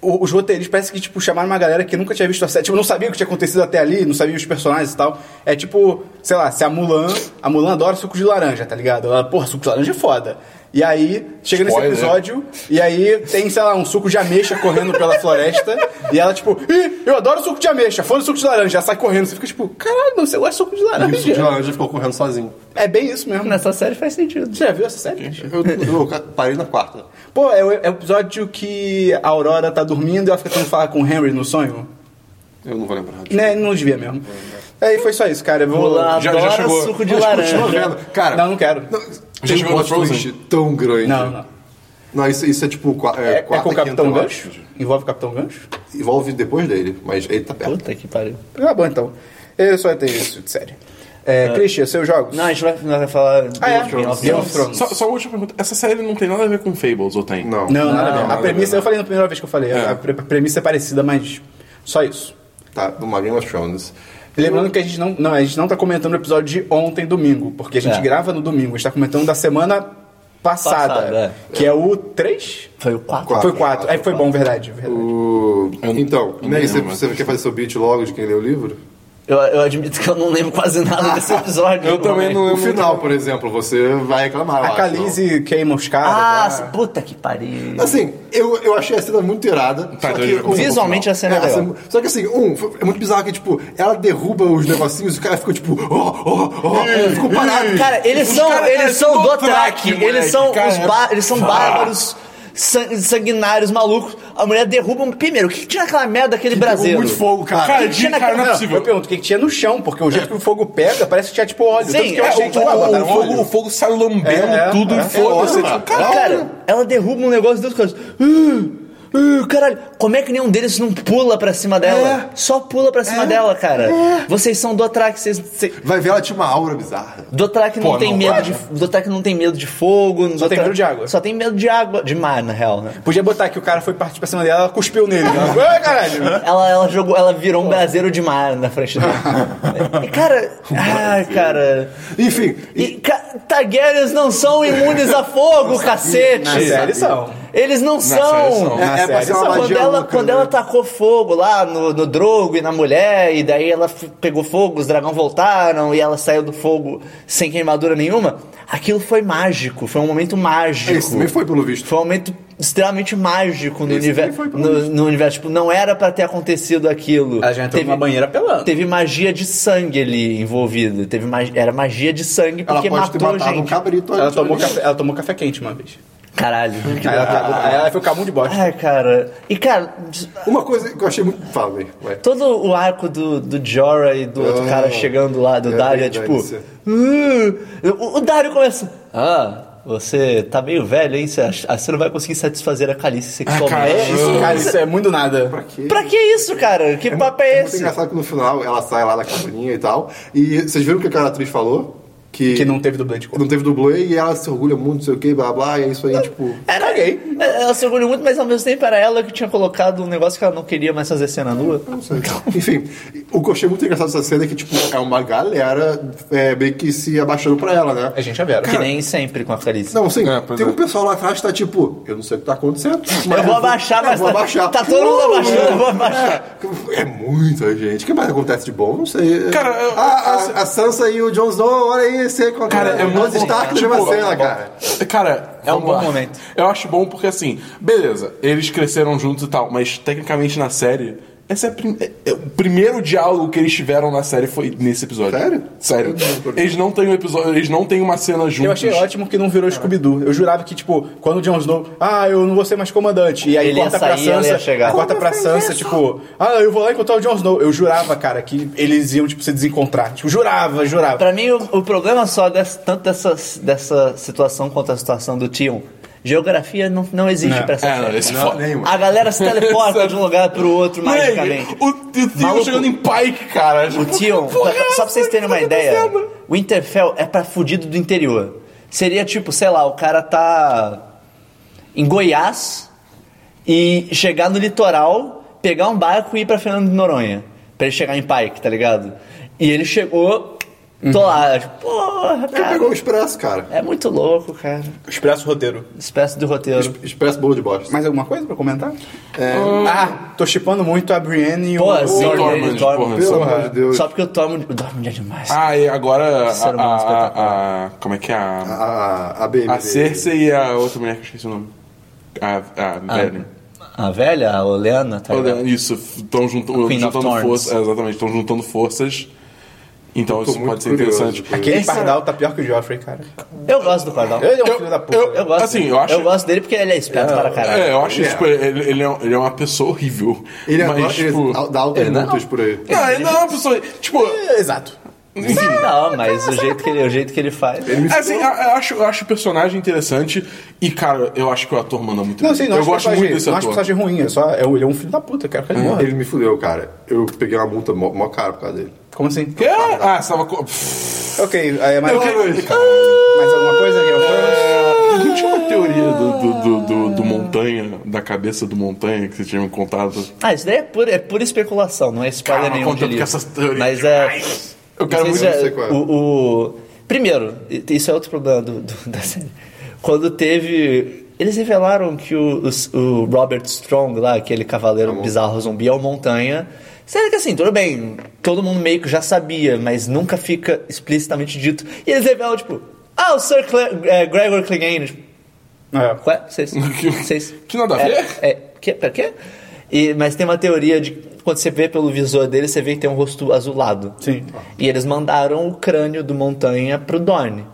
Speaker 1: o- os roteiristas parece que, tipo, chamaram uma galera que nunca tinha visto a série. Tipo, não sabia o que tinha acontecido até ali, não sabia os personagens e tal. É tipo, sei lá, se a Mulan... A Mulan adora suco de laranja, tá ligado? Ela, porra, suco de laranja é foda. E aí, chega
Speaker 4: Spoiler.
Speaker 2: né?
Speaker 1: nesse episódio, e aí tem, sei lá, um suco de ameixa correndo pela floresta, e ela, tipo, ih, eu adoro suco de ameixa, foda suco de laranja. Ela sai correndo, você fica tipo, caralho, meu, você gosta de suco de
Speaker 2: E o
Speaker 1: laranja?
Speaker 2: suco de laranja ficou correndo sozinho.
Speaker 1: É bem isso mesmo.
Speaker 3: Nessa série faz sentido.
Speaker 1: Você já viu essa série?
Speaker 2: Eu, eu- eu parei na quarta.
Speaker 1: Pô, é o, é o episódio que a Aurora tá dormindo e ela fica tentando falar com o Henry no sonho?
Speaker 2: Eu não vou lembrar.
Speaker 1: Né, não devia mesmo. Aí foi só isso, cara. Eu vou
Speaker 3: Ela
Speaker 4: Já- já
Speaker 3: adora
Speaker 4: chegou.
Speaker 3: suco de
Speaker 2: Mas continua
Speaker 3: laranja.
Speaker 2: vendo. Cara,
Speaker 1: Não, não quero.
Speaker 2: tem um
Speaker 4: chegou no
Speaker 2: plot
Speaker 4: Frozen?
Speaker 2: twist tão grande.
Speaker 1: Não, não.
Speaker 2: Não, isso, isso é tipo qua-
Speaker 1: É,
Speaker 2: é,
Speaker 1: é
Speaker 2: quarta,
Speaker 1: com o Capitão
Speaker 2: quinta, eu
Speaker 1: Gancho?
Speaker 2: acho.
Speaker 1: Envolve o Capitão Gancho?
Speaker 2: Envolve depois dele, mas ele tá perto.
Speaker 3: Puta que pariu.
Speaker 1: Tá bom, então. Eu só tenho isso de série. É, Christian, seus jogos?
Speaker 3: Não, a gente vai, nós vai falar do
Speaker 1: Ah, é?
Speaker 3: Game of
Speaker 1: Game of
Speaker 3: Thrones.
Speaker 1: Thrones.
Speaker 4: Só, só uma última pergunta. Essa série não tem nada a ver com Fables, ou tem?
Speaker 2: Não.
Speaker 1: Não, nada a ver.
Speaker 4: nada
Speaker 1: A
Speaker 4: a
Speaker 1: premissa, eu falei na primeira vez que eu falei,
Speaker 4: É.
Speaker 1: a pre- a premissa é parecida, mas só isso.
Speaker 2: Tá, do Game of Thrones.
Speaker 1: E Lembrando que a gente não, não, a gente não tá comentando o episódio de ontem, domingo, porque a gente
Speaker 3: É.
Speaker 1: grava no domingo, a gente tá comentando da semana passada,
Speaker 3: Passada,
Speaker 1: que é o 3?
Speaker 3: Foi o 4?
Speaker 2: Quatro.
Speaker 1: Foi 4. Aí foi bom, verdade, verdade.
Speaker 2: O-
Speaker 4: Eu-
Speaker 2: Então,
Speaker 4: eu
Speaker 2: né,
Speaker 4: não
Speaker 2: você,
Speaker 4: lembro.
Speaker 2: você quer fazer seu beat logo de quem leu o livro?
Speaker 3: Eu, eu admito que eu não lembro quase nada desse episódio.
Speaker 4: Eu também não
Speaker 2: No
Speaker 4: lembro.
Speaker 2: final, por exemplo, você vai reclamar. eu
Speaker 1: A
Speaker 2: acho,
Speaker 1: Khaleesi queima os caras.
Speaker 3: Ah,
Speaker 1: lá.
Speaker 3: puta que pariu.
Speaker 2: não. Assim, eu, eu achei a cena muito irada. só
Speaker 4: Tá, então
Speaker 2: que,
Speaker 4: eu já comecei
Speaker 3: Visualmente a cena é
Speaker 2: a
Speaker 3: legal.
Speaker 2: cena- Só que assim, um, foi- é muito bizarro que, tipo, ela derruba os negocinhos e o cara fica tipo, ó, ó, ó, ficou parado.
Speaker 3: Cara, é eles são,
Speaker 4: caras
Speaker 3: eles são
Speaker 4: parecem
Speaker 3: do
Speaker 4: Dothraki,
Speaker 3: track.
Speaker 4: moleque,
Speaker 3: Eles são
Speaker 4: cara.
Speaker 3: os ba- eles são bárbaros, san- sanguinários, malucos. A mulher derruba um. Primeiro, o que um que tinha naquela merda daquele
Speaker 2: Pegou
Speaker 3: braseiro?
Speaker 2: muito fogo, cara.
Speaker 4: Cara, de- cara, não é
Speaker 1: Eu
Speaker 4: possível.
Speaker 1: pergunto o que que tinha no chão, porque o jeito que o fogo pega parece que tinha tipo óleo.
Speaker 3: Sim,
Speaker 1: Tanto que eu
Speaker 3: é,
Speaker 1: achei
Speaker 4: o,
Speaker 1: que ué, botaram
Speaker 4: o fogo,
Speaker 1: óleo.
Speaker 4: o fogo sai lambendo
Speaker 1: É, é,
Speaker 4: tudo
Speaker 1: é.
Speaker 4: e foda-se. É, tipo,
Speaker 3: Cara,
Speaker 4: caralho.
Speaker 3: ela derruba um negócio dos caras. Uh, uh, caralho, como é que nenhum deles não pula pra cima dela? Só pula pra cima dela, cara. Vocês são do track, vocês. vocês-
Speaker 2: Vai ver, ela tinha uma aura bizarra.
Speaker 3: Dothraki
Speaker 4: Pô,
Speaker 3: não tem
Speaker 4: não,
Speaker 3: medo
Speaker 4: cara.
Speaker 3: de Dothraki não tem medo de fogo,
Speaker 1: Só tem medo de água.
Speaker 3: Só tem medo de água, de mar na real, né?
Speaker 1: Podia botar que o cara foi partir pra cima dela, ela cuspiu nele. Ela, Ai,
Speaker 4: Ah,
Speaker 1: caralho.
Speaker 3: Ela, ela jogou, ela virou um braseiro de mar na frente dele. E, cara,
Speaker 1: Um
Speaker 3: ai, cara.
Speaker 2: Enfim,
Speaker 3: E, ca- Targaryens não são imunes a fogo, cacete.
Speaker 1: Na série são.
Speaker 3: Eles não
Speaker 4: série
Speaker 3: são.
Speaker 4: são.
Speaker 1: Na
Speaker 2: é, é pra
Speaker 1: série,
Speaker 2: ser
Speaker 1: só
Speaker 2: uma
Speaker 3: Quando
Speaker 2: magia
Speaker 3: ela,
Speaker 2: louca,
Speaker 3: quando
Speaker 2: né?
Speaker 3: ela tacou fogo lá no, no drogo e na mulher, e daí ela f- pegou fogo, os dragões voltaram e ela saiu do fogo sem queimadura nenhuma, aquilo foi mágico, foi um momento mágico.
Speaker 2: Esse também foi, pelo visto.
Speaker 3: Foi um momento extremamente mágico no,
Speaker 2: Esse
Speaker 3: univer
Speaker 2: também foi, pelo
Speaker 3: no, no universo. Tipo, não era pra ter acontecido aquilo.
Speaker 1: Ela já entrou
Speaker 3: Teve-
Speaker 1: numa banheira pelando.
Speaker 3: Teve magia de sangue ali envolvida. Teve ma- era magia de sangue
Speaker 2: Ela
Speaker 3: porque
Speaker 2: pode ter
Speaker 3: matou
Speaker 2: matado um
Speaker 3: gente.
Speaker 2: cabrito
Speaker 1: Ela
Speaker 2: antes,
Speaker 1: tomou,
Speaker 2: olha isso.
Speaker 1: café, ela tomou café quente uma vez.
Speaker 3: Caralho.
Speaker 1: Aí
Speaker 4: Ah.
Speaker 1: ela, cagou- aí ela foi um de bosta.
Speaker 3: Ai, cara. E, cara,
Speaker 2: Uma coisa que eu achei muito. Fala aí, vai.
Speaker 3: todo o arco do, do Jorah e do outro
Speaker 2: Ah,
Speaker 3: cara chegando lá, do
Speaker 2: é
Speaker 3: Dario, é
Speaker 2: verdade,
Speaker 3: tipo...
Speaker 2: isso.
Speaker 3: "Uh", o, o Dario começa... Ah, você tá meio velho, hein? Você, ach- você não vai conseguir satisfazer a calice sexualmente.
Speaker 4: cara,
Speaker 1: É isso, cara, isso é muito nada.
Speaker 3: Pra que isso, cara? Que papo é
Speaker 2: Muito
Speaker 3: esse?
Speaker 2: engraçado que no final ela sai lá da cabaninha e tal. E vocês viram o que a atriz falou? que,
Speaker 1: Que não teve dublê de cor.
Speaker 2: não teve dublê e ela se orgulha muito, não sei o que, blá blá, e é isso aí, tipo.
Speaker 3: Era
Speaker 1: Caguei.
Speaker 3: É, Ela se orgulhou muito, mas ao mesmo tempo era ela que tinha colocado um negócio que ela não queria mais fazer cena nua.
Speaker 2: não sei.
Speaker 1: Então.
Speaker 2: Enfim, o que eu achei muito engraçado dessa cena é que, tipo, é uma galera é, meio que se abaixando pra ela, né?
Speaker 1: A É gente já vê.
Speaker 3: Que nem sempre com a Clarice.
Speaker 2: Não, sim,
Speaker 4: É, pois
Speaker 2: tem
Speaker 4: é.
Speaker 2: um pessoal lá atrás que tá tipo, eu não sei o que tá acontecendo. mas
Speaker 3: eu vou abaixar,
Speaker 2: é,
Speaker 3: mas
Speaker 2: vou
Speaker 3: tá-
Speaker 2: abaixar.
Speaker 3: tá todo mundo
Speaker 2: Não,
Speaker 3: abaixando,
Speaker 2: é.
Speaker 3: eu vou abaixar.
Speaker 2: É, é muita gente. O que mais acontece de bom? Não sei.
Speaker 4: Cara, eu- assim-
Speaker 2: a, a- a Sansa e o Jon Snow, olha aí, você com a
Speaker 4: Cara, é muito bom.
Speaker 2: destaque da
Speaker 4: Tipo,
Speaker 2: cena, cara.
Speaker 4: Cara, é
Speaker 3: um
Speaker 4: um
Speaker 3: bom momento.
Speaker 4: Eu acho bom porque, assim, beleza, eles cresceram juntos e tal, mas tecnicamente na série. Esse é, a prim- é- é o primeiro diálogo que eles tiveram na série foi nesse episódio.
Speaker 2: Sério?
Speaker 4: Sério. Eles não têm um episódio, eles não têm uma cena juntos.
Speaker 1: Eu achei ótimo que não virou Scooby-Doo. Eu jurava que, tipo, quando o Jon Snow, ah, eu não vou ser mais comandante. E aí
Speaker 3: Ele ia
Speaker 1: corta
Speaker 3: sair,
Speaker 1: pra
Speaker 3: ela ia
Speaker 1: Sansa,
Speaker 3: chegar.
Speaker 1: corta pra Sansa, tipo, ah, eu vou lá encontrar o Jon Snow. Eu jurava, cara, que eles iam, tipo, se desencontrar. Tipo, jurava, jurava.
Speaker 3: Pra mim, o, o problema só, desse- tanto dessa, dessa situação quanto a situação do Tion, geografia não, não existe pra essa
Speaker 4: É, não,
Speaker 3: série.
Speaker 4: esse foda.
Speaker 3: A galera se teleporta
Speaker 4: Sabe?
Speaker 3: de um lugar pro outro magicamente.
Speaker 4: O, o Theon
Speaker 3: Maluco.
Speaker 4: chegando em Pike, cara.
Speaker 3: O Tion,
Speaker 4: Porra,
Speaker 3: só pra vocês terem uma
Speaker 4: tá
Speaker 3: ideia,
Speaker 4: acontecendo?
Speaker 3: o Interfell é pra fudido do interior. Seria tipo, sei lá, o cara tá em Goiás e chegar no litoral, pegar um barco e ir pra Fernando de Noronha. Pra ele chegar em Pike, tá ligado? E ele chegou, tô lá, tipo, porra,
Speaker 2: Ele
Speaker 3: cara.
Speaker 2: pegou o Expresso, cara.
Speaker 3: É muito louco, cara.
Speaker 1: Expresso roteiro.
Speaker 3: Espécie do roteiro.
Speaker 2: Expresso bolo de bosta.
Speaker 1: Mais alguma coisa pra comentar?
Speaker 4: Hum.
Speaker 1: Ah, tô chipando muito a Brienne e o...
Speaker 3: Pô,
Speaker 4: O
Speaker 3: assim,
Speaker 4: Tormund, porra.
Speaker 2: Pelo amor de Deus.
Speaker 3: Só porque eu tomo. Eu dormo é demais.
Speaker 4: Ah, e agora a,
Speaker 3: Ser humano
Speaker 4: a-
Speaker 3: espetacular.
Speaker 4: a- Como é que é? A,
Speaker 2: A, a BM.
Speaker 4: a Cersei e a outra mulher que eu esqueci o nome. A,
Speaker 3: Ah,
Speaker 4: a Beren.
Speaker 3: A velha, a Oleana, tá
Speaker 4: Olha,
Speaker 3: ligado?
Speaker 4: Isso, estão juntando,
Speaker 3: Queen of Thorns.
Speaker 4: forças. é, exatamente, estão juntando forças. Então isso
Speaker 2: muito
Speaker 4: pode ser
Speaker 2: curioso,
Speaker 4: interessante.
Speaker 2: cara.
Speaker 1: Aquele
Speaker 3: Esse-
Speaker 1: pardal tá pior que o Joffrey, cara.
Speaker 3: Eu gosto do Pardal.
Speaker 1: Ele é um
Speaker 4: Eu-
Speaker 1: filho da puta.
Speaker 4: eu-
Speaker 3: Eu gosto,
Speaker 4: Assim,
Speaker 3: dele.
Speaker 4: eu acho-
Speaker 3: gosto dele porque ele é esperto para caralho.
Speaker 4: É, eu acho
Speaker 2: Ele é.
Speaker 4: tipo, ele, ele é, ele é uma pessoa horrível.
Speaker 2: Ele é
Speaker 4: mas,
Speaker 2: agora,
Speaker 4: tipo,
Speaker 2: ele dá altas multas por aí.
Speaker 4: Não, ele não é uma pessoa. Tipo,
Speaker 1: É, Exato.
Speaker 4: enfim.
Speaker 3: Não, mas o jeito, que ele, o jeito que ele faz.
Speaker 4: Assim, eu, eu acho, eu acho o personagem interessante e, cara, eu acho que o ator manda muito
Speaker 1: Não,
Speaker 4: bem.
Speaker 1: sim, não
Speaker 4: eu
Speaker 1: acho
Speaker 4: gosto
Speaker 1: personagem-
Speaker 4: muito desse
Speaker 1: não acho
Speaker 4: ator. Uhum.
Speaker 1: personagem ruim, é só... É, ele é um filho da puta, eu quero que ele morra.
Speaker 2: Ele me fudeu, cara. Eu peguei uma multa mó, mó cara por causa dele.
Speaker 1: Como assim?
Speaker 4: Que? Ah, você tava. co-
Speaker 1: Ok, é, mas...
Speaker 4: Eu quero-
Speaker 1: Mais alguma coisa, Game of Thrones?
Speaker 4: Não tinha uma teoria do, do, do, do- do Montanha, da cabeça do Montanha que você tinha me contado.
Speaker 3: Ah, isso daí é pura, é pura especulação, não é spoiler
Speaker 4: Calma,
Speaker 3: nenhum de
Speaker 4: contando
Speaker 3: livro.
Speaker 4: com essas teorias
Speaker 3: Mas é.
Speaker 4: Eu quero
Speaker 3: não
Speaker 4: muito
Speaker 3: sei se
Speaker 2: não sei qual é.
Speaker 3: O, o- Primeiro, isso é outro problema do- do- da série. Quando teve. Eles revelaram que o, o- o Robert Strong, lá, aquele cavaleiro bizarro zumbi, é o Montanha. Sendo que assim, tudo bem, todo mundo meio que já sabia, mas nunca fica explicitamente dito. E eles revelam, tipo, ah, o Sir Cle- eh, Gregor Clegane. Tipo,
Speaker 1: É.
Speaker 3: Ué, vocês. Vocês.
Speaker 4: Que nada a
Speaker 3: é,
Speaker 4: ver?
Speaker 3: É. Que, pera, quê? E, mas tem uma teoria de que quando você vê pelo visor dele, você vê que tem um rosto azulado.
Speaker 1: Sim.
Speaker 3: E eles mandaram o crânio do Montanha pro Dorne.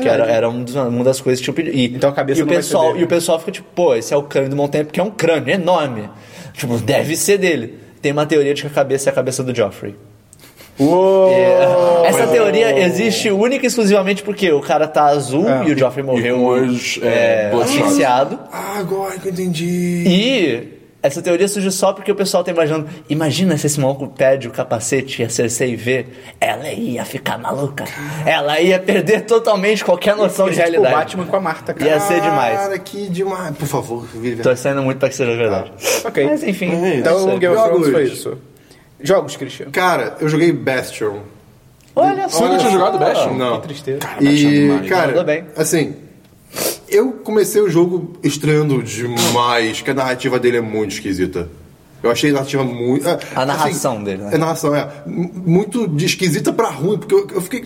Speaker 3: Que era, era um dos- uma das coisas que tinham pedido. E,
Speaker 1: Então a cabeça
Speaker 3: e o
Speaker 1: não vai ser
Speaker 3: pessoal
Speaker 1: dele.
Speaker 3: E o pessoal fica tipo, pô, esse é o crânio do Montanha porque é um crânio enorme. Tipo, deve ser dele. Tem uma teoria de que a cabeça é a cabeça do Joffrey.
Speaker 1: Uou!
Speaker 3: É, Essa teoria existe única e exclusivamente porque o cara tá azul
Speaker 1: É.
Speaker 3: e o Joffrey morreu um
Speaker 4: rumores, é,
Speaker 3: é,
Speaker 4: bloodshot.
Speaker 3: asfixiado.
Speaker 2: Ah, agora que eu entendi.
Speaker 3: E essa teoria surge só porque o pessoal tá imaginando. Imagina se esse maluco pede o capacete e a Cersei vê, ela ia ficar maluca. Ela ia perder totalmente qualquer noção de
Speaker 1: Esse é tipo o
Speaker 3: realidade.
Speaker 1: Batman com a Marta, cara.
Speaker 3: Ia ser demais.
Speaker 2: Cara, que demais. Por favor, Vivian.
Speaker 3: Torcendo muito pra que seja verdade.
Speaker 1: Ah, Ok.
Speaker 3: Mas enfim.
Speaker 1: Então,
Speaker 3: isso é aí.
Speaker 1: Game of Thrones
Speaker 2: Jogos.
Speaker 1: foi isso. Jogos, Christian.
Speaker 2: Cara, eu joguei Bastion.
Speaker 3: Olha
Speaker 4: Você
Speaker 3: só.
Speaker 4: nunca tinha jogado Bastion?
Speaker 1: Que tristeza.
Speaker 4: é né?
Speaker 2: E,
Speaker 3: Mandou
Speaker 2: cara,
Speaker 3: bem.
Speaker 2: assim, eu comecei o jogo estranhando demais, que a narrativa dele é muito esquisita. Eu achei a narrativa muito. é,
Speaker 3: A narração dele, né?
Speaker 2: A narração, é. m- Muito de esquisita pra ruim, porque eu, eu fiquei.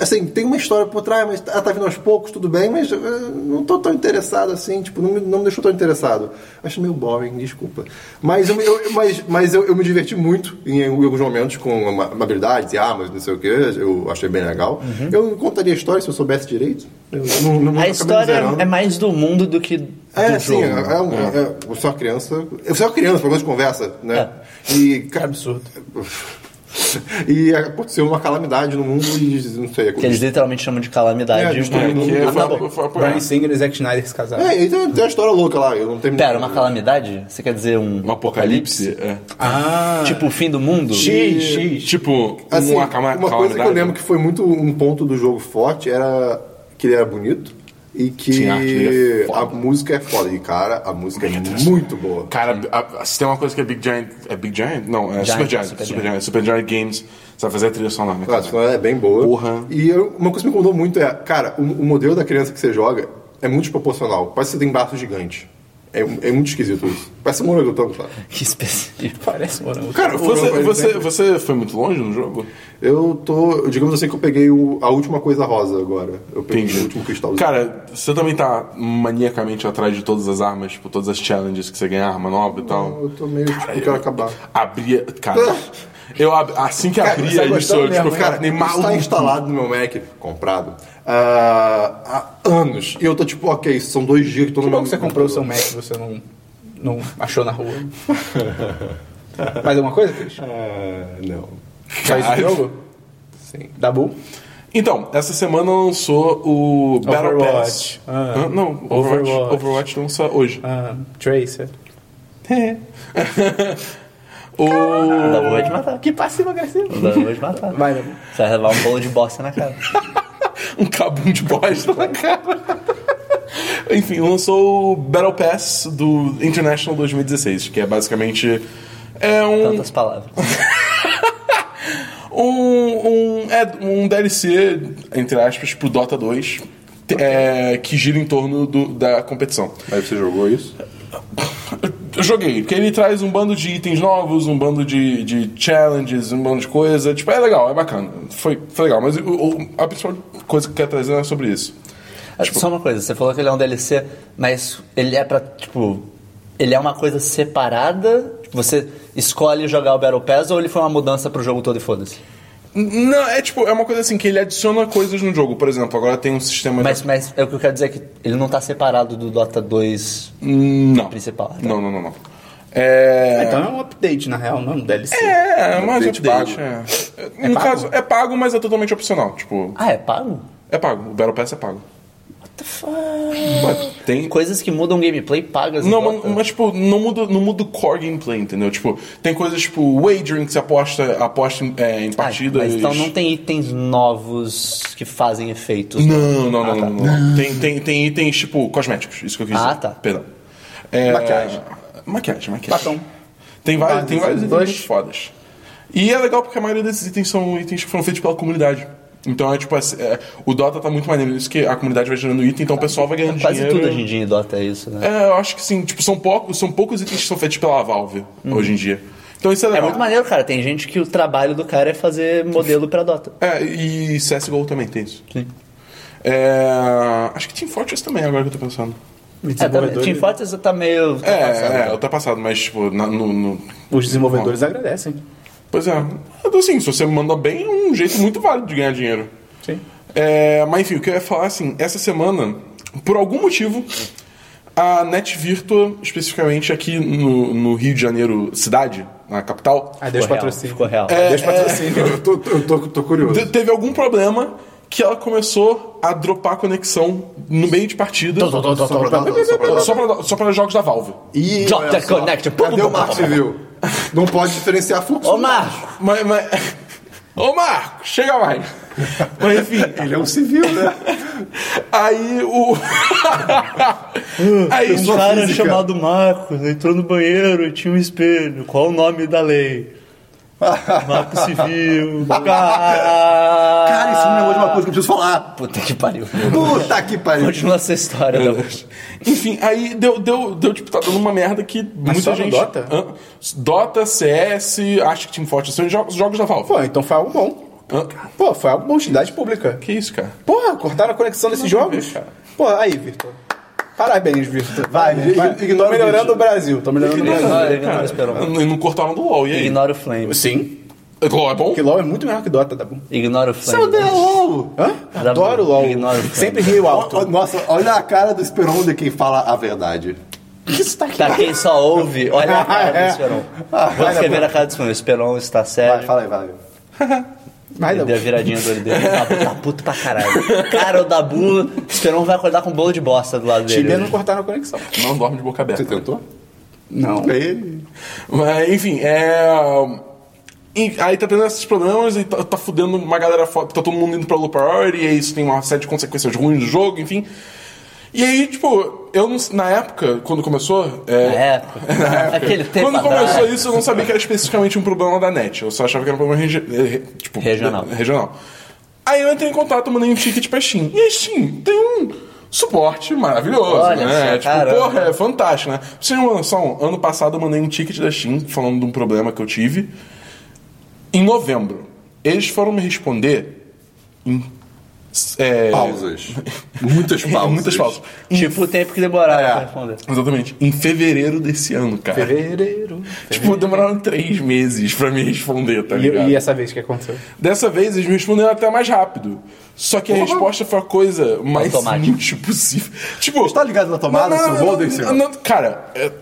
Speaker 2: Assim, tem uma história por trás, mas ela tá vindo aos poucos, tudo bem, mas eh, não tô tão interessado assim, tipo, não me, não me deixou tão interessado. Achei meio boring, desculpa. Mas eu, eu- mas, mas eu, eu me diverti muito em alguns momentos com uma, uma habilidade, armas, não sei o que, eu achei bem legal. Eu não contaria a história se eu soubesse direito. Eu não- não-
Speaker 3: Uhum. A
Speaker 2: acabei
Speaker 3: história
Speaker 2: zerando.
Speaker 3: é mais do mundo do que do
Speaker 2: É, sim,
Speaker 3: jogo.
Speaker 2: é, é, um- é, eu sou uma criança. Eu sou uma criança, pelo menos conversa, né? E, cara,
Speaker 1: Absurdo.
Speaker 2: E aconteceu uma calamidade no mundo e não sei.
Speaker 3: Que eles literalmente chamam de calamidade.
Speaker 2: É,
Speaker 3: E
Speaker 2: a
Speaker 3: o
Speaker 2: gente
Speaker 4: É,
Speaker 2: não-
Speaker 4: que
Speaker 2: não-
Speaker 4: é, foi,
Speaker 2: não-
Speaker 4: foi, foi apoiado.
Speaker 1: Brian Singer e Zack Schneider se casaram.
Speaker 2: É, e tem, tem uma história louca lá, eu não terminei.
Speaker 3: Pera, uma calamidade? Você quer dizer um,
Speaker 4: Um apocalipse?
Speaker 1: Ah,
Speaker 3: Tipo o fim do mundo?
Speaker 1: X,
Speaker 4: É.
Speaker 1: X.
Speaker 4: Tipo,
Speaker 2: Assim,
Speaker 4: uma, cama-
Speaker 2: uma coisa que eu
Speaker 4: calamidade.
Speaker 2: lembro que foi muito um ponto do jogo forte era que ele era bonito e que
Speaker 4: Sim, a arte dele é foda.
Speaker 2: a música é foda. E cara, a música é muito boa.
Speaker 4: Cara, a- a- se tem uma coisa que é Big Giant. É Big Giant? Não, é
Speaker 3: Giant,
Speaker 4: Super Giant.
Speaker 3: Super
Speaker 4: Super Giant. Super Giant Games. Você vai fazer a trilha sonora, né?
Speaker 2: A
Speaker 4: cara?
Speaker 2: sonora é bem boa.
Speaker 4: Porra.
Speaker 2: E eu- uma coisa que me incomodou muito é, cara, o, o modelo da criança que você joga é muito desproporcional. Parece que você tem braço gigante. É, é muito esquisito isso. Parece um orangotão, sabe?
Speaker 3: Que específico.
Speaker 1: Parece morango.
Speaker 4: Cara, você, você, você foi muito longe no jogo?
Speaker 2: né? Eu tô, digamos assim, que eu peguei o- a última coisa rosa agora. Eu peguei o
Speaker 4: Entendi.
Speaker 2: último cristalzinho.
Speaker 4: Cara, você também tá maniacamente atrás de todas as armas, tipo, todas as challenges que você ganhar, arma nova e tal.
Speaker 2: eu tô meio, tipo, quero acabar.
Speaker 4: Abria. Cara. Eu, ab- assim que
Speaker 2: Cara,
Speaker 4: abria
Speaker 2: você tá
Speaker 4: isso,
Speaker 2: gostando
Speaker 4: eu, tipo,
Speaker 2: mesmo,
Speaker 4: cara,
Speaker 2: cara,
Speaker 4: nem
Speaker 2: isso tá
Speaker 4: maluco.
Speaker 2: Está instalado no meu Mac, comprado, ah, há anos. E eu tô tipo, ok, isso são dois dias que tô no
Speaker 1: Que
Speaker 2: meu
Speaker 1: bom que você comprou o seu Mac e você não, não achou na rua. Mais alguma coisa, Cris?
Speaker 2: Ah, não.
Speaker 1: Só isso do jogo?
Speaker 2: Sim.
Speaker 1: Dabu?
Speaker 4: Então, essa semana lançou o Battle
Speaker 1: Overwatch.
Speaker 4: Pass.
Speaker 1: Ah.
Speaker 4: Hã? não, Overwatch.
Speaker 1: Overwatch.
Speaker 4: Overwatch. lança hoje.
Speaker 1: Ah, Tracer.
Speaker 4: O...
Speaker 3: O Dabu vai te matar.
Speaker 1: Que passivo agressivo.
Speaker 3: O Dabu vai te matar.
Speaker 1: Vai, Dabu.
Speaker 3: Você vai levar um bolo de bosta na cara.
Speaker 4: um cabum de bosta na cara. Enfim, lançou o Battle Pass do International 2016, que é basicamente é um,
Speaker 3: Tantas palavras.
Speaker 4: um, um, é um DLC, entre aspas, pro Dota 2, te- é, que gira em torno do- da competição.
Speaker 2: Mas você jogou isso?
Speaker 4: Eu joguei, porque ele traz um bando de itens novos, um bando de, de challenges, um bando de coisa. Tipo, é legal, é bacana. Foi, foi legal, mas o- o- a principal coisa que eu quero trazer é sobre isso.
Speaker 3: Ah, Só uma coisa, você falou que ele é um DLC, mas ele é pra, tipo, ele é uma coisa separada? Tipo, Você escolhe jogar o Battle Pass ou ele foi uma mudança pro jogo todo e foda-se?
Speaker 4: Não, é tipo, é uma coisa assim que ele adiciona coisas no jogo. Por exemplo, agora tem um sistema
Speaker 3: Mas,
Speaker 4: de.
Speaker 3: mas é o que eu quero dizer é que ele não tá separado do Dota 2
Speaker 4: Não.
Speaker 3: principal. tá?
Speaker 4: Não, não, não, não. É.
Speaker 1: Então é um update, na real, não é um DLC.
Speaker 4: É, é mais
Speaker 2: update
Speaker 4: update.
Speaker 2: pago.
Speaker 4: É. no
Speaker 1: pago?
Speaker 4: caso, é pago, mas é totalmente opcional. Tipo,
Speaker 3: Ah, é pago?
Speaker 4: é pago. O Battle Pass é pago. What the fuck? Tem.
Speaker 3: Coisas que mudam gameplay pagas em
Speaker 4: Não,
Speaker 3: Dota.
Speaker 4: mas, mas, tipo, não muda, não muda o core gameplay, entendeu? Tipo, tem coisas tipo wagering que você aposta, aposta em, é, em
Speaker 3: Ah,
Speaker 4: partidas.
Speaker 3: mas então não tem itens novos que fazem efeitos.
Speaker 4: Não, não, não,
Speaker 3: Ah, tá.
Speaker 4: não, não. Tem, tem, tem itens, tipo, cosméticos, isso que eu quis
Speaker 3: Ah,
Speaker 4: dizer.
Speaker 3: tá.
Speaker 4: Perdão. É,
Speaker 1: Maquiagem.
Speaker 4: Maquiagem, maquiagem.
Speaker 1: Batom.
Speaker 4: Tem vários, tem vários itens
Speaker 1: Blush.
Speaker 4: muito fodas. E é legal porque a maioria desses itens são itens que foram feitos pela comunidade. Então é tipo assim, é, o Dota tá muito maneiro, isso que a comunidade vai gerando item, então o pessoal vai ganhando
Speaker 3: Quase
Speaker 4: dinheiro.
Speaker 3: tudo hoje em dia em Dota é isso, né?
Speaker 4: É, eu acho que sim, tipo, são poucos, são poucos itens que são feitos pela Valve hoje em dia. Então isso é
Speaker 3: Uhum. É
Speaker 4: legal.
Speaker 3: muito maneiro, cara. Tem gente que o trabalho do cara é fazer modelo pra Dota.
Speaker 4: É, e CSGO também tem isso.
Speaker 3: Sim.
Speaker 4: É, acho que Team Fortress também, agora que eu tô pensando.
Speaker 3: É, tá, Team Fortress tá né? meio.
Speaker 4: É,
Speaker 3: ultrapassado,
Speaker 4: é,
Speaker 3: cara.
Speaker 4: ultrapassado, mas tipo, na- no, no-
Speaker 1: Os desenvolvedores agradecem.
Speaker 4: Pois é, assim, se você manda bem, é um jeito muito válido de ganhar dinheiro.
Speaker 1: Sim.
Speaker 4: É, mas enfim, o que eu ia falar assim, essa semana, por algum motivo, a Net Virtua, especificamente aqui no, no Rio de Janeiro, cidade, na capital,
Speaker 1: Ah, Deus
Speaker 3: Ficou real.
Speaker 1: patrocina.
Speaker 3: Ficou real.
Speaker 4: É,
Speaker 1: Deus patrocina.
Speaker 2: Eu tô, eu tô, tô curioso.
Speaker 4: te- teve algum problema que ela começou a dropar conexão no meio de partida.
Speaker 2: Só pra dar- só pra dar-
Speaker 4: Só pra, só pra jogos da Valve.
Speaker 2: Ih,
Speaker 3: Drop
Speaker 2: olha
Speaker 3: the
Speaker 2: só.
Speaker 3: connection.
Speaker 2: Cadê o Marcos Civil? Não pode diferenciar fluxo.
Speaker 3: Ô, Marco!
Speaker 4: Mas. mas... Ô Marco, chega mais! Mas enfim,
Speaker 2: Ele é um civil, né?
Speaker 4: Aí o. aí
Speaker 3: Um
Speaker 4: só-
Speaker 3: cara
Speaker 2: física.
Speaker 3: chamado Marcos entrou no banheiro e tinha um espelho. Qual o nome da lei? Marco Civil.
Speaker 2: Cara,
Speaker 3: Cara,
Speaker 2: esse filme é uma coisa que eu preciso falar.
Speaker 3: Puta que pariu.
Speaker 2: Puta que pariu.
Speaker 3: Continua essa história,
Speaker 4: É.
Speaker 3: Dabu.
Speaker 4: Enfim, aí deu, deu, deu, tipo, tá dando uma merda que muita
Speaker 1: só no
Speaker 4: gente.
Speaker 1: Dota?
Speaker 4: Hã? Dota, CS, acho que Team Fortress são jogos, jogos da Valve.
Speaker 1: Pô, então foi algo bom.
Speaker 4: Hã?
Speaker 1: Pô, foi algo bom, utilidade pública.
Speaker 4: Que isso, cara?
Speaker 1: Porra, cortaram a conexão desses
Speaker 4: Nada a ver,
Speaker 1: jogos?
Speaker 4: cara.
Speaker 1: Pô, aí, Vitor. Parabéns, Vitor. Vai,
Speaker 2: Ig-
Speaker 1: vai.
Speaker 2: ignora
Speaker 1: Tô melhorando
Speaker 2: o vídeo.
Speaker 1: o Brasil. Tô melhorando o Brasil.
Speaker 3: Ignora, ignora, espera um.
Speaker 4: E não cortaram do LOL, e aí?
Speaker 3: Ignora o Flame.
Speaker 1: Sim.
Speaker 4: LOL é bom?
Speaker 1: Porque LoL é muito melhor que Dota, tá bom?
Speaker 3: Ignora o Flame.
Speaker 2: Saudelo!
Speaker 1: Hã?
Speaker 3: Tá
Speaker 1: Adoro
Speaker 3: bom.
Speaker 1: LoL.
Speaker 3: Ignora o cara.
Speaker 1: Sempre rio alto.
Speaker 2: Ó, ó, Nossa, olha a cara do Esperon de quem fala a verdade.
Speaker 1: que isso tá aqui?
Speaker 3: Pra quem só ouve, olha a cara do
Speaker 1: É.
Speaker 2: Ah,
Speaker 3: Esperon. Vou escrever a cara do Esperon. O Esperon está sério.
Speaker 2: É. Vai, fala aí, vai.
Speaker 1: Vai,
Speaker 3: Ele deu a
Speaker 2: um
Speaker 1: Dabu.
Speaker 3: viradinha do olho dele. O Dabu tá puto pra caralho. Cara, o Dabu, Esperon vai acordar com um bolo de bosta do lado dele.
Speaker 1: Tibia não
Speaker 3: hoje.
Speaker 1: cortaram a conexão.
Speaker 4: Não dorme de boca aberta.
Speaker 2: Você tentou?
Speaker 1: Não.
Speaker 2: Ele.
Speaker 4: Mas, enfim, é. e aí tá tendo esses problemas e tá, tá fudendo uma galera foda, tá todo mundo indo pra low priority, e aí isso tem uma série de consequências ruins do jogo, enfim. E aí, tipo, eu não, na época, quando começou. É,
Speaker 3: Na época. Aquele tempo
Speaker 4: Quando começou
Speaker 3: atrás.
Speaker 4: isso, eu não sabia que era especificamente um problema da net. Eu só achava que era um problema regi- eh, re- tipo,
Speaker 3: Regional.
Speaker 4: eh, regional. Aí eu entrei em contato, mandei um ticket pra Steam. E a Steam tem um suporte maravilhoso,
Speaker 3: Olha
Speaker 4: né?
Speaker 3: só,
Speaker 4: tipo,
Speaker 3: caramba.
Speaker 4: porra, é fantástico, né? Pra vocês terem uma noção, ano passado eu mandei um ticket da Steam falando de um problema que eu tive. Em novembro. Eles foram me responder em... eh,
Speaker 2: Pausas. Muitas pausas.
Speaker 4: Muitas pausas. é,
Speaker 3: Tipo o tempo que demoraram
Speaker 2: É.
Speaker 3: pra responder.
Speaker 4: Exatamente. Em fevereiro desse ano, cara.
Speaker 1: Fevereiro.
Speaker 4: Tipo, demoraram três meses pra me responder, tá
Speaker 1: E,
Speaker 4: ligado?
Speaker 2: é-
Speaker 1: e essa vez que aconteceu?
Speaker 4: Dessa vez eles me responderam até mais rápido. Só que a resposta foi a coisa mais
Speaker 3: Automática.
Speaker 4: inútil possível. Tipo.
Speaker 2: Está tá ligado na tomada,
Speaker 4: Não, não,
Speaker 2: seu
Speaker 4: não,
Speaker 2: Holden,
Speaker 4: não,
Speaker 2: senhor?
Speaker 4: não, Cara, é,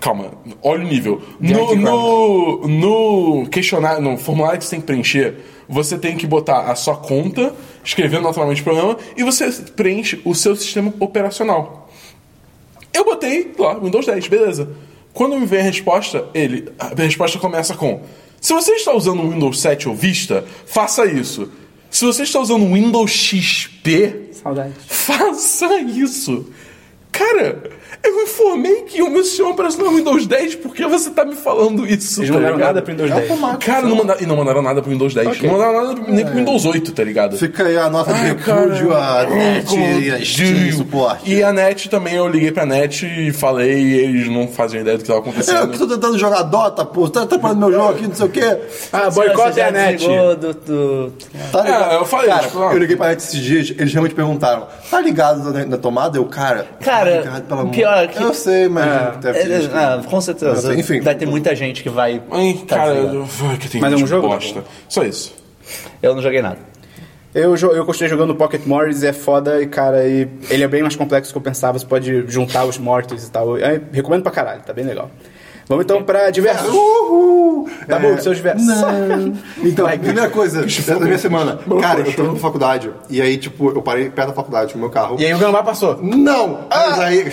Speaker 4: calma, olha o nível. No,
Speaker 2: Yankee
Speaker 4: no, no questionário, no formulário que você tem que preencher, você tem que botar a sua conta, escrevendo naturalmente o programa, e você preenche o seu sistema operacional. Eu botei lá, Windows 10, beleza. Quando me vem a resposta, ele, a resposta começa com: Se você está usando um Windows 7 ou Vista, faça isso. Se você está usando um Windows XP,
Speaker 1: Saudade.
Speaker 4: faça isso. Cara, eu informei que o meu sistema operacional é o Windows 10, por que você tá me falando isso?
Speaker 1: Eles não
Speaker 4: tá
Speaker 1: mandaram
Speaker 4: ligado?
Speaker 1: nada pro Windows 10.
Speaker 4: Cara, não mandaram, e não mandaram nada pro Windows 10. Não mandaram nada nem pro Windows 8, tá ligado?
Speaker 2: Fica aí a nota de
Speaker 3: É,
Speaker 4: Ai,
Speaker 2: repúdio,
Speaker 4: cara.
Speaker 2: a net
Speaker 4: Como
Speaker 2: e a Steam
Speaker 4: digo.
Speaker 2: suporte.
Speaker 4: E a net também, eu liguei pra net e falei, e eles não faziam ideia do que tava
Speaker 2: Eu que
Speaker 4: acontecendo.
Speaker 2: tô tentando jogar Dota, pô. Tá atrapalhando meu jogo aqui, não sei o quê.
Speaker 1: Ah,
Speaker 3: Você
Speaker 1: boicote
Speaker 3: já
Speaker 1: a net.
Speaker 3: desligou do- do-
Speaker 2: Tá ligado?
Speaker 4: É, eu falei,
Speaker 2: cara,
Speaker 4: tipo, não.
Speaker 2: eu liguei pra Alex esses dias, eles realmente perguntaram, tá ligado na, na tomada? Eu, cara,
Speaker 3: Cara,
Speaker 2: tá ligado, pelo amor.
Speaker 3: pior que-
Speaker 2: Eu sei, mas deve ter gente que-
Speaker 3: Ah, com certeza.
Speaker 2: Mas, enfim.
Speaker 3: vai ter muita gente que vai.
Speaker 4: Ai,
Speaker 3: tá
Speaker 4: cara,
Speaker 3: desligado.
Speaker 4: eu- ai, que tem
Speaker 1: Mas é um
Speaker 4: gente
Speaker 1: jogo,
Speaker 4: bosta. Só isso.
Speaker 3: eu não joguei nada.
Speaker 1: Eu, jo- eu continuei jogando Pocket Morris, é foda, e cara, e ele é bem mais complexo do que eu pensava, você pode juntar os mortos e tal. Eu recomendo pra caralho, tá bem legal. Vamos então pra diversos.
Speaker 2: Uhul!
Speaker 1: Tá bom, seus versos.
Speaker 2: É, Não. Então, primeira coisa, da minha semana. Cara, eu tô indo pra faculdade. E aí, tipo, eu parei perto da faculdade com o meu carro.
Speaker 1: E aí o Gambá passou.
Speaker 2: Não! Mas aí.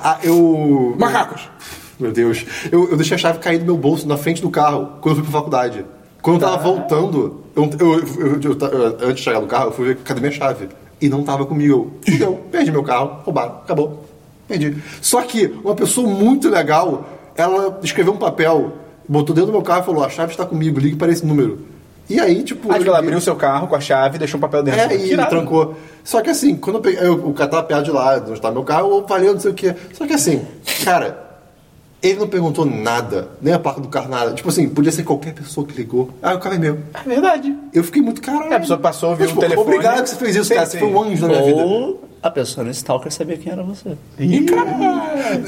Speaker 2: Ah, eu.
Speaker 4: Macacos!
Speaker 2: Meu Deus. Eu, eu deixei a chave cair do meu bolso na frente do carro quando eu fui pra faculdade. Quando
Speaker 1: Tá.
Speaker 2: eu tava voltando, eu, eu- eu- eu- eu- antes de chegar no carro, eu fui ver cadê minha chave. E não tava comigo. Então, perdi meu carro, roubaram, acabou. Perdi. Só que uma pessoa muito legal, ela escreveu um papel, botou dentro do meu carro e falou: a chave está comigo, ligue para esse número. E aí, tipo.
Speaker 1: Aí
Speaker 2: eu
Speaker 1: ela
Speaker 2: liguei.
Speaker 1: abriu o seu carro com a chave, deixou um papel dentro.
Speaker 2: É, e
Speaker 1: Que
Speaker 2: ele
Speaker 1: nada.
Speaker 2: trancou. Só que assim, quando eu peguei, eu, o cara tava perto de lá, onde tá meu carro, eu falei, eu não sei o quê. Só que assim, cara, ele não perguntou nada, nem a placa do carro, nada. Tipo assim, podia ser qualquer pessoa que ligou. Ah, o carro é meu.
Speaker 1: É verdade.
Speaker 2: Eu fiquei muito caralho.
Speaker 1: É, a pessoa passou, viu
Speaker 2: Mas,
Speaker 1: o
Speaker 2: pô,
Speaker 1: telefone.
Speaker 2: Obrigado que você fez isso,
Speaker 1: Sim,
Speaker 2: cara. Você
Speaker 1: sim.
Speaker 2: foi um anjo na minha vida.
Speaker 3: Ou a pessoa no Stalker sabia quem era você.
Speaker 4: E, cara,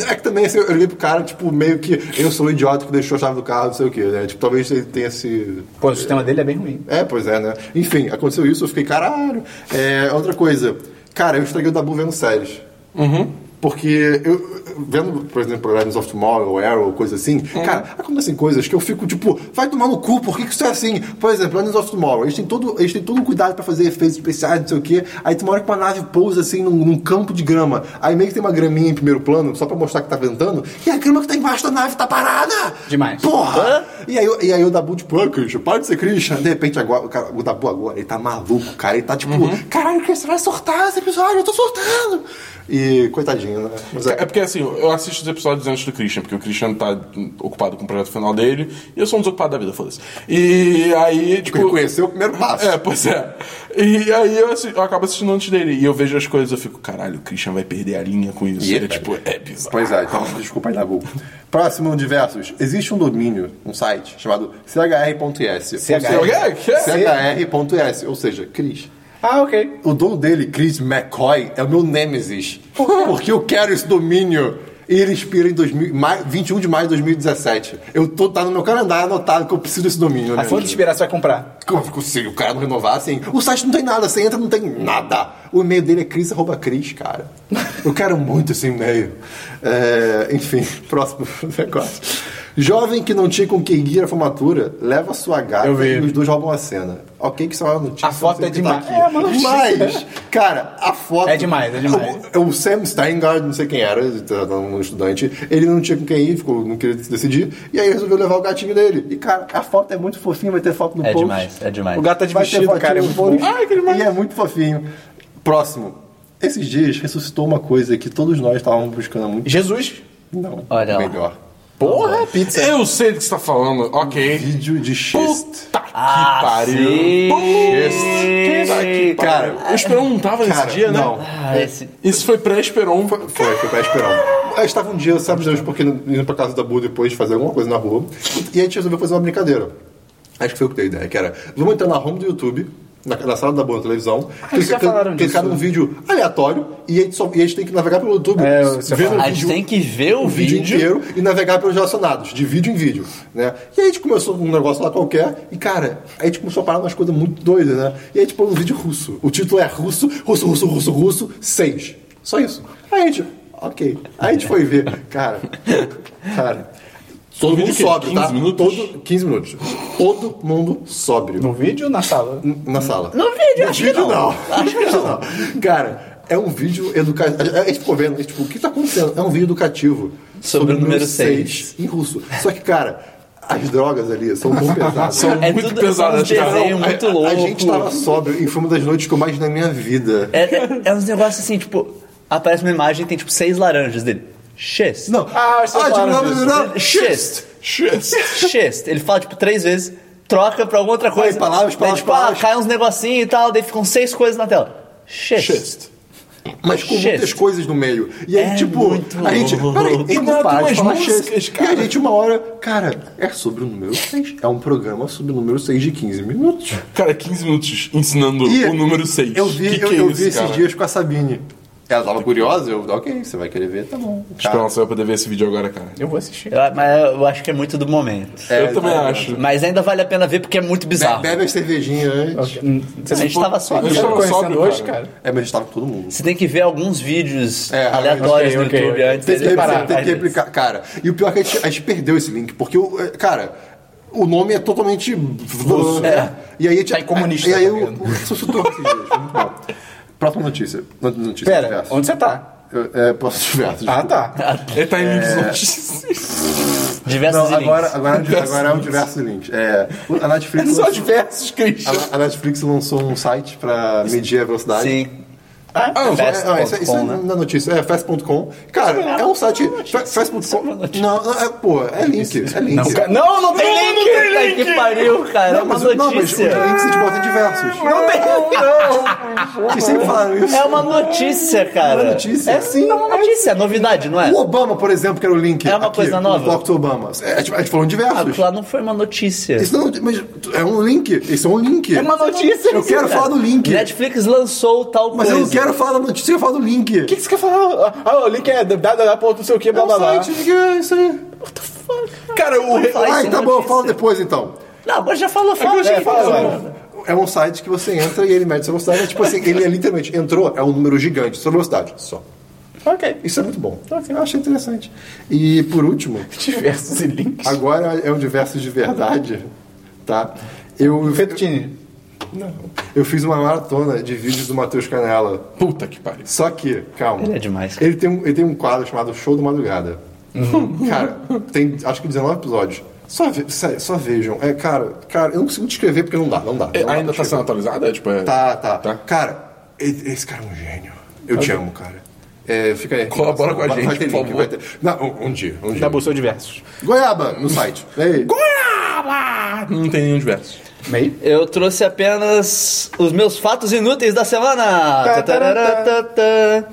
Speaker 2: É que também assim, eu liguei pro cara, tipo, meio que eu sou o idiota que deixou a chave do carro, não sei o quê, né? Tipo, talvez ele tenha esse.
Speaker 1: Pô, o sistema dele é bem ruim.
Speaker 2: É, pois é, né? Enfim, aconteceu isso, eu fiquei, caralho. É, outra coisa, cara, eu estraguei o Dabu vendo séries. Uhum. Porque eu, eu- vendo, por exemplo, programas of Tomorrow, Arrow, coisa assim, cara, acontecem coisas que eu fico tipo, vai tomar no cu, por que, que isso é assim? Por exemplo, Legends of Tomorrow, eles têm todo, eles têm todo um cuidado pra fazer efeitos especiais, não sei o quê. Aí tem uma hora que uma nave pousa assim num, num campo de grama, aí meio que tem uma graminha em primeiro plano, só pra mostrar que tá ventando, e a grama que tá embaixo da nave tá parada!
Speaker 1: Demais.
Speaker 2: Porra! E aí, eu- e aí o Dabu, tipo, ah, Christian, para de ser Christian. De repente, agora, o, cara, o Dabu agora, ele tá maluco, cara. Ele tá tipo, caralho, Christian, vai sortar esse episódio, eu tô sortando. E coitadinho, né? Mas é,
Speaker 4: É porque assim, eu assisto os episódios antes do Christian, porque o Christian tá ocupado com o projeto final dele, e eu sou um desocupado da vida, foda-se. E aí, tipo.
Speaker 2: ele conheceu o primeiro passo.
Speaker 4: É, pois é. E aí eu, assi- eu acabo assistindo antes dele. E eu vejo as coisas, eu fico, caralho, o Christian vai perder a linha com isso.
Speaker 2: E
Speaker 4: é
Speaker 2: ele
Speaker 4: tipo, é bizarro.
Speaker 2: Pois é, então desculpa aí, Dabu. Próximo diversos. Existe um domínio, um site, chamado chr.s.
Speaker 4: Alguém? Quer?
Speaker 2: chr.s, ou seja, Cris.
Speaker 1: Ah, ok.
Speaker 2: O dono dele, Chris McCoy, é o meu nêmesis. Porque eu quero esse domínio. E ele expira em 2000, maio- 21 de maio de 2017. Eu tô, tá no meu calendário anotado que eu preciso desse domínio, né?
Speaker 1: A fonte de esperar você vai comprar.
Speaker 2: Como eu consigo o cara não renovar assim? O site não tem nada, você entra não tem nada. O e-mail dele é cris, arroba cris, cara. Eu quero muito esse e-mail. É, enfim, próximo negócio. Jovem que não tinha com que guiar a formatura, leva sua gata
Speaker 1: Eu vi.
Speaker 2: e os dois roubam a cena. Ok, que isso é uma notícia.
Speaker 1: A foto é
Speaker 2: não sei o que tá
Speaker 1: demais.
Speaker 2: aqui.
Speaker 1: É uma notícia.
Speaker 2: Mas, cara, a foto.
Speaker 1: É demais, é demais.
Speaker 2: O, o Sam Steingard, não sei quem era, era um estudante, ele não tinha com quem ir, ficou, não queria se decidir, e aí resolveu levar o gatinho dele. E, cara, a foto é muito fofinha, vai ter foto no
Speaker 3: É
Speaker 2: post.
Speaker 3: demais, é demais.
Speaker 1: O gato tá de
Speaker 2: Vai ter
Speaker 1: vestido,
Speaker 2: fotinho
Speaker 1: cara. É
Speaker 2: no
Speaker 1: muito
Speaker 2: post.
Speaker 1: bom.
Speaker 2: E é muito fofinho. Próximo. Esses dias ressuscitou uma coisa que todos nós estávamos buscando há muito
Speaker 1: Jesus.
Speaker 2: Não.
Speaker 3: Olha lá.
Speaker 2: Melhor.
Speaker 1: Porra, pizza.
Speaker 4: Eu sei do que você tá falando, ok.
Speaker 2: Vídeo de xist.
Speaker 4: Puta que
Speaker 3: Ah,
Speaker 4: pariu.
Speaker 3: sim.
Speaker 1: tá
Speaker 4: Puta que
Speaker 2: Cara,
Speaker 4: pariu. O Esperon não tava
Speaker 2: Cara,
Speaker 4: nesse dia, né?
Speaker 2: não.
Speaker 3: Ah, esse...
Speaker 4: Isso foi pré-Esperon.
Speaker 2: Foi, foi pra Esperão. A gente tava um dia, sabe Deus, porque indo pra casa da Bu depois de fazer alguma coisa na rua. E a gente resolveu fazer uma brincadeira. Acho que foi eu que dei a ideia, que era... Vamos entrar na home do YouTube, na, na sala da Bu na televisão,
Speaker 1: eles Ah, já falaram
Speaker 2: clicar
Speaker 1: disso.
Speaker 2: num vídeo aleatório, e a, gente só, e a gente tem que navegar pelo YouTube,
Speaker 1: É, você
Speaker 2: vendo
Speaker 1: fala.
Speaker 2: o
Speaker 3: A gente
Speaker 2: vídeo
Speaker 3: tem que ver o
Speaker 2: o vídeo
Speaker 3: vídeo.
Speaker 2: inteiro e navegar pelos relacionados, de vídeo em vídeo, né? E aí a gente começou um negócio lá qualquer e, cara, a gente começou a parar umas coisas muito doidas, né? E aí a gente pôs um vídeo russo. O título é Russo, Russo, Russo, Russo, Russo, 6. Só isso. Aí a gente, ok. Aí a gente foi ver, cara, cara... Todo
Speaker 4: vídeo
Speaker 2: mundo
Speaker 4: o quê?
Speaker 2: sóbrio, tá?
Speaker 4: 15 minutos?
Speaker 2: Todo, 15 minutos. Todo mundo sóbrio.
Speaker 1: No vídeo ou na sala?
Speaker 2: Na sala. No vídeo, acho que não. Acho que não. Cara, é um vídeo educativo. A gente ficou vendo, a gente, tipo, o que tá acontecendo? É um vídeo educativo.
Speaker 3: Sobre o número
Speaker 2: seis,
Speaker 3: seis.
Speaker 2: Em russo. Só que, cara, as drogas ali são tão pesadas.
Speaker 4: São
Speaker 3: É
Speaker 4: muito
Speaker 3: tudo-
Speaker 4: pesadas,
Speaker 3: são uns
Speaker 4: cara.
Speaker 3: desenhos muito
Speaker 2: um- a,
Speaker 3: louco.
Speaker 2: a gente tava sóbrio em foi uma das noites que eu mais na minha vida.
Speaker 3: É, é- é uns negócios assim, tipo, aparece uma imagem e tem tipo seis laranjas dele. Xist.
Speaker 2: Não.
Speaker 1: Ah, vocês
Speaker 2: de
Speaker 1: falaram
Speaker 2: novo,
Speaker 1: disso.
Speaker 2: de novo.
Speaker 3: Xist.
Speaker 4: Xist.
Speaker 3: Xist. Ele fala, tipo, três vezes, troca pra alguma outra coisa.
Speaker 2: palavras,
Speaker 3: Daí,
Speaker 2: palavras,
Speaker 3: tipo,
Speaker 2: palavras.
Speaker 3: Ah, cai uns negocinhos e tal, daí ficam seis coisas na tela. Xist.
Speaker 4: Xist.
Speaker 2: Mas com
Speaker 3: Shit.
Speaker 2: muitas coisas no meio. E aí,
Speaker 3: É
Speaker 2: tipo,
Speaker 3: muito
Speaker 2: a gente. Peraí,
Speaker 3: louco.
Speaker 2: tem
Speaker 4: Não,
Speaker 2: que parar
Speaker 4: tem
Speaker 2: de
Speaker 4: umas
Speaker 2: falar
Speaker 4: músicas,
Speaker 2: shit. E
Speaker 4: cara.
Speaker 2: a gente, uma hora, cara, é sobre o número 6. É um programa sobre o número 6 de 15 minutos.
Speaker 4: Cara, 15 minutos ensinando
Speaker 2: E
Speaker 4: o número 6.
Speaker 2: Eu vi,
Speaker 4: que
Speaker 2: eu,
Speaker 4: que é
Speaker 2: eu
Speaker 4: isso,
Speaker 2: vi esses
Speaker 4: cara?
Speaker 2: dias com a Sabine. Ela tava curiosa, eu, ok, você vai querer ver, tá bom.
Speaker 4: Esperon, você vai poder ver esse vídeo agora, cara.
Speaker 1: Eu vou assistir.
Speaker 3: Eu- mas eu acho que é muito do momento.
Speaker 2: É,
Speaker 4: eu também
Speaker 2: é,
Speaker 4: acho.
Speaker 3: Mas ainda vale a pena ver porque é muito bizarro.
Speaker 2: Bebe as cervejinhas antes.
Speaker 1: Hum, Você
Speaker 3: a gente
Speaker 1: tá
Speaker 3: tava só.
Speaker 4: Eu
Speaker 1: me
Speaker 4: estava
Speaker 1: conhecendo
Speaker 4: sóbrio,
Speaker 1: hoje,
Speaker 4: cara.
Speaker 1: cara?
Speaker 2: É, mas estava todo mundo.
Speaker 3: Você tem que ver alguns vídeos
Speaker 2: É,
Speaker 3: aleatórios
Speaker 1: ok,
Speaker 3: no
Speaker 1: ok,
Speaker 3: YouTube
Speaker 1: ok.
Speaker 3: antes.
Speaker 2: Tem que
Speaker 3: dele
Speaker 2: replicar,
Speaker 3: parar.
Speaker 2: tem que replicar. Cara, e o pior é que a gente, a gente perdeu esse link, porque, o- é, cara, o nome é totalmente russo.
Speaker 3: É.
Speaker 2: E aí a gente.
Speaker 1: Tá em comunista,
Speaker 2: E aí
Speaker 1: tá
Speaker 2: eu.
Speaker 1: ligado?
Speaker 2: Sussurrou esses dias. foi muito bom. Próxima notícia. Not- Notícia
Speaker 1: Pera,
Speaker 2: diversa.
Speaker 1: onde você tá?
Speaker 2: Eu- É, próximo diverso.
Speaker 1: Ah,
Speaker 2: desculpa.
Speaker 1: tá.
Speaker 4: Ele tá em é...
Speaker 3: Diversos
Speaker 2: Não,
Speaker 3: links.
Speaker 2: agora, agora, agora é um diverso link. É, a Netflix.
Speaker 1: Só
Speaker 2: lançou-
Speaker 1: diversos, Christian.
Speaker 2: A, a Netflix lançou um site pra medir a velocidade.
Speaker 3: Sim.
Speaker 2: Ah, não,
Speaker 3: Fast
Speaker 2: é, não, isso, é- isso é
Speaker 3: ponto com, né?
Speaker 2: na notícia. É fast.com. Cara, é um site. fa- Fast.com. Não, não, é, pô, é link. É link.
Speaker 1: Não, cara, não, não tem link!
Speaker 3: Puta que pariu, cara. é
Speaker 2: Não,
Speaker 3: uma
Speaker 2: mas, não, mas os
Speaker 3: notícia.
Speaker 2: links a gente bota em diversos.
Speaker 1: Não tem link, não!
Speaker 2: Vocês sempre falaram isso.
Speaker 3: É uma notícia, cara. É uma
Speaker 2: notícia?
Speaker 3: É sim, é uma notícia. É novidade, não é?
Speaker 2: O Obama, por exemplo, que era o link.
Speaker 3: É uma coisa nova?
Speaker 2: O bloco do Obama. É, a gente a gente falou em diversos.
Speaker 3: Aquilo Ah, lá não foi uma notícia.
Speaker 2: Isso não, mas é um link. Isso é um link.
Speaker 1: É uma notícia!
Speaker 2: Eu quero falar do link.
Speaker 3: Netflix lançou tal
Speaker 2: Mas
Speaker 3: coisa.
Speaker 2: eu não quero falar da notícia, eu quero falar do link.
Speaker 1: O que, que você quer falar? Ah, o link é www. não sei o que,
Speaker 2: é
Speaker 1: blá
Speaker 2: um
Speaker 1: blá blá.
Speaker 2: site que é isso aí.
Speaker 4: Cara, o... re-
Speaker 3: Falar
Speaker 2: Ai,
Speaker 3: isso
Speaker 2: tá
Speaker 3: é
Speaker 2: bom,
Speaker 3: notícia.
Speaker 2: fala depois então.
Speaker 3: Não, agora já falou, fala.
Speaker 1: É,
Speaker 3: gente.
Speaker 1: fala, vai.
Speaker 2: É um site que você entra e ele mede sua velocidade. É tipo assim, ele é literalmente entrou, é um número gigante, sua velocidade. Só.
Speaker 1: Ok.
Speaker 2: Isso é muito bom. Eu achei interessante. E por último,
Speaker 1: Diversos e links.
Speaker 2: agora é um diverso de verdade, tá? Eu,
Speaker 1: Fettuccine.
Speaker 2: eu fiz uma maratona de vídeos do Matheus Canela.
Speaker 4: Puta que pariu.
Speaker 2: Só que, calma.
Speaker 3: Ele é demais, cara.
Speaker 2: Ele tem um, ele tem um quadro chamado Show do Madrugada. Cara, tem acho que 19 episódios. Só, ve- sério, só vejam. É, cara, cara, eu não consigo descrever porque não dá, não dá.
Speaker 4: É,
Speaker 2: não dá
Speaker 4: ainda
Speaker 2: pra
Speaker 4: tá sendo
Speaker 2: descrever.
Speaker 4: atualizada? Tipo, é...
Speaker 2: Tá, tá,
Speaker 4: Tá.
Speaker 2: Cara, e- esse cara é um gênio. Eu te amo, cara. É, fica aí.
Speaker 4: Colabora com a
Speaker 2: Vai-
Speaker 4: gente,
Speaker 2: vai ter
Speaker 4: por
Speaker 2: link,
Speaker 4: favor.
Speaker 2: vai ter- Não, um, um dia, um dia.
Speaker 1: Da Bolsa Diversos.
Speaker 2: Goiaba, no site. Ei.
Speaker 4: Ah, não tem nenhum diverso.
Speaker 1: Meio?
Speaker 3: Eu trouxe apenas os meus fatos inúteis da semana.
Speaker 1: Tá, tá, tá, tá.
Speaker 3: Tataratata.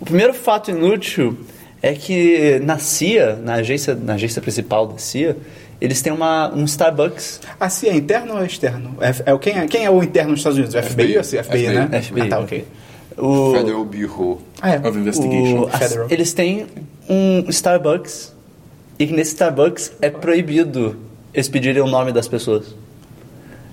Speaker 3: O primeiro fato inútil é que na CIA, na agência, na agência principal da CIA, eles têm uma, um Starbucks.
Speaker 1: A CIA é interno ou é externo? É, é, o- quem, é, quem é o interno nos Estados Unidos? O FBI, ou FBI, FBI, né?
Speaker 3: FBI.
Speaker 1: Ah, tá, ok.
Speaker 3: O,
Speaker 2: Cadê o birro?
Speaker 1: Ah, é.
Speaker 4: Of Investigation.
Speaker 3: o- a-
Speaker 1: Federal.
Speaker 3: eles têm um Starbucks e que nesse Starbucks é proibido eles pedirem o nome das pessoas.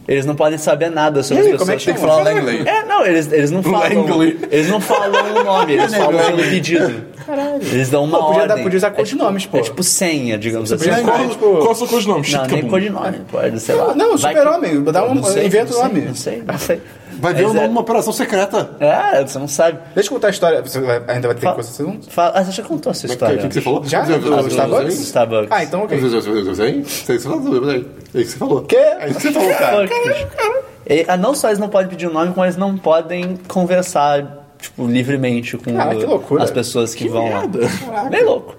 Speaker 3: Eles não podem saber nada sobre
Speaker 1: E aí,
Speaker 3: as pessoas.
Speaker 1: como é que
Speaker 4: Tem que falar Langley.
Speaker 3: É, não, eles, eles
Speaker 1: Um
Speaker 3: não falam.
Speaker 4: Langley.
Speaker 3: Eles não falam o nome, eles falam pelo pedido. Caralho. Eles dão uma
Speaker 1: É, né, Pô, podia dar-
Speaker 3: ordem.
Speaker 1: podia usar
Speaker 3: É
Speaker 1: codinomes, pô.
Speaker 3: tipo- É tipo senha, digamos assim.
Speaker 1: podia-
Speaker 4: Qual,
Speaker 1: tipo-
Speaker 4: qual é são os nomes?
Speaker 3: Não, nem codinome, pode, sei lá.
Speaker 1: Não,
Speaker 3: Vai
Speaker 1: super-homem,
Speaker 3: que-
Speaker 1: dá um-
Speaker 3: Não sei,
Speaker 1: inventa
Speaker 3: não
Speaker 1: o
Speaker 3: sei,
Speaker 1: nome.
Speaker 3: Não sei, não sei.
Speaker 2: Vai ver
Speaker 3: Mas
Speaker 2: o nome
Speaker 3: é-
Speaker 2: de uma operação secreta.
Speaker 3: É, você não sabe.
Speaker 1: Deixa eu contar a história. Você vai- ainda vai ter coisa. Você não...
Speaker 3: Fala, ah, você já contou a
Speaker 2: O é
Speaker 3: sua
Speaker 2: que,
Speaker 3: história.
Speaker 2: que você falou?
Speaker 1: Já?
Speaker 2: Você-
Speaker 1: Ah,
Speaker 2: você-
Speaker 1: Starbucks?
Speaker 2: você-
Speaker 3: Starbucks.
Speaker 1: Ah, então ok.
Speaker 2: você- você- você- você- você falou? É isso que você falou.
Speaker 1: Quê?
Speaker 2: É isso que você falou, cara.
Speaker 3: E, ah, não só eles não podem pedir o nome, como eles não podem conversar tipo, livremente com
Speaker 1: Cara, Ah, que loucura.
Speaker 3: as pessoas que, vão lá. Bem louco.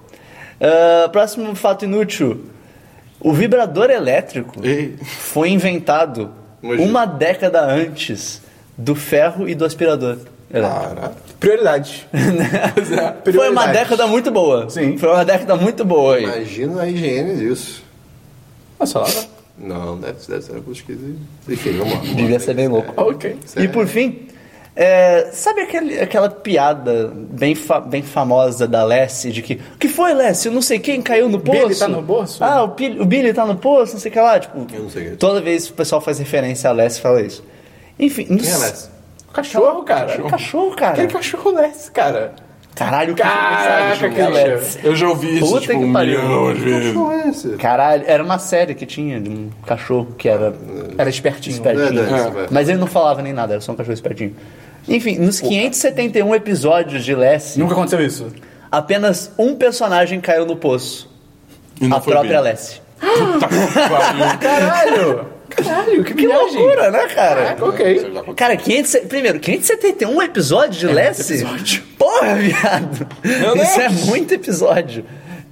Speaker 3: Ah, próximo fato inútil. O vibrador elétrico
Speaker 4: Ei.
Speaker 3: foi inventado uma década antes do ferro e do aspirador.
Speaker 1: Ah.
Speaker 3: elétrico.
Speaker 1: Prioridade.
Speaker 3: Foi uma
Speaker 1: prioridade.
Speaker 3: década muito boa.
Speaker 1: Sim.
Speaker 3: Foi uma década muito boa aí.
Speaker 2: Imagina a higiene disso.
Speaker 1: Nossa, lá.
Speaker 2: Não, deve, deve ser uma coisa esquisita. Enfim, vamos lá.
Speaker 3: Devia ser bem louco.
Speaker 1: Ok.
Speaker 3: E por fim, é, sabe aquele- aquela piada bem, fa- bem famosa da Lessie de que o que foi, Lessie? Eu não sei quem caiu no poço.
Speaker 1: Billy tá no poço?
Speaker 3: Ah, o, Pi- o Billy tá no poço, não sei o que lá. Tipo,
Speaker 2: Eu não sei o que é.
Speaker 3: Toda vez que o pessoal faz referência a Lessie fala isso. Enfim, não
Speaker 2: Quem é
Speaker 3: sei-
Speaker 2: Less?
Speaker 1: Cachorro, cara.
Speaker 3: Cachorro, cara.
Speaker 2: é
Speaker 1: Aquele cachorro desce, cara.
Speaker 3: Caralho, que
Speaker 1: Caraca,
Speaker 3: mensagem que é
Speaker 1: Christian.
Speaker 3: Lessie.
Speaker 4: Eu já ouvi isso,
Speaker 3: Puta
Speaker 4: tipo,
Speaker 3: que
Speaker 4: um
Speaker 3: pariu.
Speaker 4: milhão de vezes.
Speaker 2: Não é esse.
Speaker 3: Caralho, era uma série que tinha de um cachorro que era
Speaker 1: Era espertinho.
Speaker 3: espertinho.
Speaker 2: É, deve ser,
Speaker 3: Mas ele não falava nem nada, era só um cachorro espertinho. Enfim, nos 571 episódios de Lessie,
Speaker 1: Nunca aconteceu isso.
Speaker 3: apenas um personagem caiu no poço.
Speaker 4: E não
Speaker 3: a
Speaker 4: foi
Speaker 3: própria
Speaker 4: bem.
Speaker 3: Lessie.
Speaker 4: Puta que pariu.
Speaker 1: Caralho! Caralho, que,
Speaker 3: Que
Speaker 1: viagem.
Speaker 3: loucura, né, cara?
Speaker 2: É,
Speaker 1: Caraca, ok.
Speaker 4: É.
Speaker 3: Cara, 500, e- primeiro, 571 episódios de Lessie? Porra, viado! isso é muito episódio.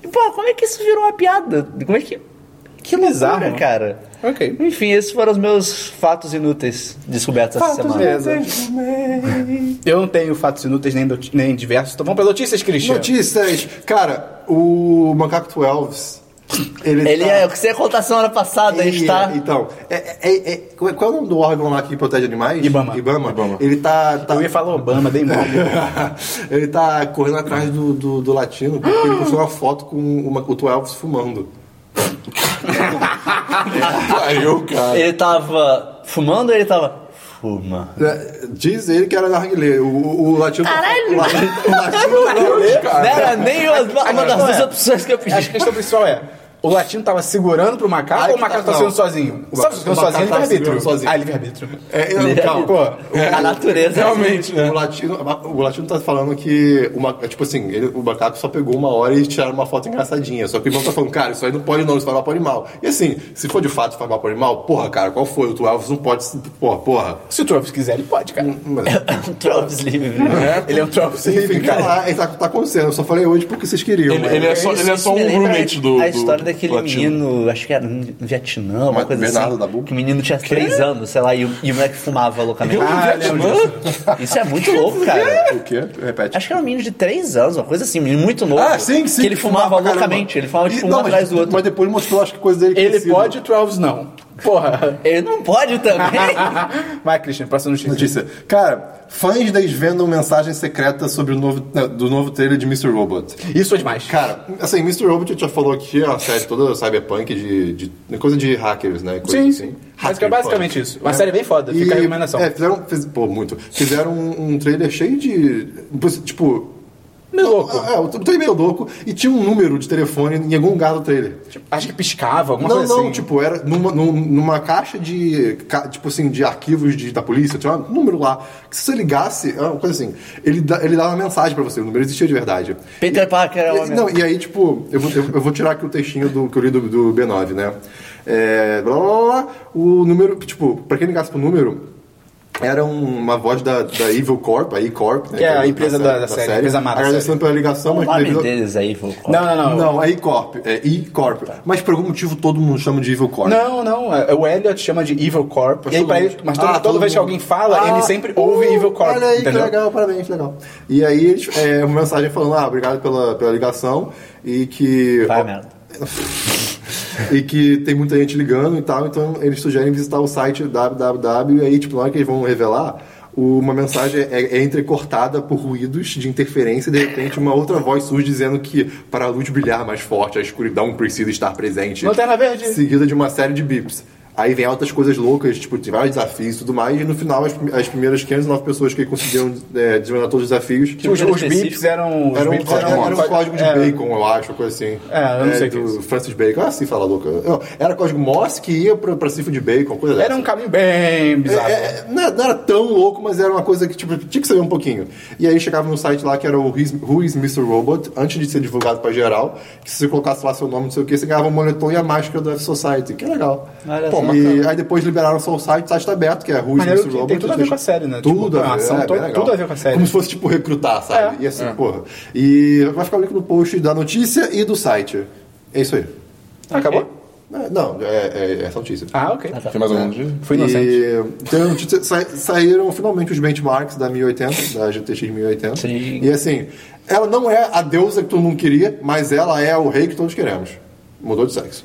Speaker 3: E, pô, como é que isso virou uma piada? Como é que... Que loucura,
Speaker 1: bizarro.
Speaker 3: cara.
Speaker 1: Ok.
Speaker 3: Enfim, esses foram os meus fatos inúteis descobertos essa semana.
Speaker 1: Beleza. é Eu não tenho fatos inúteis nem, do- nem diversos. Então vamos para notícias, Christian.
Speaker 2: Notícias. Cara, o Macaco 12. Ele,
Speaker 3: Ele
Speaker 2: tá-
Speaker 3: é o que você contou semana passada, a gente
Speaker 2: Ele-
Speaker 3: tá.
Speaker 2: Então, é, é- é- qual é qual é o nome do órgão lá que protege animais?
Speaker 1: Ibama.
Speaker 2: Ibama.
Speaker 4: Ibama.
Speaker 2: Ele tá. tá-
Speaker 1: Eu ia falar Obama, dei mal.
Speaker 2: ele tá correndo atrás do, do, do latino porque ele postou uma foto com uma, o Tu Elvis fumando.
Speaker 4: Pariu,
Speaker 2: tá.
Speaker 4: cara.
Speaker 3: Ele tava fumando ou ele tava. Fuma.
Speaker 2: É, Diz ele que era narguilé. O, o, o latino. Caralho! O latino, o latino
Speaker 3: Não era nem as- uma das duas opções que eu
Speaker 1: Acho que a
Speaker 3: pedi.
Speaker 1: questão principal é. O latino tava segurando pro macaco
Speaker 2: Aí
Speaker 1: ou o
Speaker 2: que
Speaker 1: macaco
Speaker 2: tá-
Speaker 1: tá,
Speaker 2: não.
Speaker 1: sendo sozinho?
Speaker 2: O
Speaker 1: Sabe se
Speaker 2: macaco-
Speaker 1: ficando
Speaker 2: o macaco
Speaker 1: sozinho,
Speaker 2: tava
Speaker 1: livre-arbítrio.
Speaker 2: segurando sozinho.
Speaker 1: Ah, livre-arbítrio.
Speaker 2: É, eu-
Speaker 3: Ele-
Speaker 1: tipo,
Speaker 2: calma.
Speaker 1: Pô,
Speaker 3: tá- A natureza.
Speaker 4: Realmente, né?
Speaker 2: Tipo, O latino, o latino tá falando que o macaco, tipo assim, ele- o macaco só pegou uma hora e tiraram uma foto engraçadinha. Só que o irmão tá falando, cara, isso aí não pode não, isso faz mal pro animal. E assim, se for de fato faz mal pro animal, porra, cara, qual foi? O tu Elvis não pode. se- Porra, porra.
Speaker 1: se o Trump quiser, ele pode, cara.
Speaker 2: Mas,
Speaker 3: Um Trops livre.
Speaker 1: Ele é um Trump
Speaker 2: enfim,
Speaker 1: livre,
Speaker 2: tá
Speaker 1: cara.
Speaker 2: lá, ele tá, tá acontecendo. Eu só falei hoje porque vocês queriam.
Speaker 4: Ele,
Speaker 2: mas-
Speaker 4: ele é só, ele é
Speaker 3: Isso
Speaker 4: só
Speaker 3: me
Speaker 4: um
Speaker 3: lembra
Speaker 4: roommate do.
Speaker 3: A
Speaker 4: do-
Speaker 3: história
Speaker 4: do
Speaker 3: daquele
Speaker 4: latino.
Speaker 3: menino, acho que era no Vietnã, uma
Speaker 2: Mas
Speaker 3: coisa
Speaker 2: Bernardo
Speaker 3: assim.
Speaker 2: da Boca?
Speaker 3: Que o menino tinha três anos, sei lá, e o, e o moleque fumava loucamente.
Speaker 1: Ah,
Speaker 2: um
Speaker 1: lembro disso.
Speaker 3: Isso é muito louco, cara.
Speaker 2: O quê? Repete.
Speaker 3: Acho que era um menino de três anos, uma coisa assim, um menino muito novo.
Speaker 2: é? Ah, sim, sim.
Speaker 3: Que ele fumava
Speaker 2: pra caramba.
Speaker 3: loucamente, ele fumava
Speaker 2: E-
Speaker 3: tipo
Speaker 2: não,
Speaker 3: um
Speaker 2: mas-
Speaker 3: atrás do outro.
Speaker 2: Mas depois mostrou, acho que coisa dele
Speaker 1: Ele
Speaker 2: crescido.
Speaker 1: pode, o Trump não. Porra.
Speaker 3: Ele não pode também.
Speaker 1: Vai, Christian, próxima notícia.
Speaker 2: Notícia. Cara, fãs desvendam mensagem secreta sobre o novo, do novo trailer de Mr. Robot.
Speaker 1: Isso é demais.
Speaker 2: Cara, assim, Mr. Robot a gente já falou aqui, a série toda cyberpunk de, de- coisa de hackers, né? Coisa
Speaker 1: Sim,
Speaker 2: assim.
Speaker 1: sim. Mas que é basicamente isso. Uma série bem foda,
Speaker 2: E-
Speaker 1: fica a recomendação.
Speaker 2: É, fizeram, fiz- pô, muito. Fizeram um, um trailer cheio de, tipo...
Speaker 1: Meio louco.
Speaker 2: É, um trailer meio louco e tinha um número de telefone em algum lugar do trailer.
Speaker 1: Tipo, Acho que piscava, alguma
Speaker 2: Não,
Speaker 1: coisa
Speaker 2: não,
Speaker 1: assim.
Speaker 2: tipo, era numa, num- numa caixa de, ca- tipo assim, de arquivos de- da polícia, tinha um número lá, que se você ligasse, era uma coisa assim, ele, dá- ele dava uma mensagem pra você, o número existia de verdade.
Speaker 3: Peter Parker é o
Speaker 2: E,
Speaker 3: homem.
Speaker 2: não, e aí, tipo, eu vou, eu, eu vou tirar aqui o textinho do, que eu li do, do B9, né? É, blá, blá, blá, blá, o número, tipo, pra quem ligasse pro número, era um- uma voz da, da Evil Corp, a E-Corp, né?
Speaker 1: Que é a empresa da- da série, empresa amada da
Speaker 2: Agradecendo
Speaker 1: série.
Speaker 2: pela ligação,
Speaker 3: O
Speaker 2: mas...
Speaker 3: nome
Speaker 2: devido-
Speaker 3: deles aí, vou
Speaker 1: Não, não, não.
Speaker 2: Não, é E-Corp, é E-Corp. Mas por algum motivo todo mundo chama de Evil Corp.
Speaker 1: Não, não. é- O Elliot chama de Evil Corp.
Speaker 2: Mas
Speaker 1: e aí
Speaker 2: todo
Speaker 1: pra
Speaker 2: mundo-
Speaker 1: ele, mas toda,
Speaker 2: Ah,
Speaker 1: toda
Speaker 2: todo
Speaker 1: vez que
Speaker 2: mundo.
Speaker 1: alguém fala,
Speaker 2: Ah,
Speaker 1: ele sempre
Speaker 2: uh,
Speaker 1: ouve Evil Corp.
Speaker 2: Olha aí,
Speaker 1: entendeu?
Speaker 2: que legal, parabéns, legal. E aí, eles, é, uma mensagem falando, ah, obrigado pela, pela ligação e que...
Speaker 3: Vai,
Speaker 2: ó,
Speaker 3: merda.
Speaker 2: e que tem muita gente ligando e tal, então eles sugerem visitar o site www, e aí, tipo, na hora que eles vão revelar, uma mensagem é, é entrecortada por ruídos de interferência e de repente uma outra voz surge dizendo que para a luz brilhar mais forte, a escuridão precisa estar presente.
Speaker 1: Lanterna Verde.
Speaker 2: Seguida de uma série de bips. Aí vem altas coisas loucas, tipo, tem vários desafios e tudo mais, e no final as, as primeiras 509 pessoas que conseguiram é, desvendar todos os desafios.
Speaker 1: Tipo, Os, os bips eram. os
Speaker 2: Era um,
Speaker 1: bips
Speaker 2: era,
Speaker 1: eram-
Speaker 2: era um código de
Speaker 1: era-
Speaker 2: Bacon, eu acho, coisa assim.
Speaker 1: É, eu não sei o que é
Speaker 2: do
Speaker 1: isso.
Speaker 2: Francis Bacon. Ah, sim, fala louca. Não, Era código Morse que ia pra, pra cifra de Bacon, coisa
Speaker 1: Era um caminho bem bizarro.
Speaker 2: é, é, não, era- não era tão louco, mas era uma coisa que tipo, tinha que saber um pouquinho. E aí chegava no site lá que era o Who's- Who is Mr. Robot, antes de ser divulgado pra geral, que se você colocasse lá seu nome, não sei o que, você ganhava o moletom e a máscara do F-Society, que é legal.
Speaker 1: Ah,
Speaker 3: Olha
Speaker 2: Pô,
Speaker 3: só.
Speaker 2: e aí depois liberaram só o site, o site tá aberto, que é Who is
Speaker 1: assim, Maneiro
Speaker 2: Mr.
Speaker 1: que tem
Speaker 2: Robot.
Speaker 1: tudo a ver
Speaker 2: deixa-
Speaker 1: com a série, né?
Speaker 2: Tudo
Speaker 1: Tipo,
Speaker 2: a ver,
Speaker 1: a ação
Speaker 2: é,
Speaker 1: to-
Speaker 2: bem legal.
Speaker 1: tudo a ver com a série.
Speaker 2: Como se fosse tipo recrutar, sabe?
Speaker 1: É.
Speaker 2: E assim, porra. E vai ficar o link no post da notícia e do site. É isso aí.
Speaker 1: Acabou?
Speaker 2: É, Não, é, é, essa notícia.
Speaker 1: Ah, ok.
Speaker 4: Tem mais algum
Speaker 2: É.
Speaker 4: dia?
Speaker 1: Foi inocente.
Speaker 2: E, então, t- sa- saíram finalmente os benchmarks da 1080, da GTX 1080.
Speaker 3: Sim.
Speaker 2: E assim, ela não é a deusa que todo mundo queria, mas ela é o rei que todos queremos. Mudou de sexo.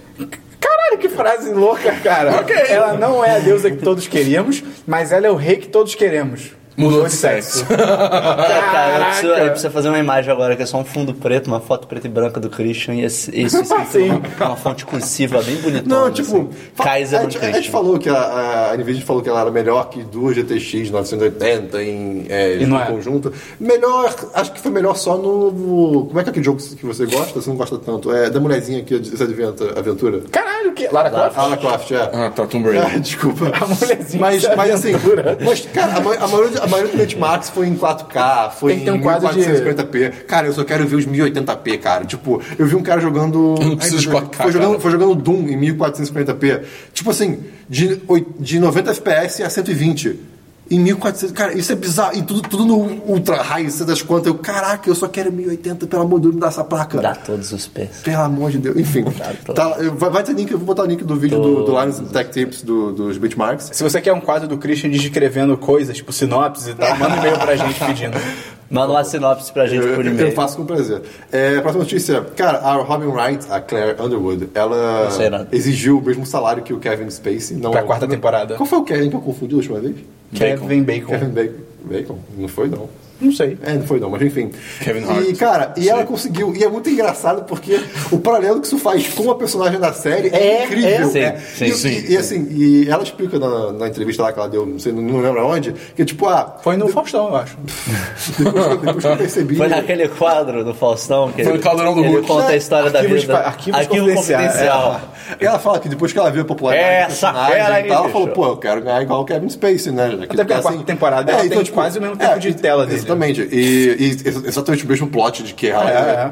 Speaker 1: Caralho, que frase louca, cara. Ela não é a deusa que todos queríamos, mas ela é o rei que todos queremos.
Speaker 4: Mudou de sexo.
Speaker 3: Cara, Tá, eu preciso, eu
Speaker 2: é,
Speaker 1: Caraca.
Speaker 3: preciso fazer uma imagem agora que é só um fundo preto, uma foto preta e branca do Christian e esse, isso escrito
Speaker 1: Sim.
Speaker 3: numa, uma fonte cursiva bem bonitona.
Speaker 2: Não, tipo,
Speaker 3: assim.
Speaker 2: fa-
Speaker 3: Kaiser
Speaker 2: a,
Speaker 3: do
Speaker 2: gente- a gente
Speaker 3: Christian.
Speaker 2: falou que a, a Nvidia falou que ela era melhor que duas GTX 980 em, é,
Speaker 1: E não
Speaker 2: em
Speaker 1: é.
Speaker 2: conjunto. Melhor, acho que foi melhor só no. no- Como é que é aquele jogo que você gosta? Você não gosta tanto? É da mulherzinha que se adventa, aventura?
Speaker 1: Caralho, que. Lara Croft?
Speaker 2: Lara Croft, é.
Speaker 4: Ah, tá, Tomb Raider.
Speaker 2: Ah, desculpa.
Speaker 1: A mulherzinha
Speaker 2: mas,
Speaker 1: se
Speaker 2: mas assim,
Speaker 1: aventura.
Speaker 2: mas, cara, a, ma- a maioria, a maioria dos benchmarks foi em 4K, foi
Speaker 1: Tem que ter um
Speaker 2: em
Speaker 1: quadro de-
Speaker 2: 1450p. Cara, eu só quero ver os 1080p, cara. Tipo, eu vi um cara jogando.
Speaker 4: Eu não preciso de
Speaker 2: foi-
Speaker 4: 4K,
Speaker 2: Foi jogando,
Speaker 4: cara.
Speaker 2: foi jogando Doom em 1450p. Tipo assim, de, oi- de 90 FPS a 120. Em 1400, cara, isso é bizarro. E tudo, tudo no ultra high, você das quantas. Eu, caraca, eu só quero 1080, pelo amor de Deus, me dá essa placa.
Speaker 3: Dá todos os pés.
Speaker 2: Pelo amor de Deus. Enfim, tá, eu- vai, vai ter link, eu vou botar o link do vídeo do, do Lions Tech Tips, do- dos benchmarks.
Speaker 1: Se você quer um quadro do Christian descrevendo coisas, tipo sinopses e tal, manda um e-mail pra gente pedindo.
Speaker 3: Manda uma sinopse pra gente por
Speaker 2: Eu, eu
Speaker 3: e-mail.
Speaker 2: faço com prazer. É, próxima notícia. Cara, a Robin Wright, a Claire Underwood, ela
Speaker 3: sei nada.
Speaker 2: exigiu o mesmo salário que o Kevin Spacey. Não,
Speaker 1: né? Pra quarta
Speaker 2: não-
Speaker 1: temporada.
Speaker 2: Qual foi o Kevin que eu confundi a última vez?
Speaker 1: Kevin Bacon.
Speaker 2: Kevin Bacon. Bacon? Não foi, não.
Speaker 1: Não sei.
Speaker 2: É, não foi não, mas enfim.
Speaker 4: Kevin
Speaker 2: E,
Speaker 4: Hart.
Speaker 2: cara, e ela conseguiu. E é muito engraçado porque o paralelo que isso faz com a personagem da série é,
Speaker 1: É,
Speaker 2: incrível.
Speaker 1: é.
Speaker 3: Sim,
Speaker 2: né?
Speaker 3: sim,
Speaker 2: e,
Speaker 3: sim,
Speaker 2: e- e, assim, e ela explica na, na entrevista lá que ela deu, não sei, não lembro aonde, que tipo, ah,
Speaker 1: Foi no Faustão, eu acho.
Speaker 2: depois, que- depois que eu percebi.
Speaker 3: Foi naquele quadro do Faustão que
Speaker 4: Foi no
Speaker 3: ele-
Speaker 4: Caldeirão do
Speaker 3: ele
Speaker 4: Hulk.
Speaker 3: conta a história da
Speaker 1: Arquivos
Speaker 3: vida.
Speaker 1: pa- arquivos confidenciais.
Speaker 2: É.
Speaker 3: confidencial.
Speaker 2: Ela fala que depois que ela viu a popularidade do
Speaker 3: Essa
Speaker 2: personagem
Speaker 3: fera
Speaker 2: e
Speaker 3: aí,
Speaker 2: tal, ela falou,
Speaker 3: bicho.
Speaker 2: pô, eu quero ganhar igual o Kevin Spacey, né? Até
Speaker 1: porque a quarta
Speaker 2: é,
Speaker 1: temporada ela tem quase o mesmo tempo de tela dele.
Speaker 2: então, tipo, Exatamente. E, e ex- exatamente o mesmo plot de que ela
Speaker 1: É,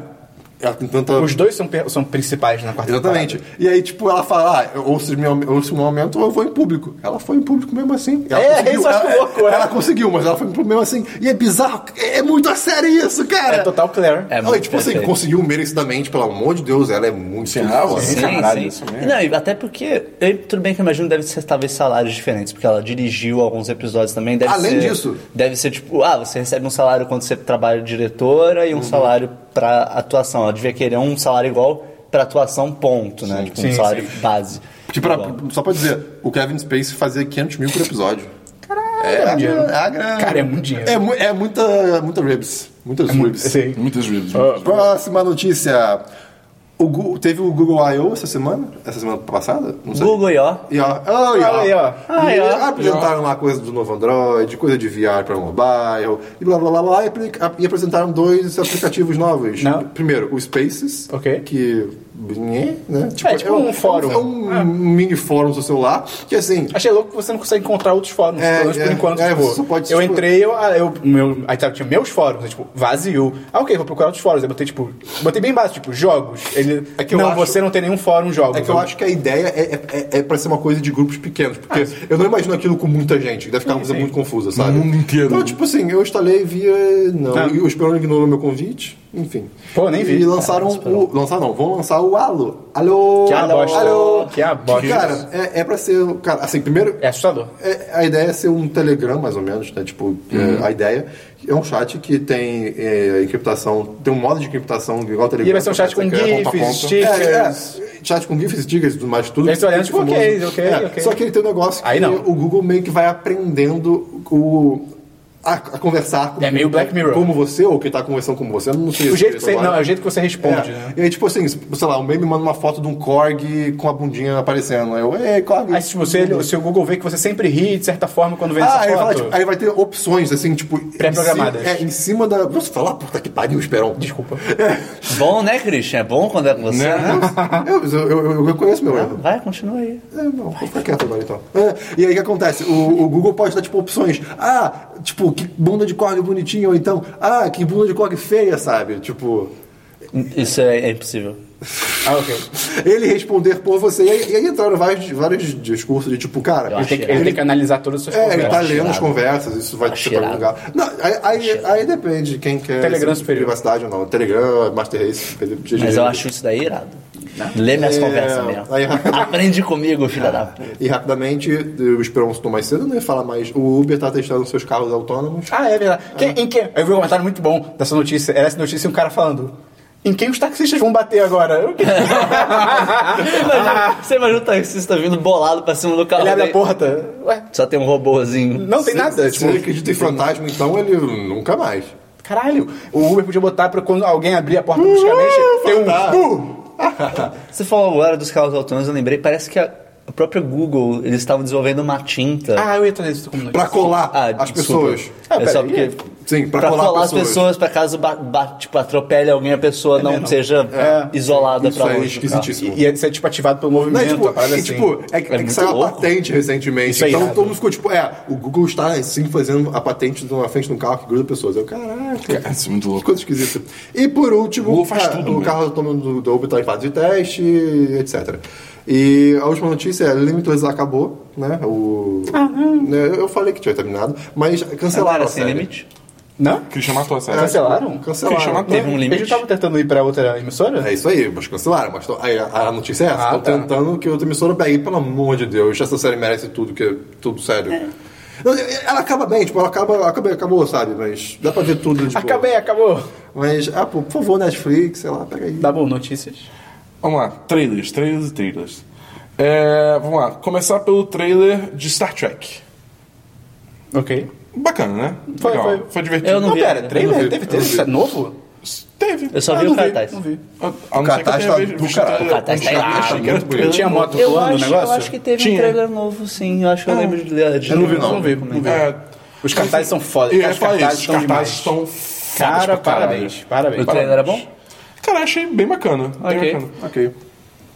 Speaker 2: Ela tem tanta...
Speaker 1: Os dois são, pe- são principais na quarta temporada.
Speaker 2: Exatamente. E aí, tipo, ela fala, ah, ou se me, aum- ou se me aumentam, eu vou em público. Ela foi em público mesmo assim. Ela
Speaker 1: É,
Speaker 2: conseguiu.
Speaker 1: isso eu acho
Speaker 2: ela,
Speaker 1: louco, é.
Speaker 2: ela conseguiu, mas ela foi em público mesmo assim. E é bizarro, é muito a sério isso, cara.
Speaker 1: É total Claire.
Speaker 3: É
Speaker 2: Ela,
Speaker 3: muito
Speaker 2: tipo assim,
Speaker 3: perfeito.
Speaker 2: conseguiu merecidamente, pelo amor de Deus, ela é né? muito
Speaker 4: Sim,
Speaker 2: foda.
Speaker 4: sim. Caralho,
Speaker 3: Sim, sim.
Speaker 4: isso mesmo.
Speaker 3: Não, e até porque, eu- tudo bem que eu imagino deve ser talvez salários diferentes, porque ela dirigiu alguns episódios também. Deve
Speaker 2: Além
Speaker 3: ser-
Speaker 2: disso.
Speaker 3: Deve ser tipo, ah, você recebe um salário quando você trabalha diretora
Speaker 2: Uhum.
Speaker 3: e um salário pra atuação. Ela devia querer um salário igual pra atuação, ponto, né? Tipo, um
Speaker 1: Sim,
Speaker 3: salário base.
Speaker 2: Tipo, pra-
Speaker 3: Igual.
Speaker 2: só pra dizer, o Kevin Space fazia 500 mil por episódio.
Speaker 1: É,
Speaker 2: Caralho,
Speaker 1: dinheiro.
Speaker 2: é grana.
Speaker 1: Cara, é muito dinheiro.
Speaker 2: É, mu- é muita, muita ribs.
Speaker 1: É
Speaker 2: Muitas ribs.
Speaker 1: Sim.
Speaker 4: Muitas vezes.
Speaker 2: Próxima notícia. O Gu- teve o Google I.O. essa semana? Essa semana passada? Não sei.
Speaker 3: Google I.O.
Speaker 2: I.O. Ah, I.O.
Speaker 1: Olha aí, ó.
Speaker 3: Ah,
Speaker 2: E
Speaker 3: I.O.
Speaker 2: apresentaram lá coisa do novo Android, coisa de VR para mobile, e blá blá blá blá, e apli- e apresentaram dois aplicativos novos.
Speaker 1: Não.
Speaker 2: Primeiro, o Spaces,
Speaker 1: Ok.
Speaker 2: que... Né?
Speaker 1: É, tipo um fórum.
Speaker 2: É um mini fórum do seu celular, que assim,
Speaker 1: Achei louco que você não consegue encontrar outros fóruns, pelo
Speaker 2: É,
Speaker 1: menos
Speaker 2: é,
Speaker 1: por enquanto.
Speaker 2: é,
Speaker 1: tipo,
Speaker 2: você só pode,
Speaker 1: eu
Speaker 2: tipo-
Speaker 1: entrei, eu, ah, eu, meu, aí tava, tinha meus fóruns, né, tipo, vazio. Ah, ok, vou procurar outros fóruns. Eu botei, tipo, botei bem baixo, tipo, jogos. Ele,
Speaker 2: É que eu
Speaker 1: não,
Speaker 2: acho-
Speaker 1: você não tem nenhum fórum jogos.
Speaker 2: É que eu acho que a ideia é, é, é pra ser uma coisa de grupos pequenos, porque
Speaker 1: É.
Speaker 2: eu não imagino aquilo com muita gente, deve ficar uma coisa muito confusa, sabe?
Speaker 4: mundo inteiro.
Speaker 2: Então, tipo assim, eu instalei via. Não,
Speaker 1: Tá.
Speaker 2: e o Esperon ignorou meu convite, enfim.
Speaker 1: Pô, nem vi.
Speaker 2: E lançaram o. Lançaram não, vão lançar o Alô. Alô!
Speaker 1: Que é a bosta.
Speaker 2: Alô!
Speaker 1: Que é a bosta.
Speaker 2: Cara, é, é pra ser. Cara, assim, primeiro.
Speaker 1: É assustador.
Speaker 2: É, a ideia é ser um Telegram, mais ou menos, né? Tipo,
Speaker 1: Uhum.
Speaker 2: é, a ideia é um chat que tem é, encriptação, tem um modo de encriptação igual ao Telegram.
Speaker 1: E vai ser um chat
Speaker 2: você
Speaker 1: com
Speaker 2: cria
Speaker 1: GIFs,
Speaker 2: ponto a ponto.
Speaker 1: stickers.
Speaker 2: É, é, chat com GIFs, stickers e tudo mais, tudo.
Speaker 1: Eles estão olhando, tipo,
Speaker 2: famoso. É,
Speaker 1: ok, ok, ok.
Speaker 2: Só que ele tem um negócio
Speaker 1: Aí
Speaker 2: que
Speaker 1: não.
Speaker 2: o Google meio que vai aprendendo o... a, a conversar com
Speaker 1: É meio Black Mirror.
Speaker 2: como você, ou que tá conversando com você, eu não sei
Speaker 1: O jeito que você,
Speaker 2: agora.
Speaker 1: não, é o jeito que você responde, né?
Speaker 2: É. E aí, tipo assim, sei lá, o meme manda uma foto de um Korg com a bundinha aparecendo. Aí eu, ei, Korg.
Speaker 1: Aí se você, se o Google vê que você sempre ri de certa forma quando vê
Speaker 2: Ah,
Speaker 1: essa
Speaker 2: aí,
Speaker 1: foto.
Speaker 2: fala, tipo, aí vai ter opções, assim, tipo. em
Speaker 1: Pré-programadas.
Speaker 2: cima- É, em cima da. Posso falar? Puta que pariu, Esperão.
Speaker 1: Desculpa.
Speaker 6: Bom, né, Christian? É bom quando é com você, né?
Speaker 2: Eu, eu, eu, eu reconheço meu erro.
Speaker 6: Vai, continua aí.
Speaker 2: É, não, vou ficar quieto agora então. É, e aí o que acontece? O, o Google pode dar tipo opções. Ah, tipo, que bunda de corg bonitinha, ou então, ah, que bunda de corg feia, sabe? Tipo,
Speaker 6: Isso é, é impossível.
Speaker 1: Ah, ok.
Speaker 2: ele responder por você. E aí, e aí entraram vários, vários discursos de tipo, cara,
Speaker 1: Ele tem, que- ele tem que analisar todas as suas
Speaker 2: É, ele tá
Speaker 1: conversas.
Speaker 2: lendo as conversas, isso vai te
Speaker 6: Cheirado.
Speaker 2: para lugar. Não, aí,
Speaker 6: Tá
Speaker 2: aí, aí depende de quem quer
Speaker 1: Telegram
Speaker 2: essa
Speaker 1: superior.
Speaker 2: privacidade ou não. Telegram, Master Race, GG.
Speaker 6: Mas eu acho isso daí irado. Lê minhas
Speaker 2: É,
Speaker 6: conversas mesmo.
Speaker 2: aí rapidamente-
Speaker 6: Aprende comigo, filha da puta.
Speaker 2: E rapidamente, o Esperão citou mais cedo, não ia falar mais. O Uber tá testando seus carros autônomos.
Speaker 1: Ah, é verdade. Quem- em quem? Eu vi um comentário muito bom dessa notícia. Era essa notícia e um cara falando. Em quem os taxistas vão bater agora? Eu que-
Speaker 6: Imagina- Você imagina o taxista vindo bolado pra cima do carro.
Speaker 1: Ele abre a
Speaker 6: dele.
Speaker 1: porta. Ué,
Speaker 6: Só tem um robôzinho.
Speaker 1: não tem nada.
Speaker 2: Se
Speaker 1: tipo,
Speaker 2: ele acredita em fantasma, então ele nunca mais.
Speaker 1: caralho. O Uber podia botar pra quando alguém abrir a porta bruscamente, ter um. Uh!
Speaker 6: Você falou agora dos carros autônomos, eu lembrei, parece que a, a própria Google, eles estavam desenvolvendo uma tinta.
Speaker 1: Ah, eu ia trazer isso como notícia.
Speaker 2: Tá. Pra colar
Speaker 6: Ah,
Speaker 2: as
Speaker 6: desculpa.
Speaker 2: pessoas.
Speaker 1: Ah,
Speaker 6: é só
Speaker 1: peraí.
Speaker 6: porque.
Speaker 2: Sim, pra,
Speaker 6: Pra colar, as
Speaker 2: pessoas.
Speaker 6: pessoas, pra caso ba- ba- tipo, atropele alguém, a pessoa não
Speaker 1: mesmo?
Speaker 6: seja
Speaker 1: É.
Speaker 6: isolada
Speaker 2: Isso
Speaker 6: pra
Speaker 2: é
Speaker 6: longe. do carro.
Speaker 2: esquisitíssimo.
Speaker 1: E ia ser tipo ativado pelo
Speaker 2: Não, é,
Speaker 1: movimento.
Speaker 2: tipo,
Speaker 1: a parada
Speaker 2: é,
Speaker 1: assim.
Speaker 2: tipo, é, que- é que
Speaker 6: muito
Speaker 2: saiu a
Speaker 6: louco.
Speaker 2: patente recentemente.
Speaker 1: Isso é
Speaker 2: então
Speaker 1: irado.
Speaker 2: todo mundo ficou tipo, é, o Google está assim fazendo a patente na frente de um carro que gruda pessoas. Eu, caraca.
Speaker 4: Cara, isso é muito louco.
Speaker 2: Coisa esquisita. E por último,
Speaker 4: O Google faz
Speaker 2: ah,
Speaker 4: tudo,
Speaker 2: o
Speaker 4: mano.
Speaker 2: carro autônomo do, do Uber está em fase de teste, etc. E a última notícia é Limitless acabou, né? O, né, Eu falei que tinha terminado, mas
Speaker 6: Não
Speaker 2: cancelaram
Speaker 6: era
Speaker 2: a
Speaker 6: sem
Speaker 2: série. É,
Speaker 6: limite?
Speaker 1: Não?
Speaker 4: Christian matou a série.
Speaker 1: Cancelaram?
Speaker 2: Cancelaram.
Speaker 4: Christian
Speaker 6: Teve um limite?
Speaker 1: Eles não estavam tentando ir pra outra emissora?
Speaker 2: É isso aí, mas cancelaram. Mas tô- aí a, a notícia é essa.
Speaker 1: Ah,
Speaker 2: Estão
Speaker 1: tá.
Speaker 2: tentando que outra emissora pegue, pelo amor de Deus. Essa série merece tudo, que é tudo sério. Não, Ela acaba bem, tipo, ela acaba, acaba, acabou, sabe? Mas dá pra ver tudo. Tipo,
Speaker 1: Acabei, acabou.
Speaker 2: Mas, ah, pô, por favor, Netflix, sei lá, pega aí.
Speaker 1: Tá bom, notícias.
Speaker 4: Vamos lá, trailers, trailers e trailers. É, vamos lá, começar pelo trailer de Star Trek.
Speaker 1: Ok.
Speaker 4: Bacana, né?
Speaker 1: Foi,
Speaker 4: Legal,
Speaker 1: foi.
Speaker 4: divertido.
Speaker 6: Eu não vi ainda,
Speaker 1: pera,
Speaker 6: eu
Speaker 1: trailer?
Speaker 2: não vi,
Speaker 1: Teve
Speaker 2: eu
Speaker 1: trailer?
Speaker 2: não vi.
Speaker 1: Isso é novo?
Speaker 4: Teve.
Speaker 6: Eu só
Speaker 4: Ah,
Speaker 6: vi
Speaker 4: não
Speaker 6: o cartaz.
Speaker 1: Não vi.
Speaker 4: A, a não ser que eu
Speaker 2: cartaz
Speaker 4: tenha
Speaker 2: tá
Speaker 4: visto
Speaker 2: do
Speaker 4: o trailer.
Speaker 2: caralho. O
Speaker 6: cartaz tá
Speaker 4: Eu
Speaker 6: irado,
Speaker 4: achei que era
Speaker 2: muito
Speaker 4: trailer.
Speaker 1: Tinha moto
Speaker 6: Eu
Speaker 1: voando no
Speaker 6: acho, eu
Speaker 1: negócio?
Speaker 6: acho que teve
Speaker 4: Tinha.
Speaker 6: um trailer novo, sim. Eu acho que eu lembro de ler. de-
Speaker 1: Eu não vi, não.
Speaker 6: Não vi,
Speaker 1: Não vi.
Speaker 6: É.
Speaker 4: É,
Speaker 1: Os cartazes são foda.
Speaker 4: eu ia
Speaker 1: Os
Speaker 4: falar isso,
Speaker 1: cartazes
Speaker 4: os
Speaker 1: estão
Speaker 4: cartazes
Speaker 1: demais.
Speaker 4: estão fodas
Speaker 1: Cara,
Speaker 4: pra caralho.
Speaker 1: parabéns, parabéns.
Speaker 6: O trailer era bom?
Speaker 4: Cara, achei bem bacana.
Speaker 6: Ok,
Speaker 4: Bem bacana.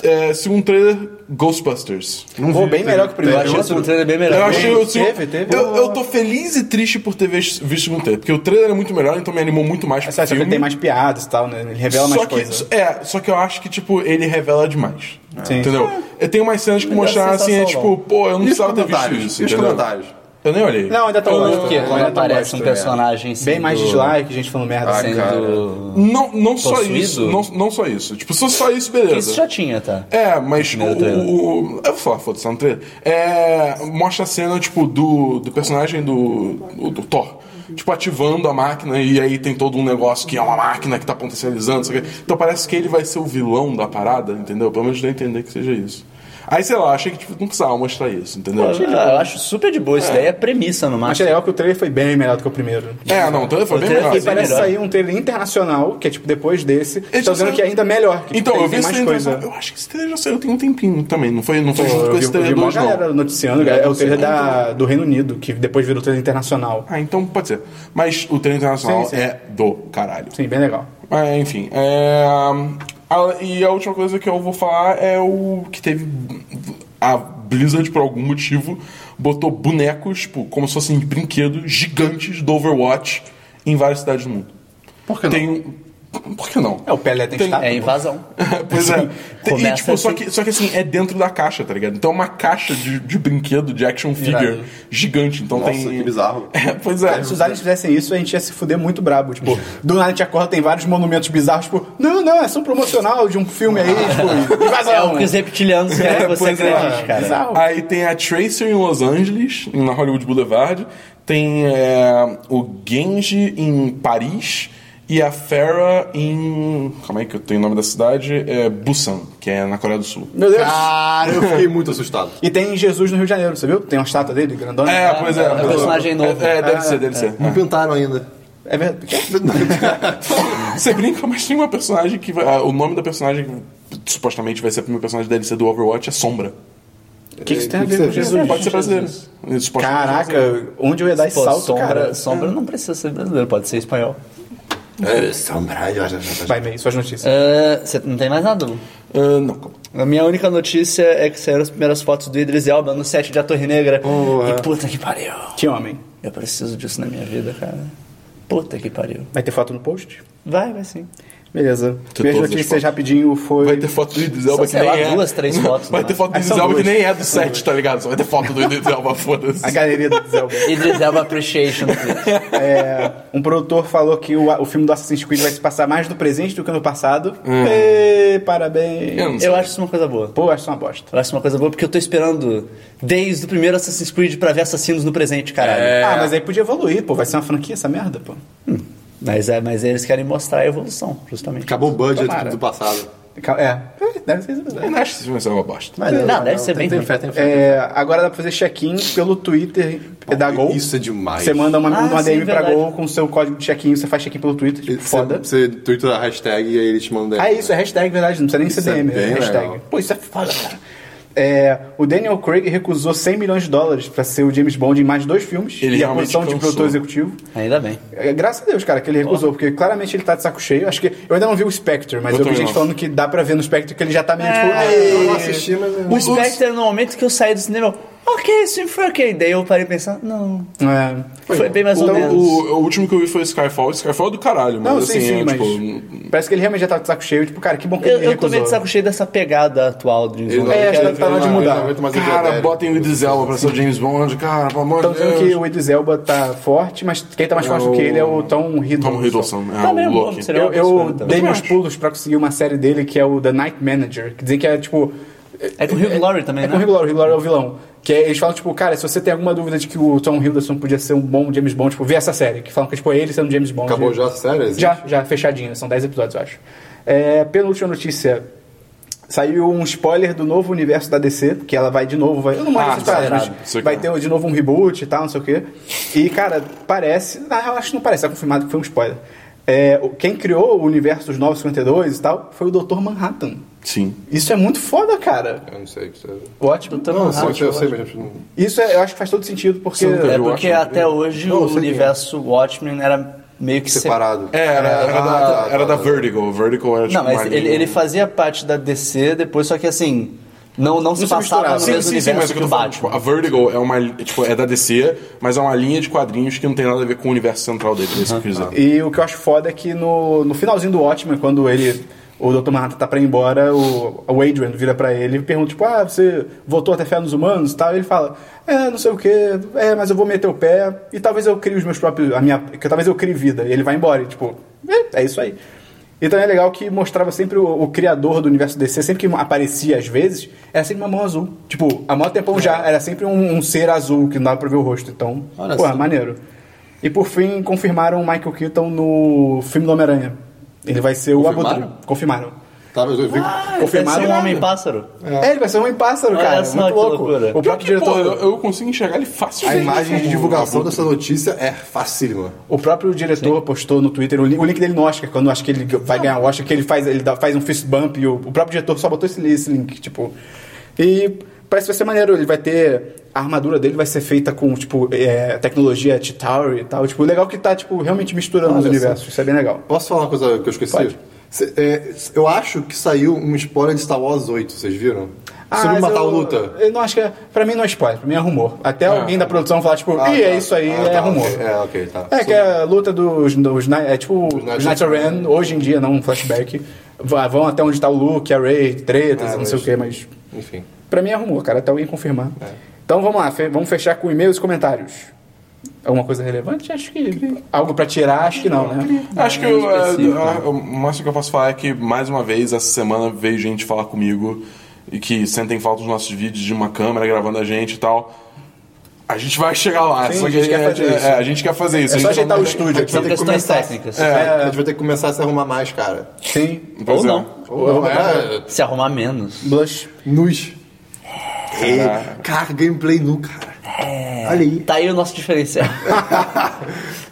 Speaker 4: É, segundo trailer, Ghostbusters.
Speaker 1: Não vou bem melhor que o
Speaker 6: Eu
Speaker 1: primeiro.
Speaker 6: achei o segundo trailer é bem melhor.
Speaker 4: Eu achei o segundo.
Speaker 1: Teve, teve.
Speaker 4: Eu, eu tô feliz e triste por ter vis- visto o segundo trailer, porque o trailer é muito melhor, então me animou muito mais pro
Speaker 1: Essa essa
Speaker 4: filme.
Speaker 1: tem mais piadas e tal, né? Ele revela
Speaker 4: só
Speaker 1: mais
Speaker 4: que,
Speaker 1: coisas.
Speaker 4: É, só que eu acho que, tipo, ele revela demais.
Speaker 1: Sim.
Speaker 4: Entendeu? Eu tenho umas cenas que
Speaker 6: Não dá
Speaker 4: mostraram assim, é
Speaker 6: sensação,
Speaker 4: tipo,
Speaker 6: não.
Speaker 4: pô, eu não
Speaker 2: E os
Speaker 4: precisava ter visto
Speaker 2: é comentários?
Speaker 4: isso.
Speaker 2: E os
Speaker 4: entendeu?
Speaker 2: comentários?
Speaker 4: Eu nem olhei.
Speaker 1: Não, ainda tá longe.
Speaker 6: Porque quando aparece um personagem
Speaker 4: assim,
Speaker 1: Bem mais
Speaker 6: sendo-
Speaker 1: dislike, gente falando
Speaker 4: Ah,
Speaker 1: merda. assim.
Speaker 6: sendo...
Speaker 4: Não, não só
Speaker 6: Possuído?
Speaker 4: isso. Não, não só isso. Tipo, se fosse só isso, beleza.
Speaker 6: Isso já tinha, tá?
Speaker 4: É, mas o,
Speaker 6: primeiro trailer.
Speaker 4: o, o- Eu vou falar, foda-se, tá no trailer. É, mostra a cena, tipo, do, do personagem do, do, do Thor. Tipo, ativando a máquina e aí tem todo um negócio que é uma máquina que tá potencializando, sabe? Então parece que ele vai ser o vilão da parada, entendeu? Pelo menos deu a entender que seja isso. Aí, sei lá, achei que tipo, não precisava mostrar isso, entendeu?
Speaker 6: Ah, eu acho super de boa. Isso daí é premissa no
Speaker 1: Achei
Speaker 6: máximo.
Speaker 1: legal que o trailer foi bem melhor do que o primeiro.
Speaker 4: É, não, o trailer foi
Speaker 6: O
Speaker 4: bem
Speaker 6: trailer
Speaker 4: melhor.
Speaker 6: foi
Speaker 1: E parece
Speaker 6: melhor.
Speaker 1: sair um trailer internacional, que é tipo depois desse. Tá
Speaker 4: já
Speaker 1: dizendo
Speaker 4: saiu-
Speaker 1: que é ainda melhor. Que, tipo,
Speaker 4: Então,
Speaker 1: tem,
Speaker 4: eu vi
Speaker 1: tem
Speaker 4: esse
Speaker 1: mais
Speaker 4: trailer,
Speaker 1: coisa.
Speaker 4: eu acho que esse trailer já saiu tem um tempinho também, não foi, não foi junto
Speaker 1: Eu
Speaker 4: com
Speaker 1: vi,
Speaker 4: esse
Speaker 1: eu
Speaker 4: trailer
Speaker 1: vi uma
Speaker 4: 2, não.
Speaker 1: galera noticiando, galera, é o trailer da, do Reino Unido, que depois virou trailer internacional.
Speaker 4: Ah, então pode ser. Mas o trailer internacional
Speaker 1: Sim, sim.
Speaker 4: é do caralho.
Speaker 1: Sim, bem legal.
Speaker 4: É, enfim. é, a- e a última coisa que eu vou falar é o que teve. A Blizzard, por algum motivo, botou bonecos, tipo, como se fossem brinquedos gigantes do Overwatch em várias cidades do mundo. Por que não? Por que não?
Speaker 1: É, o Pelé tem,
Speaker 4: Tem-
Speaker 1: estátua.
Speaker 4: né?
Speaker 6: É invasão.
Speaker 4: pois é. Tem- e,
Speaker 6: Começa
Speaker 4: tipo, só,
Speaker 6: assim.
Speaker 4: que, só que assim, é dentro da caixa, tá ligado? Então é uma caixa de, de brinquedo, de action figure
Speaker 1: Irado.
Speaker 4: gigante. Então
Speaker 2: Nossa,
Speaker 4: tem.
Speaker 2: que bizarro.
Speaker 4: É, pois é.
Speaker 1: Se os aliens fizessem isso, a gente ia se fuder muito brabo. Tipo, do nada a gente acorda, tem vários monumentos bizarros, tipo, não, não, é só um promocional de um filme aí, tipo, invasão.
Speaker 6: É o que os reptilianos querem que você
Speaker 4: pois é.
Speaker 6: acredite, cara.
Speaker 1: Bizarro.
Speaker 4: Aí tem a Tracer em Los Angeles, na Hollywood Boulevard. Tem é, o Genji em Paris. E a Farah em. Calma aí que eu tenho o nome da cidade. É Busan, que é na Coreia do Sul.
Speaker 1: Meu Deus!
Speaker 2: Cara, Ah, eu fiquei muito assustado.
Speaker 1: E tem Jesus no Rio de Janeiro, você viu? Tem uma estátua dele, grandona.
Speaker 4: É, pois é.
Speaker 6: é um personagem novo.
Speaker 4: É, é, deve ser, deve ser.
Speaker 2: Não pintaram ainda.
Speaker 1: É verdade.
Speaker 4: Você brinca, mas tem uma personagem que vai. ah, o nome da personagem que supostamente vai ser a primeira personagem da DLC do Overwatch é Sombra.
Speaker 1: O que, que isso tem a ver com Jesus?
Speaker 4: Pode ser brasileiro. Supostamente brasileiro.
Speaker 1: Caraca, onde eu ia dar esse
Speaker 6: Pô,
Speaker 1: salto,
Speaker 6: sombra,
Speaker 1: cara?
Speaker 6: sombra não precisa ser brasileiro, pode ser espanhol.
Speaker 2: É,
Speaker 1: Vai meio, suas notícias.
Speaker 3: É.
Speaker 6: Ah, Você não tem mais nada, Lu?
Speaker 4: Ah, não, calma.
Speaker 6: A minha única notícia é que saíram as primeiras fotos do Idris Elba no set de A Torre Negra. E puta que pariu.
Speaker 1: Que homem.
Speaker 6: Eu preciso disso na minha vida, cara. Puta que pariu.
Speaker 1: Vai ter foto no post?
Speaker 6: Vai, vai sim.
Speaker 1: Beleza.
Speaker 4: Tem
Speaker 1: Minhas
Speaker 4: todas as
Speaker 1: notícias
Speaker 4: fotos.
Speaker 1: rapidinho foi.
Speaker 4: Vai ter foto do Idris Elba
Speaker 6: São,
Speaker 4: que
Speaker 6: sei
Speaker 4: nem
Speaker 6: lá,
Speaker 4: é.
Speaker 6: duas, três fotos,
Speaker 4: Vai
Speaker 6: né?
Speaker 4: ter foto do
Speaker 1: Aí
Speaker 4: Idris
Speaker 1: são
Speaker 4: Elba que
Speaker 1: duas.
Speaker 4: nem é do set, tá ligado? Só vai ter foto do Idris Elba, foda-se.
Speaker 1: A galeria do Zelda.
Speaker 6: Idris Elba Appreciation. Tweet.
Speaker 1: É, um produtor falou que o, o filme do Assassin's Creed vai se passar mais no presente do que no passado.
Speaker 2: Hum.
Speaker 1: Ê, parabéns.
Speaker 4: Eu não sei.
Speaker 6: Eu acho isso uma coisa boa.
Speaker 1: Pô, acho isso uma bosta.
Speaker 6: Eu acho isso uma coisa boa porque eu tô esperando desde o primeiro Assassin's Creed pra ver assassinos no presente, caralho.
Speaker 2: É.
Speaker 1: Ah, mas aí podia evoluir, pô. Vai ser uma franquia essa merda, pô.
Speaker 6: Mas, é, mas eles querem mostrar a evolução, justamente.
Speaker 2: Acabou o budget
Speaker 1: Tomara.
Speaker 2: do passado.
Speaker 1: Cal- É. É, Deve ser isso.
Speaker 4: Eu não acho que esse filme vai ser uma bosta.
Speaker 6: não, deve ser bem
Speaker 2: tem
Speaker 6: ruim.
Speaker 2: fé, tem fé.
Speaker 1: É, agora dá pra fazer check-in pelo Twitter da Gol.
Speaker 2: Isso é demais.
Speaker 1: Você manda uma,
Speaker 6: Ah,
Speaker 1: uma
Speaker 6: sim,
Speaker 1: DM pra
Speaker 6: verdade.
Speaker 1: Gol com o seu código de check-in, você faz check-in pelo Twitter.
Speaker 2: é
Speaker 1: Tipo, foda.
Speaker 2: Você, você twitta a hashtag e aí eles te mandam.
Speaker 1: Ah, isso, é hashtag, verdade, não precisa nem ser
Speaker 2: Isso é
Speaker 1: DM, é
Speaker 2: bem
Speaker 1: hashtag.
Speaker 2: legal.
Speaker 1: Pô, isso é foda, cara. É, o Daniel Craig recusou 100 milhões de dólares pra ser o James Bond em mais dois filmes
Speaker 4: Ele
Speaker 1: e a
Speaker 4: realmente
Speaker 1: posição de
Speaker 4: cansou.
Speaker 1: produtor executivo.
Speaker 6: Ainda bem.
Speaker 1: É, Graças a Deus, cara, que ele recusou, porque claramente ele tá de saco cheio. Acho que eu ainda não vi o Spectre, mas
Speaker 4: Eu
Speaker 1: eu, vi
Speaker 4: também
Speaker 1: gente
Speaker 4: não.
Speaker 1: falando que dá pra ver no Spectre que ele já tá
Speaker 6: É.
Speaker 1: meio
Speaker 2: Eu
Speaker 1: tipo.
Speaker 2: não
Speaker 1: "Ei".
Speaker 2: assisti,
Speaker 4: é.
Speaker 2: mas. eu-
Speaker 6: O Spectre, no momento que eu saí do cinema, eu, ok, esse filme foi ok. Daí eu parei pensando, não,
Speaker 1: É.
Speaker 6: foi, bem mais ou
Speaker 4: Então,
Speaker 6: menos.
Speaker 4: o, o último que eu vi foi Skyfall. Skyfall é do caralho, mas
Speaker 1: Não,
Speaker 4: assim,
Speaker 1: sim, sim,
Speaker 4: é,
Speaker 1: mas.
Speaker 4: tipo.
Speaker 1: Parece que ele realmente já tá de saco cheio. Tipo, cara, que bom que
Speaker 6: Eu,
Speaker 1: ele
Speaker 6: eu tô
Speaker 1: recusou.
Speaker 6: meio de saco cheio dessa pegada atual do James
Speaker 2: Ele
Speaker 6: Bond.
Speaker 1: É,
Speaker 2: não
Speaker 1: acho
Speaker 2: quer-
Speaker 1: que tá na hora de
Speaker 2: ele não
Speaker 1: mudar.
Speaker 2: aguenta mais o
Speaker 4: Cara, é
Speaker 2: Idiotérico.
Speaker 4: botem o Idris Elba pra ser o James Bond, cara, pelo amor
Speaker 6: Então,
Speaker 1: Estão
Speaker 4: de
Speaker 1: dizendo
Speaker 4: Deus.
Speaker 1: que o Idris Elba tá forte, mas quem tá mais forte do que ele é o Tom Hiddleston.
Speaker 4: Tom Hiddleston, é
Speaker 6: Tá
Speaker 4: o
Speaker 6: mesmo,
Speaker 4: Loki.
Speaker 6: seria
Speaker 1: Eu,
Speaker 6: uma boa
Speaker 1: eu
Speaker 6: escolha também.
Speaker 1: dei meus pulos pra conseguir uma série dele que é o The Night Manager, que dizem que é tipo.
Speaker 6: É com o Hugh Laurie também,
Speaker 1: É com o
Speaker 6: né?
Speaker 1: Hugh Laurie, o Hugh Laurie é o vilão. Que é- eles falam, tipo, cara, se você tem alguma dúvida de que o Tom Hiddleston podia ser um bom James Bond, tipo, vê essa série. Que falam que, tipo, é ele sendo James Bond.
Speaker 2: Acabou já, sério? Existe?
Speaker 1: Já, já, fechadinho. São 10 episódios, eu acho. É, penúltima notícia. Saiu um spoiler do novo universo da DC, que ela vai de novo, vai. Eu não mando
Speaker 4: Ah,
Speaker 1: essas paradas,
Speaker 4: acelerado.
Speaker 1: mas
Speaker 4: Sei
Speaker 1: vai
Speaker 4: que
Speaker 1: ter de novo um reboot e tal, não sei o quê. E, cara, parece. Ah, eu acho que não parece, é confirmado que foi um spoiler. É, o- quem criou o universo dos 952 e tal foi o Dr. Manhattan.
Speaker 4: Sim.
Speaker 1: Isso é muito foda, cara.
Speaker 2: Eu não sei o que você.
Speaker 1: Ótimo.
Speaker 4: Tá
Speaker 2: Não, eu sei, eu sei, eu sei, mas. não-
Speaker 1: Isso é- eu acho que faz todo sentido, porque.
Speaker 4: Sim,
Speaker 6: É
Speaker 4: Eu
Speaker 6: porque
Speaker 4: acho-
Speaker 6: até hoje
Speaker 2: Não, eu
Speaker 6: o
Speaker 2: sei que é.
Speaker 6: universo Watchmen era meio que
Speaker 2: Separado.
Speaker 4: É, tá, era, era da, era da Vertigo. Vertigo era tipo.
Speaker 6: Não, mas
Speaker 4: uma
Speaker 6: ele,
Speaker 4: linha-
Speaker 6: ele fazia parte da DC depois, só que assim, não, não se né?
Speaker 1: se
Speaker 6: passava
Speaker 1: misturava.
Speaker 6: no
Speaker 1: Sim,
Speaker 6: mesmo universo
Speaker 4: o
Speaker 6: que o
Speaker 4: falando,
Speaker 6: Batman.
Speaker 4: tipo, a Vertigo é uma é, tipo, é da DC, mas é uma linha de quadrinhos que não tem nada a ver com o universo central dele, é isso que eu quis dizer.
Speaker 1: E o que eu acho foda é que no, no finalzinho do Watchmen, quando ele. O Dr. Manhattan tá pra ir embora, o, o Adrian vira pra ele e pergunta, tipo, ah, você voltou até fé nos humanos e tal? E ele fala, é, não sei o quê, é, mas eu vou meter o pé e talvez eu crie os meus próprios. A minha, que talvez eu crie vida. E ele vai embora, e, tipo, é, é isso aí. E também é legal que mostrava sempre o, o criador do universo DC, sempre que aparecia às vezes, era sempre uma mão azul. Tipo, há maior tempão já, era sempre um, um ser azul que não dava pra ver o rosto. Então,
Speaker 6: É. Olha
Speaker 1: pô,
Speaker 6: só.
Speaker 1: maneiro. E por fim, confirmaram o Michael Keaton no filme do Homem-Aranha. Ele vai ser o
Speaker 2: Confirmaram?
Speaker 1: Abutre. Confirmaram.
Speaker 2: Tá, mas eu vi.
Speaker 1: confirmado,
Speaker 3: é
Speaker 6: Confirmado um
Speaker 1: né?
Speaker 6: homem-pássaro.
Speaker 1: É. ele vai ser um Homem-Pássaro,
Speaker 6: Olha
Speaker 1: cara.
Speaker 6: só
Speaker 1: Muito
Speaker 6: que
Speaker 1: louco.
Speaker 6: loucura.
Speaker 1: O
Speaker 4: Pior
Speaker 1: próprio
Speaker 4: que, pô,
Speaker 1: diretor,
Speaker 4: eu, eu consigo enxergar ele
Speaker 2: A
Speaker 4: facilmente.
Speaker 2: imagem de
Speaker 4: como-
Speaker 2: divulgação dessa notícia é facílima.
Speaker 1: o próprio diretor postou no Twitter o, li- o link dele no Oscar, quando acho que ele vai ganhar o Oscar, que ele faz, ele dá- faz um fist bump e o, o próprio diretor só botou esse, li- esse link, tipo. E parece que vai ser maneiro, ele vai ter. A armadura dele vai ser feita com, tipo, é, tecnologia Chitauri e tal. Tipo, legal que tá, tipo, realmente misturando os
Speaker 2: só.
Speaker 1: universos. Isso é bem legal.
Speaker 2: Posso falar uma coisa que eu esqueci?
Speaker 1: Pode.
Speaker 2: Cê- é, eu acho que saiu um spoiler de Star Wars 8, vocês viram? Sobre
Speaker 1: Ah, mas
Speaker 2: matar
Speaker 1: eu-
Speaker 2: o luta.
Speaker 1: Eu não acho que é. Pra mim não é spoiler, pra mim é rumor. Até alguém da produção falar, tipo,
Speaker 2: Ah,
Speaker 1: ih,
Speaker 2: tá.
Speaker 1: é isso aí,
Speaker 2: Ah,
Speaker 1: é
Speaker 2: tá,
Speaker 1: rumor.
Speaker 2: ok. É, ok, tá.
Speaker 1: É que a luta dos. dos Kni- é tipo.
Speaker 2: Knights
Speaker 1: Os Knights of Ren, hoje em dia, não um flashback. va- Vão até onde tá o Luke, a Ray, tretas,
Speaker 2: Ah,
Speaker 1: não sei
Speaker 2: mas- É.
Speaker 1: o que, mas.
Speaker 2: Enfim.
Speaker 1: Pra mim é rumor, cara, até alguém confirmar. Então vamos lá, fe- vamos fechar com e-mails e comentários. Alguma coisa relevante? Acho que. Algo pra tirar, acho que não, né?
Speaker 4: Acho que eu, é, é, o máximo que eu posso falar é que, mais uma vez, essa semana veio gente falar comigo e que sentem falta dos nossos vídeos de uma câmera gravando a gente e tal. A gente vai chegar lá,
Speaker 1: Sim,
Speaker 4: só
Speaker 1: a
Speaker 4: que
Speaker 1: gente quer fazer
Speaker 4: é,
Speaker 1: isso.
Speaker 4: a gente quer fazer isso.
Speaker 1: É
Speaker 4: a
Speaker 1: só
Speaker 4: gente
Speaker 1: ajeitar
Speaker 4: não-
Speaker 1: o estúdio aqui.
Speaker 2: Tem
Speaker 3: São
Speaker 2: que
Speaker 3: questões
Speaker 2: começar-
Speaker 1: né?
Speaker 3: técnicas.
Speaker 2: É, a gente vai ter que começar a se arrumar mais, cara.
Speaker 1: Sim.
Speaker 4: Pois
Speaker 3: Ou
Speaker 4: é.
Speaker 3: não.
Speaker 2: Ou não, é.
Speaker 3: Se arrumar menos.
Speaker 1: né? Blush.
Speaker 2: Nus.
Speaker 4: Caraca.
Speaker 2: É, cara, gameplay nu, cara.
Speaker 1: É.
Speaker 2: Olha aí.
Speaker 3: Tá aí o nosso diferencial.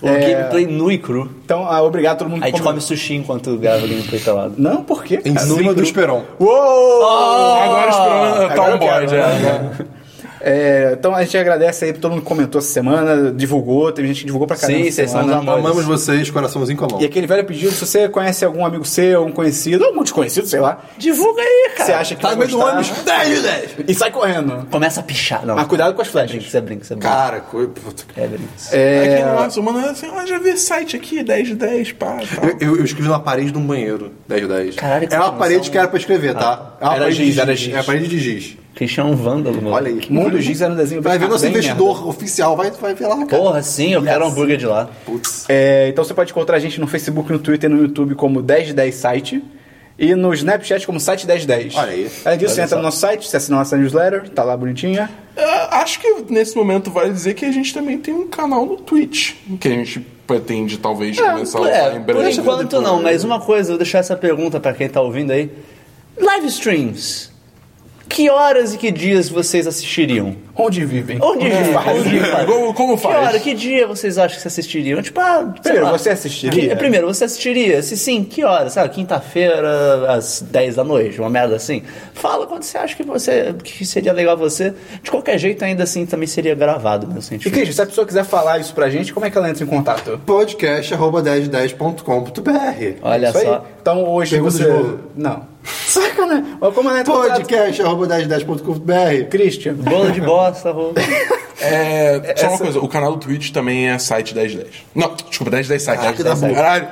Speaker 3: o gameplay nu e cru.
Speaker 1: Então, ah, obrigado a todo mundo
Speaker 3: A
Speaker 1: que
Speaker 3: gente
Speaker 1: comentou.
Speaker 3: come sushi enquanto grava o gameplay pelado.
Speaker 1: Não, por quê?
Speaker 2: Em
Speaker 1: cara?
Speaker 2: cima do Esperon.
Speaker 1: Uou!
Speaker 4: É, Agora esperando tá
Speaker 1: Agora
Speaker 4: um bode,
Speaker 1: eu quero,
Speaker 4: é.
Speaker 1: É, então a gente agradece aí pra todo mundo que comentou essa semana, divulgou, teve gente que divulgou pra caramba.
Speaker 3: Sim,
Speaker 1: essa
Speaker 3: vocês são os
Speaker 1: semana.
Speaker 3: amores.
Speaker 2: Amamos vocês, coraçãozinho com a mão.
Speaker 1: E aquele velho pedido, se você conhece algum amigo seu, algum conhecido, algum desconhecido, sei lá,
Speaker 3: Divulga aí,
Speaker 1: que você
Speaker 3: cara.
Speaker 1: acha que
Speaker 2: Tá
Speaker 1: vai
Speaker 2: no meio do
Speaker 1: gostar,
Speaker 2: ônibus. 10 de 10.
Speaker 1: E sai correndo.
Speaker 3: Começa a pichar. Não. é
Speaker 1: Mas Ah, cuidado com as flechas.
Speaker 3: Brinca, você brinca, você brinca.
Speaker 2: Cara, co- puta.
Speaker 3: É, brinca.
Speaker 4: É que, nossa, mano, assim, ó, já vi esse site aqui, 10 de 10, pá, pá.
Speaker 2: Eu, eu- eu escrevi na parede de um banheiro, 10 de 10.
Speaker 3: Caralho, que Ah.
Speaker 2: é uma
Speaker 3: informação.
Speaker 2: parede que era pra escrever, tá? É uma
Speaker 1: Era
Speaker 2: parede
Speaker 1: giz,
Speaker 2: de
Speaker 1: era giz.
Speaker 2: É uma parede de giz.
Speaker 3: Christian é um vândalo, mano.
Speaker 2: Olha aí.
Speaker 1: Mundo Giz era um desenho
Speaker 2: Vai
Speaker 1: bem-
Speaker 2: ver nosso
Speaker 1: bem
Speaker 2: investidor oficial, vai, vai ver lá, cara.
Speaker 3: Porra, sim, eu quero um hambúrguer de lá.
Speaker 2: Putz.
Speaker 1: É, então você pode encontrar a gente no Facebook, no Twitter e no YouTube como 1010 Site. E no Snapchat como site 1010.
Speaker 2: Olha aí.
Speaker 1: Além disso, você entra no nosso site, você assina nossa newsletter, tá lá bonitinha.
Speaker 4: Ah, acho que nesse momento vale dizer que a gente também tem um canal no Twitch, que a gente pretende talvez começar a usar
Speaker 3: É,
Speaker 4: em
Speaker 3: por
Speaker 4: breve.
Speaker 3: enquanto não, mas uma coisa, eu vou deixar essa pergunta pra quem tá ouvindo aí. Live streams. Que horas e que dias vocês assistiriam?
Speaker 1: Onde vivem?
Speaker 3: Onde faz?
Speaker 4: Onde- como, como
Speaker 3: Que hora,
Speaker 4: faz?
Speaker 3: que dia vocês acham que vocês assistiriam? Tipo, ah, sei
Speaker 1: Primeiro,
Speaker 3: lá.
Speaker 1: você assistiria?
Speaker 3: Que- primeiro, você assistiria? Se sim, que hora? Sabe, quinta-feira, às 10 da noite, uma merda assim. Fala quando você acha que você que seria legal você. De qualquer jeito, ainda assim, também seria gravado, meu
Speaker 1: E
Speaker 3: sentido.
Speaker 1: Cristian, se a pessoa quiser falar isso pra gente, como é que ela entra em contato?
Speaker 2: podcast.1010.com.br
Speaker 3: Olha
Speaker 1: Isso aí.
Speaker 3: só.
Speaker 1: Então hoje
Speaker 2: Pergunta
Speaker 1: você.
Speaker 2: de novo.
Speaker 1: Não. Sacanagem. Mas Como ela entra em contato?
Speaker 2: podcast.1010.com.br
Speaker 1: Christian.
Speaker 3: Bolo de bosta, roupa.
Speaker 4: É, só uma coisa, o canal do Twitch também é site 1010. Não, desculpa, 1010 site.
Speaker 3: Ah,
Speaker 2: Caraca,
Speaker 4: 1010
Speaker 2: dá bom.
Speaker 4: site. Caralho.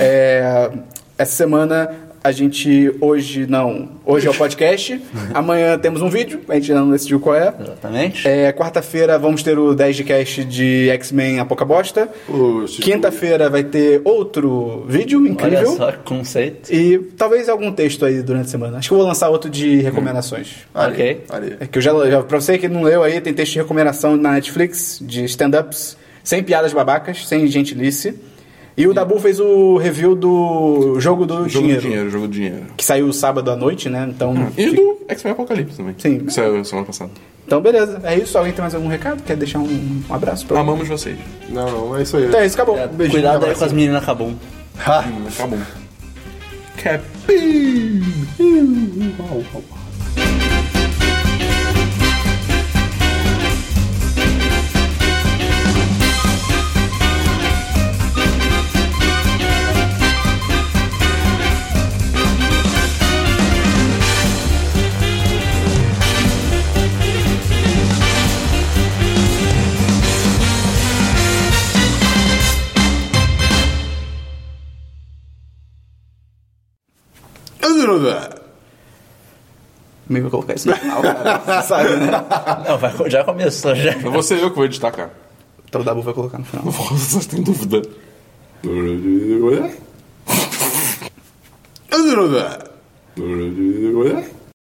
Speaker 1: É, essa semana a gente. Hoje não. Hoje é o podcast. Amanhã temos um vídeo, a gente ainda não decidiu qual é.
Speaker 3: Exatamente.
Speaker 1: É, Quarta-feira vamos ter o 10 de cast de X-Men A Pouca Bosta.
Speaker 2: Oxe,
Speaker 1: Quinta-feira vai ter outro vídeo
Speaker 3: Olha
Speaker 1: incrível.
Speaker 3: só que conceito.
Speaker 1: E talvez algum texto aí durante a semana. Acho que eu vou lançar outro de recomendações.
Speaker 3: Ok.
Speaker 2: Olha
Speaker 1: É que eu já, já. Pra você que não leu aí, tem texto de recomendação na Netflix, de stand-ups, sem piadas babacas, sem gentilice. E o Dabu fez o review do Jogo do,
Speaker 4: Jogo
Speaker 1: dinheiro,
Speaker 4: do dinheiro, jogo do dinheiro.
Speaker 1: que saiu sábado à noite, né? Então,
Speaker 4: E do X-Men Apocalipse também.
Speaker 1: Sim.
Speaker 4: Que saiu semana passada.
Speaker 1: então, beleza. É isso. Alguém tem mais algum recado? Quer deixar um, um abraço pra
Speaker 4: Amamos vocês.
Speaker 2: aí. Não, não, é isso aí.
Speaker 1: Então é isso, acabou.
Speaker 2: Beijinho,
Speaker 3: Cuidado aí
Speaker 2: abraço.
Speaker 3: com as meninas acabou.
Speaker 4: Hum, Acabou. Cap.
Speaker 1: Meio que colocar isso no final, cara. Você sabe, né?
Speaker 3: Não, vai, já começou, já.
Speaker 4: Não vou ser eu que vou editar, cara.
Speaker 1: Então o Dabu vai colocar no final.
Speaker 4: Vocês têm dúvida.
Speaker 2: Olha.